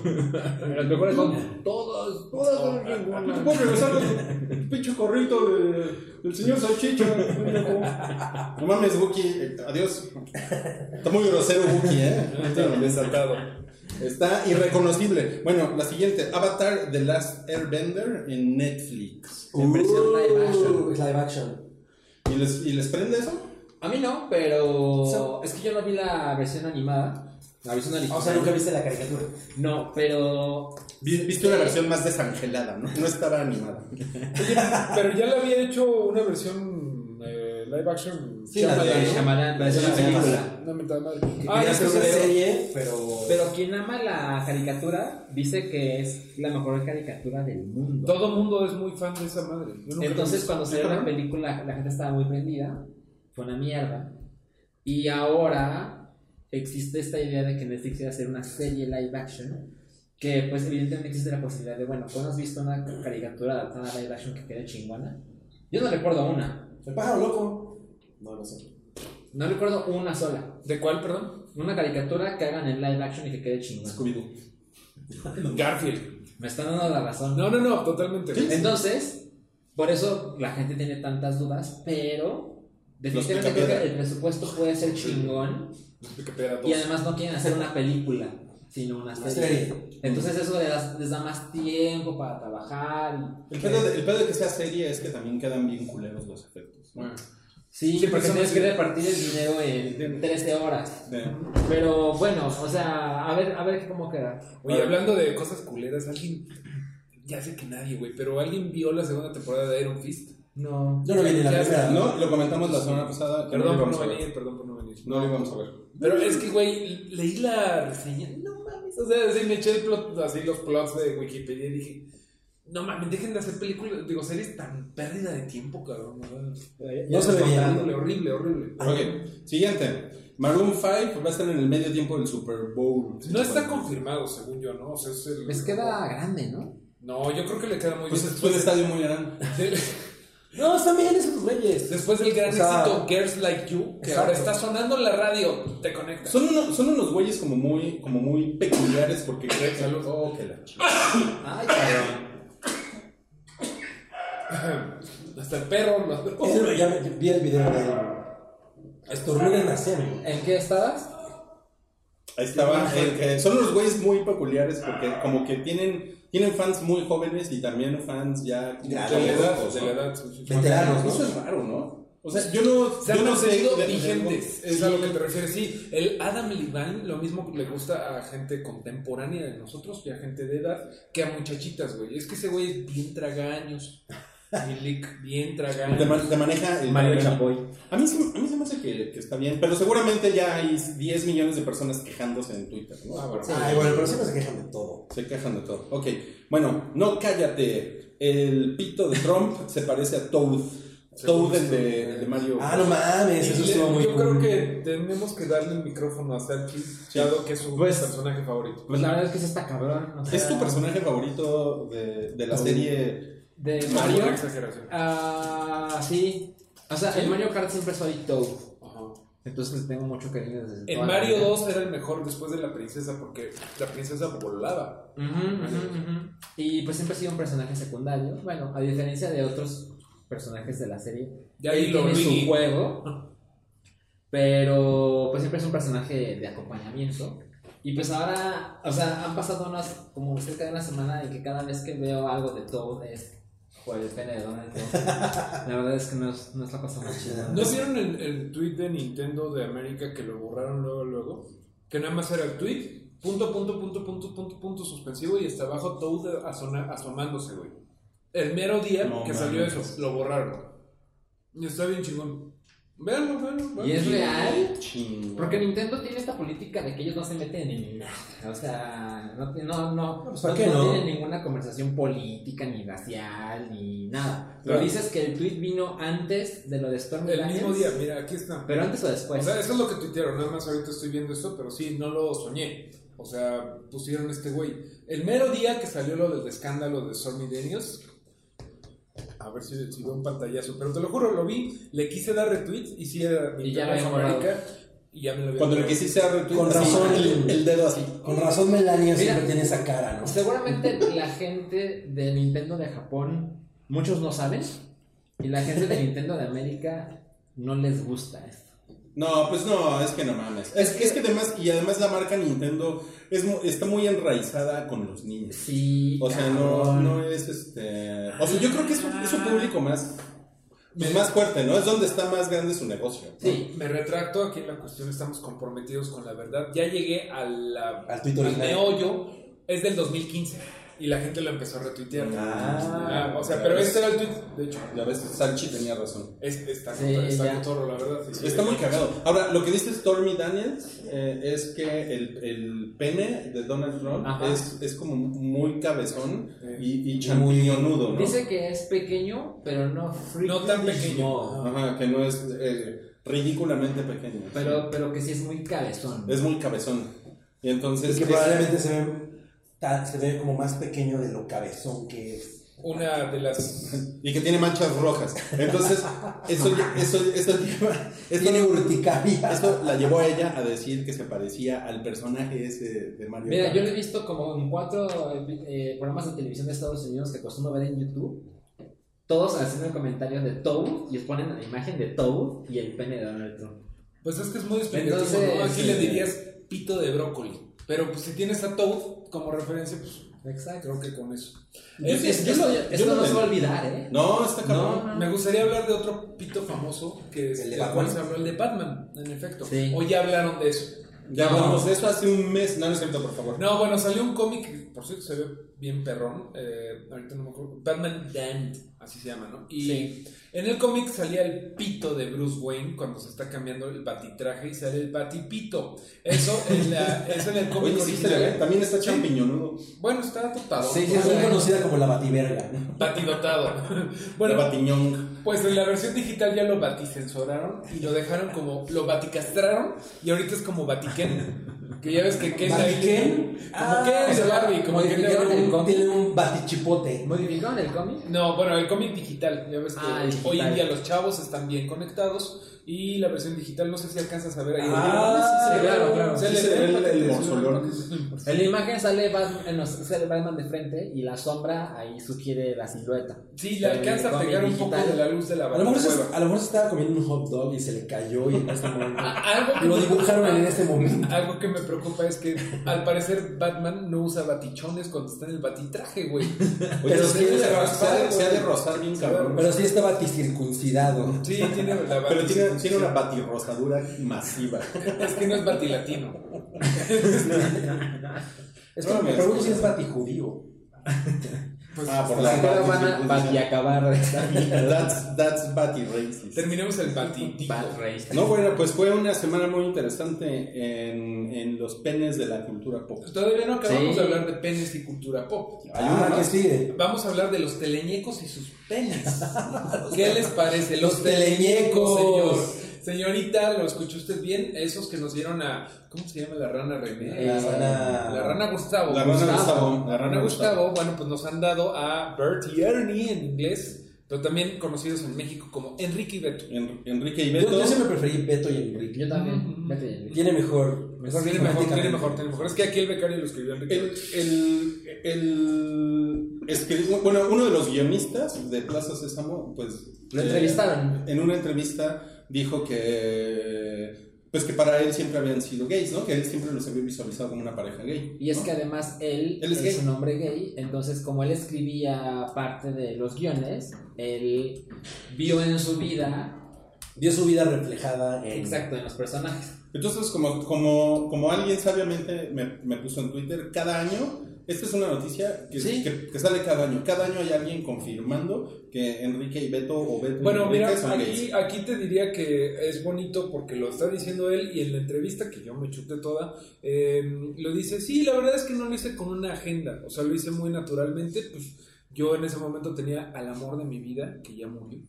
[SPEAKER 4] Las mejores son todas. Todas son
[SPEAKER 2] Te
[SPEAKER 4] ninguna.
[SPEAKER 2] puedo regresar con tu pinche Ah, pues, corrito de, del señor Salchicha, pendejo. No mames, Wookiee, eh, adiós. Está muy grosero Wookiee, ¿eh? Está desatado. Está irreconocible. Bueno, la siguiente, Avatar The Last Airbender en Netflix.
[SPEAKER 3] En versión live action.
[SPEAKER 6] Uh, es live action.
[SPEAKER 2] ¿Y les, ¿Y les prende eso?
[SPEAKER 3] A mí no, pero es que yo no vi la versión animada. La versión original.
[SPEAKER 6] O sea, nunca viste la caricatura.
[SPEAKER 3] No, pero
[SPEAKER 2] Vi- Viste una versión más desangelada, ¿no? No estaba animada.
[SPEAKER 4] Pero ya le había hecho una versión eh, live action.
[SPEAKER 3] Sí, la de
[SPEAKER 4] Shyamalan,
[SPEAKER 3] Shyamalan, la
[SPEAKER 6] de
[SPEAKER 3] versión
[SPEAKER 6] Shyamalan.
[SPEAKER 3] película.
[SPEAKER 4] ¿no? Una mentada madre.
[SPEAKER 6] Quería
[SPEAKER 4] Ah, es
[SPEAKER 6] hacer
[SPEAKER 4] que
[SPEAKER 6] una
[SPEAKER 4] se-
[SPEAKER 6] serie, pero.
[SPEAKER 3] Pero quien ama la caricatura dice que es la mejor caricatura del mundo.
[SPEAKER 4] Todo mundo es muy fan de esa madre. Yo nunca
[SPEAKER 3] Entonces,
[SPEAKER 4] la
[SPEAKER 3] cuando
[SPEAKER 4] vi.
[SPEAKER 3] salió la película, la gente estaba muy prendida. Fue una mierda. Y ahora existe esta idea de que Netflix quiere hacer una serie live action. Que, pues, evidentemente existe la posibilidad de, bueno, ¿cuándo has visto una caricatura adaptada a live action que quede chingona? Yo no recuerdo una.
[SPEAKER 6] El pájaro loco. No, no sé.
[SPEAKER 3] No recuerdo una sola.
[SPEAKER 4] ¿De cuál, perdón?
[SPEAKER 3] Una caricatura que hagan en live action y que quede chingona.
[SPEAKER 2] Scooby-Doo.
[SPEAKER 4] Garfield.
[SPEAKER 3] Me están dando la razón.
[SPEAKER 4] No, no, no, totalmente.
[SPEAKER 3] Entonces, por eso la gente tiene tantas dudas, pero definitivamente creo
[SPEAKER 2] picapiedra.
[SPEAKER 3] que el presupuesto puede ser chingón
[SPEAKER 4] Los picapiedra dos.
[SPEAKER 3] y además no quieren hacer una película, sino una
[SPEAKER 6] Una
[SPEAKER 3] serie.
[SPEAKER 6] serie.
[SPEAKER 3] Entonces eso les da, les da más tiempo para trabajar. y-
[SPEAKER 2] El pedo, de, el pedo de que sea serie es que también quedan bien culeros los efectos.
[SPEAKER 3] Sí,
[SPEAKER 4] Sí,
[SPEAKER 3] porque
[SPEAKER 4] pero
[SPEAKER 3] tienes
[SPEAKER 4] eso
[SPEAKER 3] que
[SPEAKER 4] sí.
[SPEAKER 3] repartir el dinero en 13 horas.
[SPEAKER 2] De-
[SPEAKER 3] Pero bueno, o sea, a ver, a ver cómo queda.
[SPEAKER 4] Oye, hablando de cosas culeras, alguien. Ya sé que nadie, güey, pero alguien vio la segunda temporada de Iron Fist.
[SPEAKER 3] No.
[SPEAKER 6] Yo no vi ni la
[SPEAKER 4] Ya
[SPEAKER 6] primera.
[SPEAKER 2] No, lo comentamos la semana pasada. que
[SPEAKER 4] Perdón
[SPEAKER 2] lo
[SPEAKER 4] por
[SPEAKER 2] íbamos
[SPEAKER 4] no
[SPEAKER 2] a ver.
[SPEAKER 4] venir, perdón por no venir.
[SPEAKER 2] No lo íbamos a ver.
[SPEAKER 4] Pero es que, güey, leí la reseña. No mames. O sea, sí me eché el plot, así los plots de Wikipedia y dije. No mames, dejen de hacer películas, digo, series tan pérdida de tiempo, cabrón.
[SPEAKER 6] No se veía.
[SPEAKER 4] Horrible, horrible, horrible.
[SPEAKER 2] Ok, siguiente. Maroon 5 va a estar en el medio tiempo del Super Bowl.
[SPEAKER 4] No está confirmado, según yo, ¿no? O sea, es el...
[SPEAKER 3] Les pues queda grande, ¿no?
[SPEAKER 4] No, yo creo que le queda muy
[SPEAKER 2] Pues
[SPEAKER 4] bien.
[SPEAKER 2] es un estadio muy grande.
[SPEAKER 4] del-
[SPEAKER 6] No, están bien esos güeyes.
[SPEAKER 4] Después del gran
[SPEAKER 6] O sea,
[SPEAKER 4] éxito Girls Like You, que
[SPEAKER 6] exacto.
[SPEAKER 4] ahora está sonando en la radio, pues, te conecta.
[SPEAKER 2] Son, uno- son unos güeyes como muy, como muy peculiares porque creen que...
[SPEAKER 4] Salud.
[SPEAKER 2] Oh, que la ch-
[SPEAKER 3] Ay, cabrón.
[SPEAKER 4] Hasta el perro. lo-
[SPEAKER 6] Ese- ya me- vi el video de Estornuda en la serie.
[SPEAKER 3] ¿En qué estabas?
[SPEAKER 2] Ahí estaba. eh, que son unos güeyes muy peculiares porque como que tienen, tienen fans muy jóvenes y también fans ya... como
[SPEAKER 4] De
[SPEAKER 2] que
[SPEAKER 4] la edad,
[SPEAKER 2] locos,
[SPEAKER 4] de
[SPEAKER 2] ¿no?
[SPEAKER 4] la edad. sí, sí.
[SPEAKER 6] Veteranos, ¿no?
[SPEAKER 2] Eso es raro, ¿no? O sea, yo no...
[SPEAKER 4] Se
[SPEAKER 2] yo
[SPEAKER 4] han
[SPEAKER 2] no sé
[SPEAKER 4] mantenido
[SPEAKER 2] de- de-
[SPEAKER 4] vigentes, es
[SPEAKER 2] Sí.
[SPEAKER 4] a lo que te refieres. Sí, el Adam Levine lo mismo le gusta a gente contemporánea de nosotros que a gente de edad que a muchachitas, güey. Es que ese güey es bien tragaños. Milik, bien
[SPEAKER 2] Te, ma-
[SPEAKER 4] tragaños.
[SPEAKER 2] te maneja el
[SPEAKER 3] Mario
[SPEAKER 2] programa.
[SPEAKER 3] Chapoy.
[SPEAKER 2] A mí, se, a mí se me hace que, que está bien, pero seguramente ya hay 10 millones de personas quejándose en Twitter, ¿no?
[SPEAKER 4] Ah, bueno.
[SPEAKER 6] Ay, bueno, pero siempre se quejan de todo.
[SPEAKER 2] Se quejan de todo. Ok, bueno, no cállate. El pito de Trump se parece a Toad. Toad, el de, el de Mario.
[SPEAKER 6] Ah, no mames, eso
[SPEAKER 4] Y le-
[SPEAKER 6] estuvo muy
[SPEAKER 4] yo creo
[SPEAKER 6] cool.
[SPEAKER 4] que tenemos que darle el micrófono a Saki, dado que es su
[SPEAKER 2] Pues-
[SPEAKER 4] personaje favorito.
[SPEAKER 3] Pues la verdad es que es está cabrón. o sea,
[SPEAKER 2] ¿Es tu personaje favorito de, de la
[SPEAKER 6] Toad.
[SPEAKER 2] serie?
[SPEAKER 3] De
[SPEAKER 4] Es una
[SPEAKER 3] Mario.
[SPEAKER 4] exageración.
[SPEAKER 3] Ah, sí. O sea, en Mario Kart siempre soy Toad.
[SPEAKER 4] Ajá.
[SPEAKER 3] Entonces le tengo mucho cariño desde
[SPEAKER 4] En
[SPEAKER 3] toda la
[SPEAKER 4] Mario
[SPEAKER 3] vida.
[SPEAKER 4] 2 era el mejor después de la princesa porque la princesa volaba.
[SPEAKER 3] Ujú, ujú, ujú. Y pues siempre ha sido un personaje secundario. Bueno, a diferencia de otros personajes de la serie.
[SPEAKER 4] Ya ahí
[SPEAKER 3] él
[SPEAKER 4] lo
[SPEAKER 3] tiene
[SPEAKER 4] vi.
[SPEAKER 3] su juego. Pero pues siempre es un personaje de acompañamiento. Y pues ahora, o sea, han pasado unas, como cerca de una semana en que cada vez que veo algo de Toad es, joder, pene de dónde La verdad es que no es, no es la cosa más chida.
[SPEAKER 4] ¿No vieron el, el tweet de Nintendo de América que lo borraron luego, luego? Que nada más era el tweet, punto, punto, punto, punto, punto, punto suspensivo y hasta abajo Toad asona- asomándose, güey. El mero día
[SPEAKER 2] No
[SPEAKER 4] que salió
[SPEAKER 2] mames.
[SPEAKER 4] eso, lo borraron. Y está bien chingón. Veanlo, veanlo, veanlo.
[SPEAKER 3] ¿Y es real?
[SPEAKER 2] Chingón.
[SPEAKER 3] Porque Nintendo tiene esta política de que ellos no se meten en nada. O sea, no, no, no,
[SPEAKER 6] Pues, ¿para
[SPEAKER 3] no-
[SPEAKER 6] qué
[SPEAKER 3] no
[SPEAKER 6] no?
[SPEAKER 3] tienen ninguna conversación política, ni racial, ni nada. Pero
[SPEAKER 2] Claro.
[SPEAKER 3] dices que el tweet vino antes de lo de Stormy
[SPEAKER 4] El mismo
[SPEAKER 3] Daniels,
[SPEAKER 4] día, mira, aquí está.
[SPEAKER 3] Pero antes o después.
[SPEAKER 4] O sea, eso es lo que tuitearon, nada más ahorita estoy viendo esto, pero sí, no lo soñé. O sea, pusieron este güey. El mero día que salió lo del escándalo de Stormy Daniels, a ver si, si veo un pantallazo, pero te lo juro, lo vi, le quise dar retweet y sí era
[SPEAKER 3] Y
[SPEAKER 4] Nintendo
[SPEAKER 3] ya lo había
[SPEAKER 4] América,
[SPEAKER 3] borrado.
[SPEAKER 4] y ya me lo había
[SPEAKER 2] Cuando le
[SPEAKER 4] borrado.
[SPEAKER 2] quisiste dar retweet,
[SPEAKER 6] Con
[SPEAKER 2] así,
[SPEAKER 6] razón.
[SPEAKER 2] el, el dedo así.
[SPEAKER 6] Con razón Melania siempre
[SPEAKER 3] Mira.
[SPEAKER 6] tiene esa cara, ¿no?
[SPEAKER 3] Seguramente la gente de Nintendo de Japón, muchos no saben, y la gente de Nintendo de América no les gusta esto.
[SPEAKER 2] No, pues no, es que no mames. Es que, es que además, y además la marca Nintendo es, mu- está muy enraizada con los niños.
[SPEAKER 3] Sí.
[SPEAKER 2] O sea, no,
[SPEAKER 3] cabrón.
[SPEAKER 2] no es este. O sea, yo creo que es un, es un público más, pues, más fuerte, ¿no? Es donde está más grande su negocio.
[SPEAKER 3] Sí.
[SPEAKER 4] Me retracto, aquí en la cuestión estamos comprometidos con la verdad. Ya llegué a la,
[SPEAKER 6] Al tuit
[SPEAKER 4] al
[SPEAKER 6] original.
[SPEAKER 4] meollo, es del 2015 y la gente lo empezó a retuitear.
[SPEAKER 2] Ah.
[SPEAKER 4] Ah, o sea,
[SPEAKER 2] Ya
[SPEAKER 4] pero
[SPEAKER 2] ves.
[SPEAKER 4] este era el tweet, de hecho.
[SPEAKER 2] Ya ves, Salchi tenía razón.
[SPEAKER 4] Es, está
[SPEAKER 3] Sí,
[SPEAKER 4] está
[SPEAKER 3] ya.
[SPEAKER 4] cotorro, la verdad. sí, sí.
[SPEAKER 2] Está muy cagado. Ahora, lo que dice Stormy Daniels eh, es que el, el pene de Donald Trump
[SPEAKER 3] Ajá.
[SPEAKER 2] es, es como muy cabezón
[SPEAKER 4] Sí.
[SPEAKER 2] y, y champiñonudo, ¿no?
[SPEAKER 3] Dice que es pequeño, pero no freaking
[SPEAKER 4] No tan pequeño.
[SPEAKER 3] small.
[SPEAKER 2] Ajá, que no es eh, ridículamente pequeño.
[SPEAKER 3] Pero, pero que sí es muy cabezón.
[SPEAKER 2] Es muy cabezón. Y entonces.
[SPEAKER 6] Y que
[SPEAKER 2] es-
[SPEAKER 6] probablemente se ve, ta- se ve como más pequeño de lo cabezón que es.
[SPEAKER 4] una de las.
[SPEAKER 2] Y que tiene manchas rojas. Entonces, eso, eso, esto lleva- esto-
[SPEAKER 6] Tiene urticaria.
[SPEAKER 2] Esto la llevó a ella a decir que se parecía al personaje ese de Mario
[SPEAKER 3] Mira,
[SPEAKER 2] Kart.
[SPEAKER 3] yo lo he visto como en cuatro eh, programas de televisión de Estados Unidos que acostumbro ver en YouTube. Todos haciendo el comentario de Toad y ponen la imagen de Toad y el pene de Donald Trump.
[SPEAKER 4] Pues es que es muy explicativo,
[SPEAKER 3] Entonces,
[SPEAKER 4] ¿no? Aquí
[SPEAKER 3] eh,
[SPEAKER 4] le dirías pito de brócoli. Pero pues si tienes a Toad como referencia, pues
[SPEAKER 3] Exacto.
[SPEAKER 4] creo que con eso.
[SPEAKER 2] Yo sí- yo
[SPEAKER 3] esto
[SPEAKER 2] no- yo
[SPEAKER 3] esto no
[SPEAKER 2] no
[SPEAKER 3] se
[SPEAKER 2] me-
[SPEAKER 3] va a olvidar, ¿eh?
[SPEAKER 2] No, está cabrón.
[SPEAKER 3] No.
[SPEAKER 4] Me gustaría hablar de otro pito famoso que es
[SPEAKER 6] El de
[SPEAKER 4] del cual
[SPEAKER 6] Batman.
[SPEAKER 4] se habló el de Batman, en efecto.
[SPEAKER 3] Sí.
[SPEAKER 4] O ya hablaron de eso.
[SPEAKER 2] Ya
[SPEAKER 4] No.
[SPEAKER 2] hablamos de eso hace un mes. No, no es cierto, por favor.
[SPEAKER 4] No, bueno, salió un cómic que, por cierto, se ve bien perrón. eh, ahorita no me acuerdo. Batman Damned, así se llama, ¿no? Y
[SPEAKER 3] Sí.
[SPEAKER 4] en el cómic salía el pito de Bruce Wayne cuando se está cambiando el batitraje y sale el batipito. Eso en, la, eso en el cómic
[SPEAKER 2] Oye, sí se le ve.
[SPEAKER 4] original.
[SPEAKER 2] También está champiñonudo.
[SPEAKER 4] Bueno, está dotado.
[SPEAKER 6] Sí, sí, es muy conocida como la bativerga. ¿no?
[SPEAKER 4] Batidotado.
[SPEAKER 2] La
[SPEAKER 4] bueno,
[SPEAKER 2] batiñón.
[SPEAKER 4] pues en la versión digital ya lo baticensuraron y lo dejaron como. Lo baticastraron y ahorita es como Batiquén. Que ya ves que Ken.
[SPEAKER 6] ¿Batiquén?
[SPEAKER 4] Como
[SPEAKER 6] Ah,
[SPEAKER 4] Ken de Barbie, como Ken de
[SPEAKER 6] modificaron
[SPEAKER 4] Barbie.
[SPEAKER 6] el cómic. Tiene un batichipote.
[SPEAKER 3] ¿Modificaron el cómic?
[SPEAKER 4] No, bueno, el cómic digital, ya ves que
[SPEAKER 3] Ah, el digital.
[SPEAKER 4] hoy en día los chavos están bien conectados y la versión digital no sé si alcanzas a ver ahí.
[SPEAKER 6] Ah,
[SPEAKER 3] sí, sí, claro, claro.
[SPEAKER 4] Se
[SPEAKER 2] Sí
[SPEAKER 4] le
[SPEAKER 2] se
[SPEAKER 4] ve
[SPEAKER 2] ve el-
[SPEAKER 4] paquete,
[SPEAKER 2] el
[SPEAKER 4] se le ve
[SPEAKER 2] bolsolón.
[SPEAKER 4] paquete.
[SPEAKER 3] En la imagen sale Batman, eh, no, sale Batman de frente y la sombra ahí sugiere la silueta.
[SPEAKER 4] Sí, le alcanza a pegar un poco de la luz de la
[SPEAKER 6] A lo, mejor se,
[SPEAKER 4] barbacoa.
[SPEAKER 6] a lo mejor se estaba comiendo un hot dog y se le cayó y en este momento.
[SPEAKER 4] Algo que
[SPEAKER 6] Lo
[SPEAKER 4] me
[SPEAKER 6] dibujaron
[SPEAKER 4] preocupa-
[SPEAKER 6] en este momento.
[SPEAKER 4] Algo que me preocupa es que al parecer Batman no usa batichones cuando está en el batitraje, güey.
[SPEAKER 2] Oye,
[SPEAKER 6] Pero
[SPEAKER 2] se,
[SPEAKER 6] sí
[SPEAKER 2] ha de-
[SPEAKER 6] es
[SPEAKER 2] se ha de-
[SPEAKER 6] raspado,
[SPEAKER 2] se ha de
[SPEAKER 6] güey.
[SPEAKER 2] rozar bien cabrón.
[SPEAKER 6] Pero sí está baticircuncidado.
[SPEAKER 4] Sí, tiene la
[SPEAKER 2] Pero tiene,
[SPEAKER 4] batichones.
[SPEAKER 2] tiene una batirrosadura masiva.
[SPEAKER 4] Es que no es batilatino.
[SPEAKER 6] Es que
[SPEAKER 2] No,
[SPEAKER 6] me
[SPEAKER 2] mira,
[SPEAKER 6] pregunto
[SPEAKER 2] es-
[SPEAKER 6] si es batijudío.
[SPEAKER 4] Pues,
[SPEAKER 2] Ah, por la
[SPEAKER 3] Ahora van a
[SPEAKER 2] batincircuncisión.
[SPEAKER 3] batiacabar de esta
[SPEAKER 2] That's, that's batirracist.
[SPEAKER 4] Terminemos el batitico.
[SPEAKER 3] Bat race.
[SPEAKER 2] No, bueno, pues fue una semana muy interesante en, en los penes de la cultura pop.
[SPEAKER 4] Todavía no acabamos
[SPEAKER 3] Sí.
[SPEAKER 4] de hablar de penes y cultura pop.
[SPEAKER 6] Hay una que sigue.
[SPEAKER 4] Vamos a hablar de los teleñecos y sus penes. ¿Qué les parece?
[SPEAKER 6] Los teleñecos.
[SPEAKER 4] señor. Señorita, ¿lo escuchó usted bien? Esos que nos dieron a. ¿Cómo se llama la rana René?
[SPEAKER 6] La rana-
[SPEAKER 4] La rana Gustavo.
[SPEAKER 2] La rana Gustavo.
[SPEAKER 4] La rana Gustavo, bueno, pues nos han dado a Bert y Ernie en inglés, pero también conocidos en México como Enrique y Beto.
[SPEAKER 2] En- Enrique y
[SPEAKER 6] Yo,
[SPEAKER 2] Beto.
[SPEAKER 6] yo siempre preferí Beto y Enrique.
[SPEAKER 3] Yo también. Vete,
[SPEAKER 6] Tiene mejor.
[SPEAKER 4] Mejor, tiene mejor, tiene mejor, tiene mejor. Es que aquí el becario lo escribió Enrique.
[SPEAKER 2] El, el, el escri- bueno, uno de los guionistas de Plaza Sésamo, pues...
[SPEAKER 3] Lo
[SPEAKER 2] eh,
[SPEAKER 3] entrevistaron.
[SPEAKER 2] en una entrevista dijo que... Pues que para él siempre habían sido gays, ¿no? Que él siempre los había visualizado como una pareja gay.
[SPEAKER 3] Y es
[SPEAKER 2] ¿no?
[SPEAKER 3] que además él,
[SPEAKER 2] Él es
[SPEAKER 3] es,
[SPEAKER 2] gay.
[SPEAKER 3] un hombre gay, entonces como él escribía parte de los guiones, él vio en su vida,
[SPEAKER 6] Vio su vida reflejada en.
[SPEAKER 3] exacto, en los personajes.
[SPEAKER 2] Entonces, como, como, como alguien sabiamente me, me puso en Twitter, cada año, esta es una noticia que,
[SPEAKER 3] Sí.
[SPEAKER 2] que, que sale cada año, cada año hay alguien confirmando que Enrique y Beto o Beto y
[SPEAKER 4] Bueno,
[SPEAKER 2] Enrique
[SPEAKER 4] mira,
[SPEAKER 2] son
[SPEAKER 4] aquí,
[SPEAKER 2] gays.
[SPEAKER 4] aquí te diría que es bonito porque lo está diciendo él y en la entrevista, que yo me chuté toda, eh, lo dice, sí, la verdad es que no lo hice con una agenda, o sea, lo hice muy naturalmente, pues yo en ese momento tenía al amor de mi vida, que ya murió,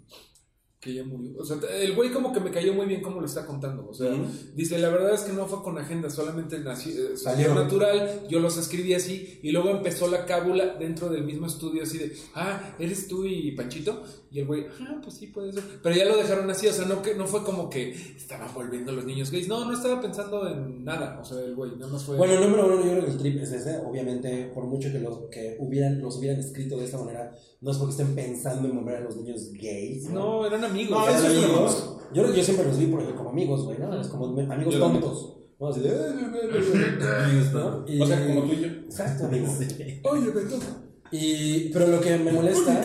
[SPEAKER 4] que ya murió. O sea, el güey como que me cayó muy bien como lo está contando, o sea,
[SPEAKER 2] Ujú.
[SPEAKER 4] Dice, la verdad es que no fue con agenda, solamente nació, eh,
[SPEAKER 6] Salió.
[SPEAKER 4] salió natural, yo los escribí así, y luego empezó la cábula dentro del mismo estudio, así de, ah, eres tú y Panchito, y el güey, ah, pues sí, puede ser, pero ya lo dejaron así, o sea, no, que, no fue como que estaban volviendo los niños gays, no, no estaba pensando en nada, o sea, el güey, nada más fue...
[SPEAKER 6] Bueno, número uno, yo creo que el trip es ese. Obviamente, por mucho que los que hubieran, los hubieran escrito de esta manera, no es porque estén pensando en nombrar a los niños gays.
[SPEAKER 4] no, eran amigos.
[SPEAKER 2] No,
[SPEAKER 6] Eran
[SPEAKER 2] eso es
[SPEAKER 6] amigos. Yo creo que yo siempre los vi por ejemplo, como amigos, güey, ¿no? Es como me- amigos
[SPEAKER 2] Yo también.
[SPEAKER 6] tontos. ¿no? Así de, ¿no? Y-
[SPEAKER 2] O sea, como tú y yo.
[SPEAKER 6] Exacto, amigo.
[SPEAKER 4] Oye, Beto.
[SPEAKER 6] Y, pero lo que me molesta.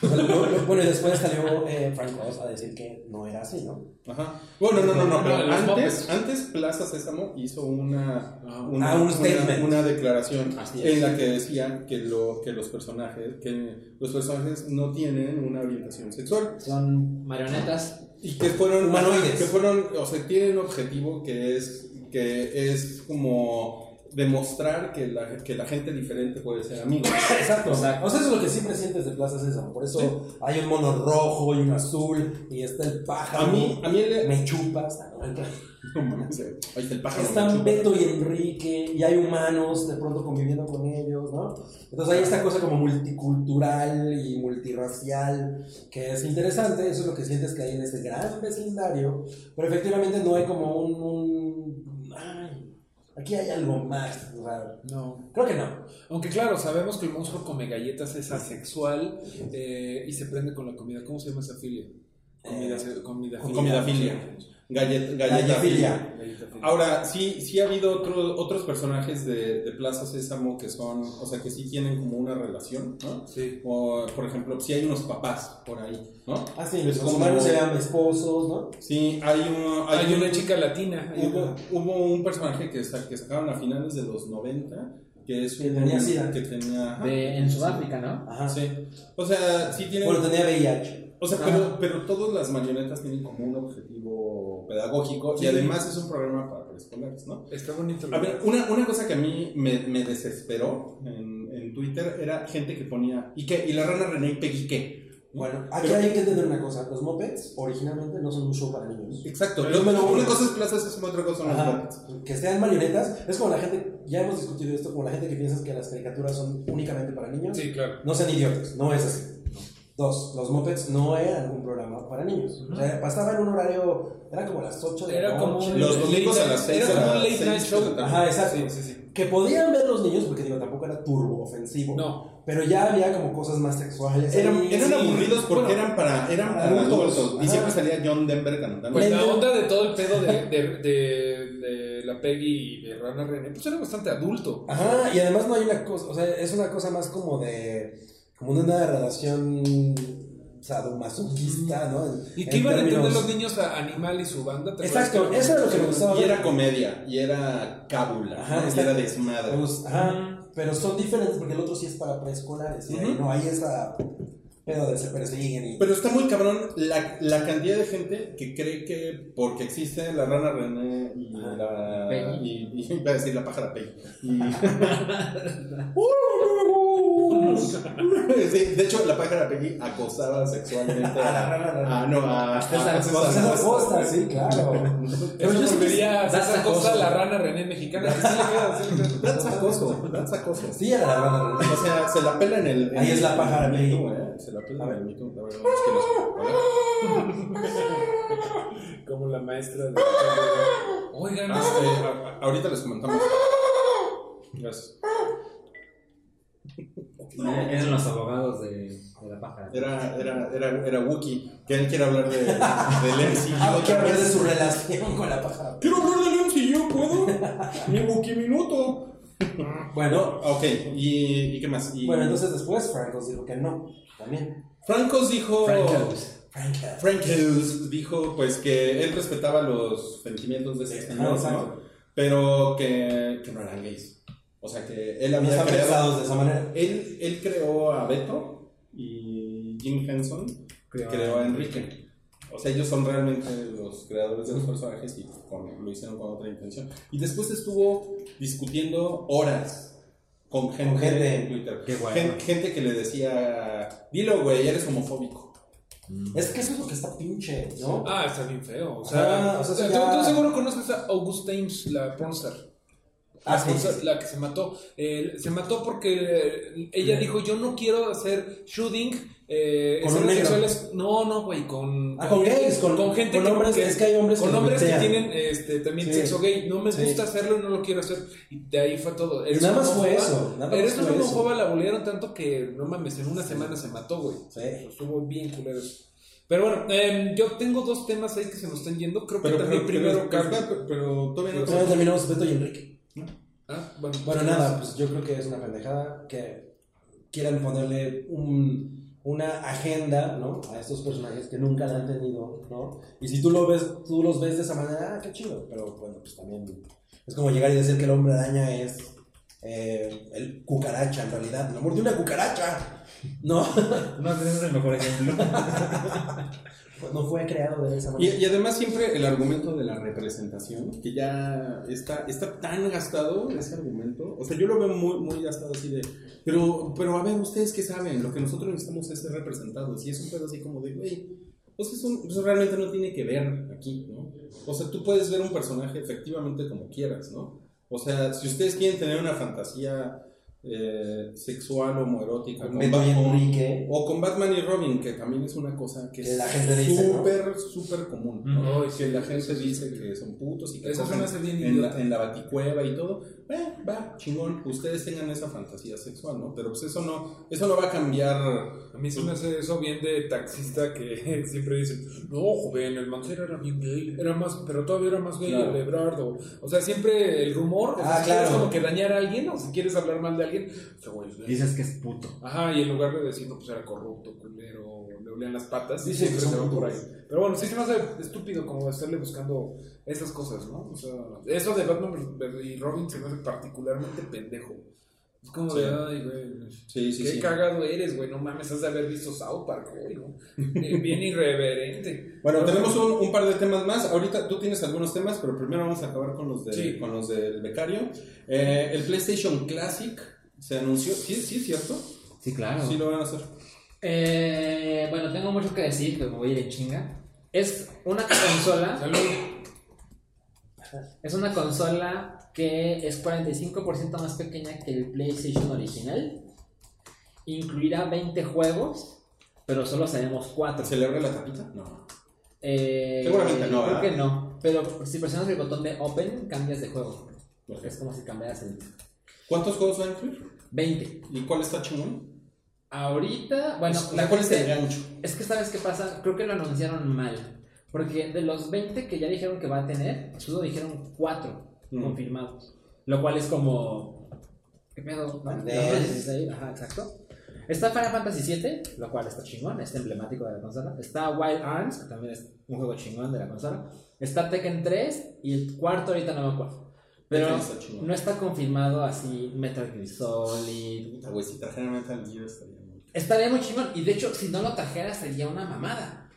[SPEAKER 6] o sea, lo- lo- bueno, y después salió eh, Frank Oz a decir que no era así, ¿no?
[SPEAKER 2] Ajá. Bueno, no, no, no,
[SPEAKER 4] No,
[SPEAKER 2] pero
[SPEAKER 4] los
[SPEAKER 2] antes,
[SPEAKER 4] Muppets.
[SPEAKER 2] antes Plaza Sésamo hizo una,
[SPEAKER 4] Ah,
[SPEAKER 2] una,
[SPEAKER 6] ah, un
[SPEAKER 2] una-
[SPEAKER 6] statement.
[SPEAKER 2] una declaración
[SPEAKER 3] Así es.
[SPEAKER 2] en la que decían que, lo, que los personajes, que los personajes no tienen una orientación sexual.
[SPEAKER 3] Son marionetas.
[SPEAKER 2] Y que fueron
[SPEAKER 6] Humanoides.
[SPEAKER 2] Que fueron, o sea, tienen un objetivo que es, que es como demostrar que la, que la gente diferente puede ser amiga.
[SPEAKER 6] Exacto. O sea,
[SPEAKER 3] Exacto.
[SPEAKER 6] eso es lo que siempre sientes de Plaza Sésamo. Por eso hay un mono rojo y un azul y está el pájaro.
[SPEAKER 2] A mí, a mí el-
[SPEAKER 6] me chupas. ¿no?
[SPEAKER 2] No mames, ahí está el pájaro.
[SPEAKER 6] Están
[SPEAKER 2] machuca.
[SPEAKER 6] Beto y Enrique, y hay humanos de pronto conviviendo con ellos, ¿no? Entonces hay esta cosa como multicultural y multirracial que es interesante, eso es lo que sientes que hay en este gran vecindario, pero efectivamente no hay como un... un- ay, aquí hay algo más, o sea,
[SPEAKER 4] No.
[SPEAKER 6] creo que no.
[SPEAKER 4] Aunque claro, sabemos que el monstruo come galletas es asexual eh, y se prende con la comida. ¿Cómo se llama esa filia? Comida,
[SPEAKER 6] Eh,
[SPEAKER 4] comida
[SPEAKER 2] Comida filia. Gallet- galleta filia.
[SPEAKER 4] Galleta filia.
[SPEAKER 2] Ahora, sí, sí ha habido otro- otros personajes de, de Plaza Sésamo que son, o sea, que sí tienen como una relación, ¿no?
[SPEAKER 4] Sí.
[SPEAKER 2] O, por ejemplo, sí hay unos papás por ahí, ¿no?
[SPEAKER 6] Ah, sí,
[SPEAKER 2] Es
[SPEAKER 6] los
[SPEAKER 2] como-
[SPEAKER 6] humanos eran esposos, ¿no?
[SPEAKER 2] Sí, hay, uno, hay,
[SPEAKER 4] Hay,
[SPEAKER 2] un-
[SPEAKER 4] una chica latina. hay
[SPEAKER 2] Hubo,
[SPEAKER 4] una-
[SPEAKER 2] hubo un personaje que, sa- que sacaron a finales de los 90 que es
[SPEAKER 6] Que
[SPEAKER 2] un-
[SPEAKER 6] tenía sida.
[SPEAKER 2] que tenía- ajá.
[SPEAKER 3] De, en Sudáfrica, ¿no?
[SPEAKER 6] Ajá.
[SPEAKER 2] Sí. O sea, sí tienen.
[SPEAKER 6] Bueno, tenía VIH.
[SPEAKER 2] o sea, pero, pero todas las marionetas tienen como un objetivo pedagógico y además es un programa para preescolares, ¿no?
[SPEAKER 4] Está bonito.
[SPEAKER 2] A ver, una, una cosa que a mí me, me desesperó en, en Twitter era gente que ponía. ¿Y qué? ¿Y la rana René y Peggy qué?
[SPEAKER 6] Bueno, aquí hay que entender una cosa, los mopeds originalmente no son un show para niños.
[SPEAKER 2] Exacto.
[SPEAKER 6] Pero
[SPEAKER 2] Lo-
[SPEAKER 6] número uno.
[SPEAKER 2] una cosa es Plaza Sésamo, otra cosa son los
[SPEAKER 6] Ajá,
[SPEAKER 2] Muppets.
[SPEAKER 6] que sean marionetas, es como la gente, ya hemos discutido esto, como la gente que piensa que las caricaturas son únicamente para niños.
[SPEAKER 4] Sí, claro.
[SPEAKER 6] No sean idiotas, no es así. Dos, los mopeds no eran un programa para niños. O sea, pasaba en un horario, era como las 8 de la
[SPEAKER 4] Era como
[SPEAKER 6] noche.
[SPEAKER 4] un-
[SPEAKER 2] Los domingos a las seis
[SPEAKER 4] Era como
[SPEAKER 2] a
[SPEAKER 4] un late
[SPEAKER 2] seis,
[SPEAKER 4] night show.
[SPEAKER 6] Ajá, exacto.
[SPEAKER 4] Sí, sí, sí.
[SPEAKER 6] Que podían ver los niños, porque digo, tampoco era turbo ofensivo.
[SPEAKER 4] No.
[SPEAKER 6] Pero ya había como cosas más sexuales.
[SPEAKER 2] Eran,
[SPEAKER 6] ahí,
[SPEAKER 2] eran
[SPEAKER 6] sí.
[SPEAKER 2] aburridos porque
[SPEAKER 6] Bueno,
[SPEAKER 2] eran para, eran para
[SPEAKER 6] adultos.
[SPEAKER 2] adultos. Y
[SPEAKER 6] Ajá.
[SPEAKER 2] siempre salía John Denver cantando.
[SPEAKER 4] Pues la
[SPEAKER 6] Lente.
[SPEAKER 4] onda de todo el pedo de, de, de- de la Peggy y de Rana René, pues era bastante adulto.
[SPEAKER 6] Ajá, y además no hay una cosa, o sea, es una cosa más como de, como de una relación sadomasoquista, ¿no? En-
[SPEAKER 4] Y que
[SPEAKER 6] en
[SPEAKER 4] iban a entender
[SPEAKER 6] términos-
[SPEAKER 4] los niños a Animal y su banda. ¿te acuerdas
[SPEAKER 6] Exacto,
[SPEAKER 4] que-
[SPEAKER 6] eso era lo que me gustaba.
[SPEAKER 2] y era comedia, y era cábula,
[SPEAKER 6] Ajá,
[SPEAKER 2] ¿no? y
[SPEAKER 6] exacto.
[SPEAKER 2] era desmadre.
[SPEAKER 6] Pues, ajá, pero son diferentes porque el otro sí es para preescolares, y ahí
[SPEAKER 2] Ujú.
[SPEAKER 6] no hay esa pedo de se persiguen y...
[SPEAKER 2] Pero está muy cabrón la, la cantidad de gente que cree que porque existe la rana René y la.
[SPEAKER 3] Peggy.
[SPEAKER 2] Y, y- iba a decir la pájara Peggy. Y- Sí, de hecho, la pájara Peggy acosaba sexualmente
[SPEAKER 6] A la rana René.
[SPEAKER 2] Ah, no, a.
[SPEAKER 3] César
[SPEAKER 2] a
[SPEAKER 6] pues,
[SPEAKER 3] Costa.
[SPEAKER 6] César Costa, sí, claro.
[SPEAKER 4] Pero yo
[SPEAKER 3] sí-
[SPEAKER 4] volvería a
[SPEAKER 3] That's
[SPEAKER 4] César Costa,
[SPEAKER 3] acoso.
[SPEAKER 4] la rana René mexicana. que sí le queda, sí le queda.
[SPEAKER 2] That's acoso, that's acoso.
[SPEAKER 6] Sí, era la rana.
[SPEAKER 2] O sea, se la pela en el. en
[SPEAKER 6] Ahí es la
[SPEAKER 2] el-
[SPEAKER 6] pájara,
[SPEAKER 2] en el
[SPEAKER 6] Peggy.
[SPEAKER 2] mito, eh, Se la pela
[SPEAKER 6] A
[SPEAKER 2] en
[SPEAKER 6] ver.
[SPEAKER 2] el mito. La verdad es que los.
[SPEAKER 4] Como la maestra de... Oigan,
[SPEAKER 2] Este,
[SPEAKER 4] este...
[SPEAKER 2] a- a- ahorita les comentamos. Gracias.
[SPEAKER 3] Eran los abogados de, de la pájara.
[SPEAKER 2] Era, era, era, era Wookie. Que él quiere hablar de, de Lenzi.
[SPEAKER 6] Ah, quiero hablar de su relación con la pájara.
[SPEAKER 2] pues, Quiero hablar de Lenzi, yo puedo. Mi Wookie minuto. Ah,
[SPEAKER 6] Bueno,
[SPEAKER 2] Ok, ¿y, y qué más? Y-
[SPEAKER 6] bueno, entonces después Francos dijo que no, también.
[SPEAKER 2] Francos dijo.
[SPEAKER 3] Francos.
[SPEAKER 6] Francos.
[SPEAKER 2] Frank Hughes dijo pues que él respetaba los sentimientos de ese señor,
[SPEAKER 6] Ajá,
[SPEAKER 2] ¿no?
[SPEAKER 6] exacto.
[SPEAKER 2] Pero que, que no eran gays. O sea que él
[SPEAKER 6] No
[SPEAKER 2] había
[SPEAKER 6] están
[SPEAKER 2] creado.
[SPEAKER 6] pensados de esa manera.
[SPEAKER 2] Él, él creó a Beto y Jim Henson
[SPEAKER 3] Creó a-
[SPEAKER 2] creó a Enrique. O sea, ellos son realmente los creadores de los personajes y con- lo hicieron con otra intención. Y después estuvo discutiendo horas con gente,
[SPEAKER 6] Con gente.
[SPEAKER 2] en Twitter.
[SPEAKER 3] Qué guay.
[SPEAKER 2] Gen- gente que le decía, dilo güey, eres homofóbico.
[SPEAKER 6] Es que eso es lo que está pinche, ¿no?
[SPEAKER 4] Ah, está bien feo. O sea,
[SPEAKER 6] Ajá, o sea, sí,
[SPEAKER 4] tú,
[SPEAKER 6] ya-
[SPEAKER 4] tú seguro conoces a August Ames, la pornstar. La,
[SPEAKER 6] Ah, sí,
[SPEAKER 4] pornstar,
[SPEAKER 6] sí, sí.
[SPEAKER 4] la que se mató. Eh, se mató porque ella dijo, yo no quiero hacer shooting. Eh,
[SPEAKER 6] Con
[SPEAKER 4] escenas
[SPEAKER 6] un negro.
[SPEAKER 4] sexuales. No, no, güey, con...
[SPEAKER 6] Ah, con gays, con-
[SPEAKER 4] gente
[SPEAKER 6] con hombres, es que hay hombres
[SPEAKER 4] con
[SPEAKER 6] que eh, lo
[SPEAKER 4] hombres que
[SPEAKER 6] vetean.
[SPEAKER 4] tienen este, también
[SPEAKER 6] Sí.
[SPEAKER 4] sexo gay. No me
[SPEAKER 6] Sí.
[SPEAKER 4] gusta hacerlo y no lo quiero hacer. Y de ahí fue todo.
[SPEAKER 6] Y nada más fue eso, nada más
[SPEAKER 4] Eres una
[SPEAKER 6] fue eso.
[SPEAKER 4] homófoba, la bullearon tanto que, no mames, en una semana se mató, güey.
[SPEAKER 6] Sí.
[SPEAKER 4] Estuvo bien culero eso. Pero bueno, em, yo tengo dos temas ahí que se nos están yendo. Creo que
[SPEAKER 2] Pero,
[SPEAKER 4] también
[SPEAKER 2] pero,
[SPEAKER 4] primero
[SPEAKER 2] primero, pero,
[SPEAKER 4] Carlos.
[SPEAKER 2] pero, pero todavía no.
[SPEAKER 6] Entonces terminamos Beto y Enrique.
[SPEAKER 4] Ah, bueno,
[SPEAKER 6] Bueno, nada, pues yo creo que es una pendejada que quieran ponerle un- una agenda, ¿no? A estos personajes que nunca la han tenido, ¿no? Y si tú, lo ves, tú los ves de esa manera, ah, qué chido. Pero bueno, pues también es como llegar y decir que el hombre araña es eh, el cucaracha, en realidad. El amor de una cucaracha, ¿no?
[SPEAKER 3] No, ese es el mejor ejemplo.
[SPEAKER 6] Pues no fue creado de esa
[SPEAKER 2] Y,
[SPEAKER 6] manera.
[SPEAKER 2] y además siempre el argumento de la representación, que ya está, está tan gastado ese argumento. O sea, yo lo veo muy, muy gastado así de, pero, pero a ver, ustedes qué saben, lo que nosotros necesitamos es ser representados. Y es un pedo así como de, güey, pues eso, eso realmente no tiene que ver aquí, ¿no? O sea, tú puedes ver un personaje efectivamente como quieras, ¿no? O sea, si ustedes quieren tener una fantasía eh, sexual homoerótica con
[SPEAKER 6] Beto y
[SPEAKER 2] Batman-
[SPEAKER 6] Enrique.
[SPEAKER 2] o con Batman y Robin, que también es una cosa que
[SPEAKER 6] Que
[SPEAKER 2] es
[SPEAKER 6] la gente dice, ¿no?
[SPEAKER 2] súper, súper común, ¿no?
[SPEAKER 4] Ujú.
[SPEAKER 2] que la gente dice que son putos y que
[SPEAKER 4] Esa
[SPEAKER 2] cogen
[SPEAKER 4] zona se bien
[SPEAKER 2] en
[SPEAKER 4] idiota.
[SPEAKER 2] la, en la baticueva y todo. Eh, va, chingón, ustedes tengan esa fantasía sexual, ¿no? Pero pues eso no, eso no va a cambiar.
[SPEAKER 4] A mí se me hace eso bien de taxista que siempre dicen, no, joven, el Mancera era bien gay, era más, pero todavía era más gay
[SPEAKER 2] Claro.
[SPEAKER 4] el Ebrardo. O sea, siempre el rumor, o sea,
[SPEAKER 6] Ah,
[SPEAKER 4] si quieres
[SPEAKER 6] claro.
[SPEAKER 4] como que dañar a alguien o si quieres hablar mal de alguien, ese güey es gay.
[SPEAKER 3] Dices que es puto.
[SPEAKER 4] Ajá, y en lugar de decir, no, pues era corrupto, culero, le olían las patas,
[SPEAKER 6] Dicen que
[SPEAKER 4] siempre se
[SPEAKER 6] son
[SPEAKER 4] va por ahí.
[SPEAKER 6] putos.
[SPEAKER 4] Pero bueno, sí se me hace estúpido como estarle buscando esas cosas, ¿no? O sea, eso de Batman y Robin se me hace particularmente pendejo. Es como de,
[SPEAKER 2] Sí.
[SPEAKER 4] ay, güey.
[SPEAKER 2] Sí, sí,
[SPEAKER 4] Qué
[SPEAKER 2] sí.
[SPEAKER 4] cagado eres, güey. No mames, has de haber visto South Park, güey, ¿no? Eh, Bien irreverente.
[SPEAKER 2] Bueno, tenemos un, un par de temas más. Ahorita tú tienes algunos temas, pero primero vamos a acabar con los, de,
[SPEAKER 4] Sí.
[SPEAKER 2] con los del becario. Eh, el PlayStation Classic se anunció. ¿Sí, sí es cierto?
[SPEAKER 3] Sí, claro.
[SPEAKER 2] Sí lo van a hacer.
[SPEAKER 3] Eh, bueno, tengo mucho que decir, pero me voy a ir en chinga. Es una consola.
[SPEAKER 4] Salud.
[SPEAKER 3] Es una consola que es 45% más pequeña que el PlayStation original. Incluirá 20 juegos, pero solo sabemos 4.
[SPEAKER 2] ¿Se le abre la tapita? No.
[SPEAKER 3] Eh,
[SPEAKER 2] Seguramente no,
[SPEAKER 3] Creo
[SPEAKER 2] ¿verdad?
[SPEAKER 3] que no. Pero si presionas el botón de Open, cambias de juego.
[SPEAKER 2] Ok.
[SPEAKER 3] Es como si cambiaras el
[SPEAKER 2] ¿Cuántos juegos van a incluir?
[SPEAKER 3] 20.
[SPEAKER 2] ¿Y cuál está chingón?
[SPEAKER 3] Ahorita, bueno,
[SPEAKER 2] la cual es
[SPEAKER 3] gente-
[SPEAKER 2] el gancho.
[SPEAKER 3] Es que sabes qué pasa, creo que lo anunciaron mal. Porque de los 20 que ya dijeron que va a tener, solo dijeron 4
[SPEAKER 2] Mm.
[SPEAKER 3] confirmados. Lo cual es como. ¿Qué pedo? ¿No?
[SPEAKER 6] De-
[SPEAKER 3] ¿No puedes decir ahí? Ajá, exacto. Está Final Fantasy VII, lo cual está chingón, está emblemático de la consola. Está Wild Arms, que también es un juego chingón de la consola. Está Tekken 3 y el cuarto ahorita no me acuerdo. Pero
[SPEAKER 2] Tekken está chingón.
[SPEAKER 3] no está confirmado así Metal Gear Solid,
[SPEAKER 2] Puta, güey, si trajeran Metal Gear estaría muy...
[SPEAKER 3] Estaría muy chingón. Y de hecho, si no lo trajera, sería una mamada.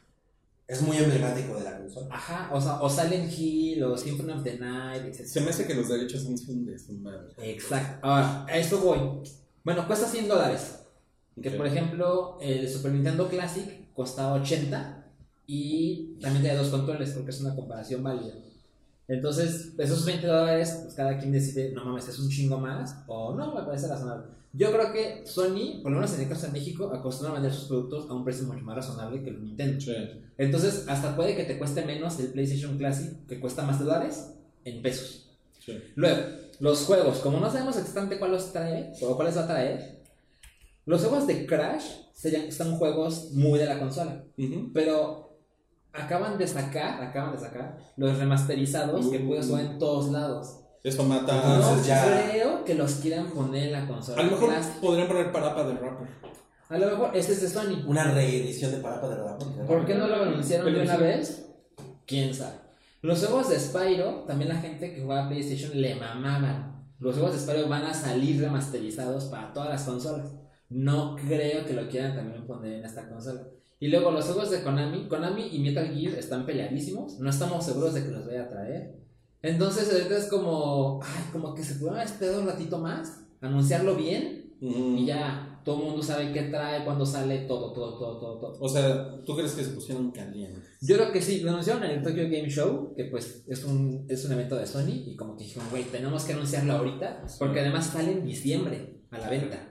[SPEAKER 6] Es muy emblemático de la consola.
[SPEAKER 3] Ajá, o sea, o Silent Hill, o Symphony of the Night,
[SPEAKER 2] Se
[SPEAKER 3] etc.
[SPEAKER 2] me hace que los derechos son un desmadre.
[SPEAKER 3] Exacto. Ahora, a eso voy. Bueno, cuesta 100 dólares. Que
[SPEAKER 2] Ok.
[SPEAKER 3] por ejemplo, el Super Nintendo Classic costaba 80 y también tenía dos controles, porque es una comparación válida. Entonces, esos 20 dólares, pues cada quien decide, no mames, es un chingo más, o no, me parece razonable. Yo creo que Sony, por lo menos en el caso de México, acostumbra a vender sus productos a un precio mucho más razonable que el Nintendo.
[SPEAKER 2] Sí.
[SPEAKER 3] Entonces, hasta puede que te cueste menos el PlayStation Classic, que cuesta más dólares, en pesos.
[SPEAKER 2] Sí.
[SPEAKER 3] Luego, los juegos, como no sabemos exactamente cuál los trae o cuáles va a traer, los juegos de Crash serían, son juegos muy de la consola,
[SPEAKER 2] Ujú.
[SPEAKER 3] pero acaban de sacar, acaban de sacar los remasterizados que
[SPEAKER 2] Uh.
[SPEAKER 3] puedes jugar en todos lados.
[SPEAKER 2] Eso mata...
[SPEAKER 6] Entonces,
[SPEAKER 3] Ah, no
[SPEAKER 6] ya-
[SPEAKER 3] creo que los quieran poner en la consola.
[SPEAKER 2] a lo mejor
[SPEAKER 3] Classic.
[SPEAKER 2] podrían poner parapa de rapper.
[SPEAKER 3] a lo mejor este es de Sony.
[SPEAKER 6] Una reedición de Parapa de verdad. porque-
[SPEAKER 3] ¿Por qué no lo anunciaron
[SPEAKER 2] Pero
[SPEAKER 3] de una
[SPEAKER 2] sí.
[SPEAKER 3] vez? ¿Quién sabe? Los juegos de Spyro, también la gente que jugaba PlayStation le mamaban. Los juegos de Spyro van a salir remasterizados para todas las consolas. No creo que lo quieran también poner en esta consola. Y luego los juegos de Konami, Konami y Metal Gear están peleadísimos. No estamos seguros de que los vaya a traer. Entonces ahorita es como, ay, como que se puede esperar un ratito más, anunciarlo bien
[SPEAKER 2] Ujú.
[SPEAKER 3] y ya todo el mundo sabe qué trae, cuándo sale, todo, todo, todo, todo, todo.
[SPEAKER 2] O sea, ¿tú crees que se pusieron calientes?
[SPEAKER 3] Yo creo que sí, lo anunciaron en el Tokyo Game Show, que pues es un, es un evento de Sony, y como que dijeron, güey, tenemos que anunciarlo ahorita, porque además sale en diciembre a la venta.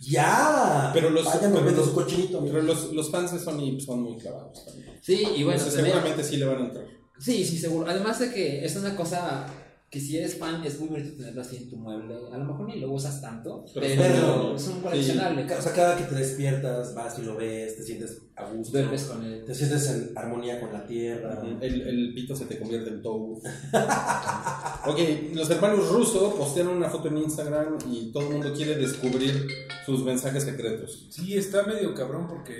[SPEAKER 6] ¡Ya!
[SPEAKER 2] Pero los-
[SPEAKER 6] Vayan a
[SPEAKER 2] pero
[SPEAKER 6] ver
[SPEAKER 2] los-
[SPEAKER 6] su cochinito, amigo.
[SPEAKER 2] Pero los, los fans de Sony pues, son muy clavados también.
[SPEAKER 3] Sí, y bueno,
[SPEAKER 2] Entonces,
[SPEAKER 3] también-
[SPEAKER 2] seguramente sí le van a entrar.
[SPEAKER 3] Sí, sí, seguro. Además de que es una cosa que si eres fan es muy bonito tenerlo así en tu mueble. A lo mejor ni lo usas tanto,
[SPEAKER 2] Pero
[SPEAKER 3] pero,
[SPEAKER 6] verlo,
[SPEAKER 3] es un coleccionable.
[SPEAKER 6] O sea, cada que te despiertas, vas y lo ves, te sientes a gusto.
[SPEAKER 3] Duermes con él.
[SPEAKER 6] Te sientes en armonía con la tierra.
[SPEAKER 2] El, el pito se te convierte en tofu. ok, los hermanos Russo postearon una foto en Instagram y todo el mundo quiere descubrir sus mensajes secretos.
[SPEAKER 4] Sí, está medio cabrón porque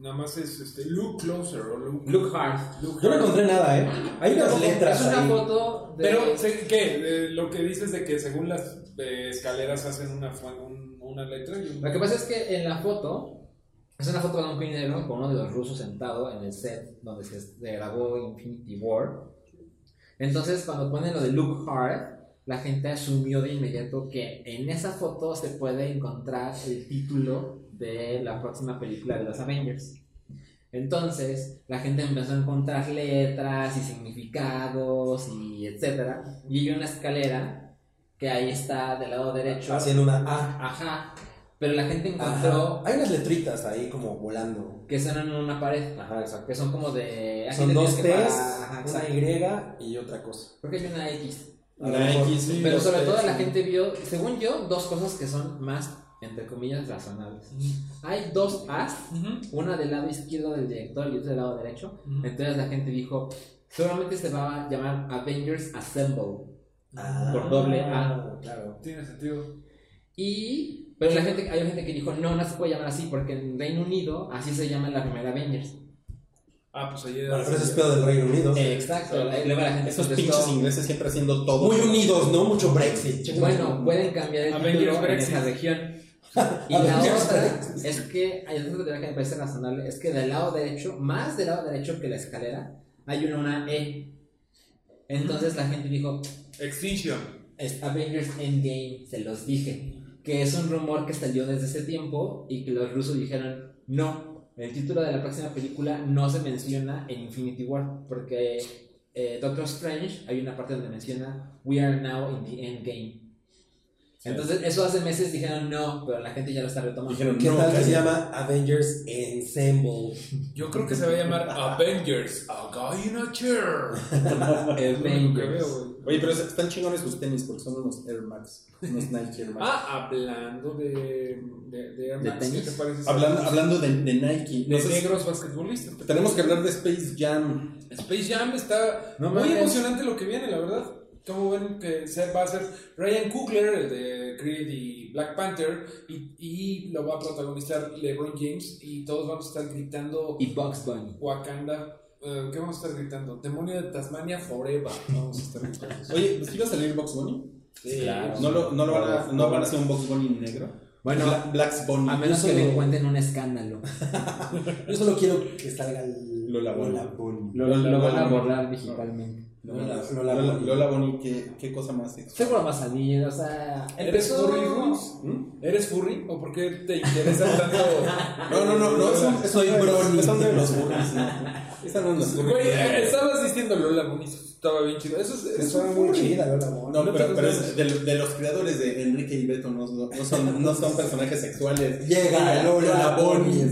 [SPEAKER 4] nada más es este, look closer o look,
[SPEAKER 3] Look hard.
[SPEAKER 4] look
[SPEAKER 6] Yo no
[SPEAKER 4] hard.
[SPEAKER 6] encontré nada, ¿eh? Hay unas letras
[SPEAKER 3] Es una
[SPEAKER 6] ahí.
[SPEAKER 3] foto de...
[SPEAKER 4] Pero, ¿sé ¿qué? Eh, lo que dices de que según las eh, escaleras hacen una, fu- un- una letra y un-
[SPEAKER 3] Lo que pasa es que en la foto, es una foto de blanco y negro con uno de los rusos sentado en el set donde se grabó Infinity War. Entonces, cuando ponen lo de Look Hard, la gente asumió de inmediato que en esa foto se puede encontrar el título de la próxima película de los Avengers. Entonces, la gente empezó a encontrar letras y significados y etcétera. Y hay una escalera que ahí está del lado derecho.
[SPEAKER 6] Haciendo una A.
[SPEAKER 3] Ajá. Pero la gente encontró
[SPEAKER 6] Ajá. Hay unas letritas ahí como volando.
[SPEAKER 3] que son en una pared.
[SPEAKER 6] Ajá, exacto.
[SPEAKER 3] Que son como de. aquí
[SPEAKER 6] Son
[SPEAKER 3] te
[SPEAKER 6] dos
[SPEAKER 3] tienes que
[SPEAKER 6] T's,
[SPEAKER 3] parar, ajá,
[SPEAKER 6] una
[SPEAKER 3] exacto.
[SPEAKER 6] Y y otra cosa.
[SPEAKER 3] Creo que hay una X.
[SPEAKER 6] A lo mejor.
[SPEAKER 2] sí,
[SPEAKER 3] Pero
[SPEAKER 2] dos
[SPEAKER 3] sobre todo
[SPEAKER 2] Ts,
[SPEAKER 3] la
[SPEAKER 2] sí.
[SPEAKER 3] gente vio, según yo, dos cosas que son más, entre comillas, razonables.
[SPEAKER 6] Mm.
[SPEAKER 3] Hay dos As, una del lado izquierdo del director y otra del lado derecho. Entonces la gente dijo, seguramente se va a llamar Avengers Assemble.
[SPEAKER 6] Ah,
[SPEAKER 3] Por doble A.
[SPEAKER 6] Claro.
[SPEAKER 4] Tiene sentido.
[SPEAKER 3] Y... Pero la gente, hay gente que dijo, no, no se puede llamar así, porque en Reino Unido así se llama la primera Avengers.
[SPEAKER 4] Ah, pues ayer.
[SPEAKER 6] Bueno, pero eso es pedo del Reino Unido.
[SPEAKER 3] Eh, Exacto. la- Luego la gente
[SPEAKER 2] Esos
[SPEAKER 3] contestó,
[SPEAKER 2] pinches ingleses siempre haciendo todo.
[SPEAKER 6] Muy unidos, ¿no? Mucho Brexit. chicos.
[SPEAKER 3] Bueno, pueden cambiar el
[SPEAKER 4] Avengers
[SPEAKER 3] título en
[SPEAKER 4] Brexit.
[SPEAKER 3] esa región. Y la
[SPEAKER 6] Avengers
[SPEAKER 3] otra
[SPEAKER 6] Brexit.
[SPEAKER 3] es que, hay otra teoría que me parece razonable, es que del lado derecho, más del lado derecho que la escalera, hay una, una E. Entonces la gente dijo,
[SPEAKER 4] Extinction.
[SPEAKER 3] es Avengers Endgame, se los dije. Que es un rumor que salió desde ese tiempo y que los rusos dijeron, no, el título de la próxima película no se menciona en Infinity War, porque eh, Doctor Strange hay una parte donde menciona, we are now in the Endgame. Entonces, eso hace meses dijeron no, pero la gente ya lo está retomando.
[SPEAKER 2] Dijeron,
[SPEAKER 6] ¿Qué
[SPEAKER 2] no,
[SPEAKER 6] tal que se
[SPEAKER 2] cállate.
[SPEAKER 6] llama Avengers Ensemble?
[SPEAKER 4] Yo creo que se va a llamar Avengers, a guy in a chair. Es lo único que
[SPEAKER 3] Avengers.
[SPEAKER 4] veo, güey.
[SPEAKER 2] Oye, pero están chingones tus tenis porque son unos Air Max, unos Nike Air Max.
[SPEAKER 4] Ah, hablando de. de, de, Air
[SPEAKER 3] ¿De
[SPEAKER 4] Max, ¿Qué
[SPEAKER 3] tenis?
[SPEAKER 4] te parece? esa
[SPEAKER 2] hablando
[SPEAKER 4] cosa?
[SPEAKER 2] Ah, hablando de, de Nike, no
[SPEAKER 4] de
[SPEAKER 2] sé si-
[SPEAKER 4] negros basquetbolistas.
[SPEAKER 2] tenemos que hablar de Space Jam.
[SPEAKER 4] Space Jam está
[SPEAKER 3] No
[SPEAKER 4] muy
[SPEAKER 3] mames.
[SPEAKER 4] emocionante lo que viene, la verdad. ¿Cómo ven que se va a hacer Ryan Coogler, el de Creed y Black Panther, y, y lo va a protagonizar LeBron James? Y todos vamos a estar gritando
[SPEAKER 3] Y Bugs Bunny.
[SPEAKER 4] Wakanda. eh, ¿Qué vamos a estar gritando? Demonio de Tasmania Forever. Vamos a estar gritando.
[SPEAKER 2] Oye, ¿pues iba a salir Box Bunny?
[SPEAKER 3] Claro.
[SPEAKER 2] ¿No, lo, no, lo van a, ¿No van a hacer un Box Bunny negro?
[SPEAKER 3] Bueno,
[SPEAKER 2] Bla- Black's Bunny.
[SPEAKER 3] a menos que
[SPEAKER 6] solo-
[SPEAKER 3] le encuentren un escándalo.
[SPEAKER 6] Yo solo quiero que salga el
[SPEAKER 2] Lola Bunny.
[SPEAKER 6] Bunny.
[SPEAKER 3] Lo,
[SPEAKER 2] Lola-
[SPEAKER 3] lo van a
[SPEAKER 2] Lola-
[SPEAKER 3] borrar digitalmente.
[SPEAKER 6] Lola, Lola
[SPEAKER 2] Lola,
[SPEAKER 6] Bunny.
[SPEAKER 2] Lola Bunny, ¿qué, qué cosa más sexual?
[SPEAKER 3] Seguro va a salir, o sea...
[SPEAKER 4] ¿Eres furry, Ruiz?
[SPEAKER 2] ¿Mm?
[SPEAKER 4] ¿Eres furry? ¿O por qué te interesa tanto?
[SPEAKER 2] No, no, no, no, eso, eso
[SPEAKER 6] Soy
[SPEAKER 2] no es-
[SPEAKER 6] Brony.
[SPEAKER 2] eso no es de los burros, no. Esa no es los burros.
[SPEAKER 4] Güey, eh, estabas diciendo Lola Bunny, estaba bien chido. Eso es, es
[SPEAKER 6] Eso
[SPEAKER 4] un
[SPEAKER 6] es muy
[SPEAKER 4] furry.
[SPEAKER 6] chida, Lola Bunny.
[SPEAKER 2] No,
[SPEAKER 4] No te
[SPEAKER 2] pero, pero
[SPEAKER 4] preocupes.
[SPEAKER 2] es de, de los creadores de Enrique y Beto no, no son, no son personajes sexuales.
[SPEAKER 6] Llega
[SPEAKER 2] Lola
[SPEAKER 6] Ah, Lola Bunny.
[SPEAKER 2] Bunny.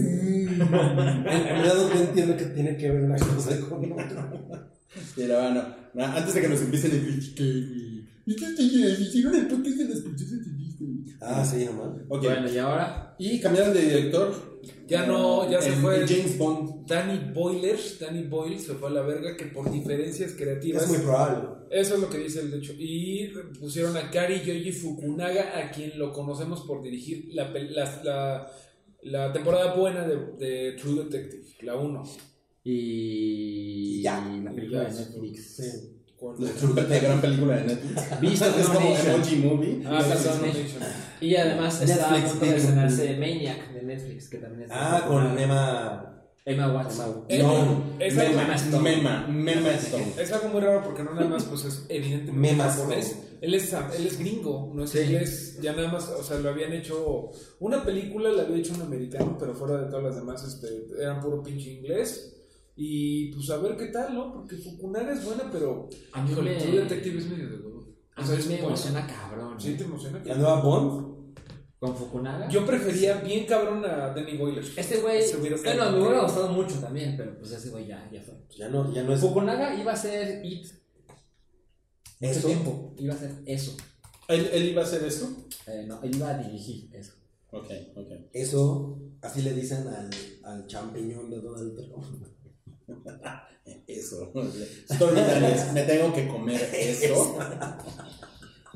[SPEAKER 6] En verdad no entiendo qué tiene que ver una cosa con otra.
[SPEAKER 2] Pero bueno, na- antes de que nos empiecen a criticar, güey. ¿Y qué te quieres? Hicieron el podcast de las princesas de Disney.
[SPEAKER 6] Ah, sí, nomás.
[SPEAKER 2] Ok.
[SPEAKER 3] Bueno, y ahora...
[SPEAKER 2] Y cambiaron de director.
[SPEAKER 4] Ya no, ya se
[SPEAKER 2] En-
[SPEAKER 4] fue.
[SPEAKER 2] en James Bond.
[SPEAKER 4] Danny Boyler, Danny Boyle se fue a la verga que por diferencias creativas.
[SPEAKER 6] Es muy probable.
[SPEAKER 4] Eso es lo que dice el de hecho. Y pusieron a Kari Yoji Fukunaga, a quien lo conocemos por dirigir la, pel- la, la- la temporada buena de, de True Detective, la 1.
[SPEAKER 3] Y...
[SPEAKER 6] Ya.
[SPEAKER 3] La película
[SPEAKER 4] Ya.
[SPEAKER 3] de Netflix.
[SPEAKER 6] Sí.
[SPEAKER 2] La gran película de Netflix.
[SPEAKER 3] Visto
[SPEAKER 2] Es como
[SPEAKER 3] Domination.
[SPEAKER 2] Emoji Movie.
[SPEAKER 4] Ah,
[SPEAKER 3] Sí,
[SPEAKER 4] Castle
[SPEAKER 3] sí, sí.
[SPEAKER 4] Nation.
[SPEAKER 3] Y además está a
[SPEAKER 6] Netflix
[SPEAKER 3] punto de
[SPEAKER 6] tiene-
[SPEAKER 3] estrenarse Maniac de Netflix, que también es...
[SPEAKER 6] Ah, con Emma.
[SPEAKER 3] Emma Watson.
[SPEAKER 4] Eh,
[SPEAKER 6] No,
[SPEAKER 4] es algo-
[SPEAKER 2] Mema,
[SPEAKER 3] Stone.
[SPEAKER 2] Mema, Mema Stone.
[SPEAKER 4] Es algo muy raro porque no nada más, pues es evidentemente
[SPEAKER 6] Memas,
[SPEAKER 4] japonés. Él es, él es gringo, no es
[SPEAKER 3] Sí.
[SPEAKER 4] inglés. Ya nada más, o sea, lo habían hecho. Una película la había hecho un americano, pero fuera de todas las demás, este, eran puro pinche inglés. Y pues a ver qué tal, ¿no? Porque Fukunaga es buena, pero.
[SPEAKER 3] A mí
[SPEAKER 4] Híjole,
[SPEAKER 3] me-
[SPEAKER 4] True Detective es medio de huevo.
[SPEAKER 3] A
[SPEAKER 4] O sea,
[SPEAKER 3] mí
[SPEAKER 4] es
[SPEAKER 3] me
[SPEAKER 4] buena.
[SPEAKER 3] emociona cabrón.
[SPEAKER 4] Sí,
[SPEAKER 3] ¿eh?
[SPEAKER 4] te emociona.
[SPEAKER 6] ¿La nueva Bond?
[SPEAKER 3] Con Fukunaga.
[SPEAKER 4] Yo prefería bien cabrón a Danny Boyler.
[SPEAKER 3] Este güey,
[SPEAKER 4] Se hubiera
[SPEAKER 3] bueno,
[SPEAKER 4] estado
[SPEAKER 3] me hubiera
[SPEAKER 4] increíble.
[SPEAKER 3] gustado mucho también, pero pues ese güey ya, ya fue.
[SPEAKER 6] Ya no, ya no es.
[SPEAKER 3] Fukunaga iba a ser It. Mucho
[SPEAKER 6] ¿Eso?
[SPEAKER 3] tiempo, iba a ser eso.
[SPEAKER 2] ¿Él, él iba a hacer eso?
[SPEAKER 3] Eh, no, él iba a dirigir eso.
[SPEAKER 2] Ok, ok.
[SPEAKER 6] Eso, así le dicen al, al champiñón de Donald Trump.
[SPEAKER 2] Eso. Stormy Daniels, me tengo que comer eso.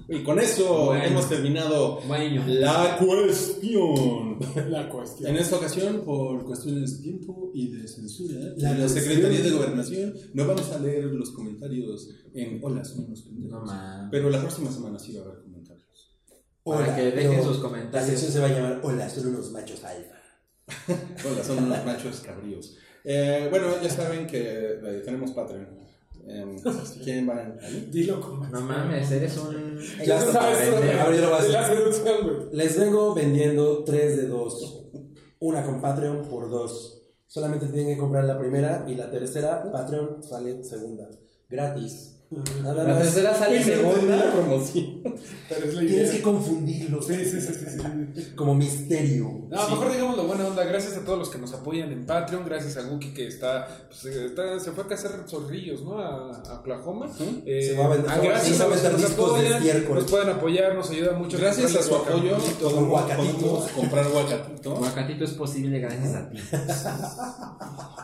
[SPEAKER 2] Y con eso
[SPEAKER 3] Bueno.
[SPEAKER 2] hemos terminado
[SPEAKER 3] Bueno,
[SPEAKER 2] la cuestión.
[SPEAKER 4] La cuestión.
[SPEAKER 2] En esta ocasión, por cuestiones de tiempo y de censura, la,
[SPEAKER 6] La
[SPEAKER 2] la
[SPEAKER 6] cuestión.
[SPEAKER 2] Secretaría de Gobernación no vamos a leer los comentarios en Hola, somos unos pendejos".
[SPEAKER 3] no mames.
[SPEAKER 2] Pero la próxima semana sí va a haber comentarios.
[SPEAKER 3] Para que dejen
[SPEAKER 6] pero
[SPEAKER 3] sus
[SPEAKER 6] La
[SPEAKER 3] comentarios.
[SPEAKER 6] sección se va a llamar Hola, son unos machos alfa.
[SPEAKER 2] Hola, son unos machos cabríos. Eh, bueno, ya saben que eh, tenemos Patreon. Eh, si quieren, van ahí.
[SPEAKER 4] Dilo con más.
[SPEAKER 3] No mames, eres un.
[SPEAKER 6] Ya
[SPEAKER 4] Eso
[SPEAKER 6] sabes,
[SPEAKER 4] es
[SPEAKER 6] ahora yo lo voy a hacer.
[SPEAKER 4] La seducción, güey.
[SPEAKER 6] Les vengo vendiendo 3 de 2. Una con Patreon por 2. Solamente tienen que comprar la primera y la tercera, Patreon sale segunda. Gratis. Nada
[SPEAKER 3] La
[SPEAKER 6] más.
[SPEAKER 3] tercera sale segunda.
[SPEAKER 2] promoción.
[SPEAKER 4] Pero es la
[SPEAKER 6] Tienes
[SPEAKER 4] idea.
[SPEAKER 6] que confundirlo.
[SPEAKER 4] Sí, sí, sí, sí, sí.
[SPEAKER 6] Como misterio.
[SPEAKER 4] No, mejor digamos la buena onda. Gracias a todos los que nos apoyan en Patreon. Gracias a Guki que está, pues, está- se fue a cazar zorrillos, ¿no? A, a Oklahoma. Eh,
[SPEAKER 6] Se va a vender-
[SPEAKER 4] ah,
[SPEAKER 6] se va-
[SPEAKER 4] gracias
[SPEAKER 6] se
[SPEAKER 4] a
[SPEAKER 6] va a
[SPEAKER 4] los que
[SPEAKER 6] vender
[SPEAKER 4] nos
[SPEAKER 6] discos de
[SPEAKER 4] apoyan.
[SPEAKER 6] estiércol.
[SPEAKER 4] Nos pueden apoyar, nos ayuda mucho.
[SPEAKER 2] Gracias a su apoyo,
[SPEAKER 6] Con guacatito.
[SPEAKER 2] podemos comprar guacatito.
[SPEAKER 3] Guacatito es posible gracias a ti.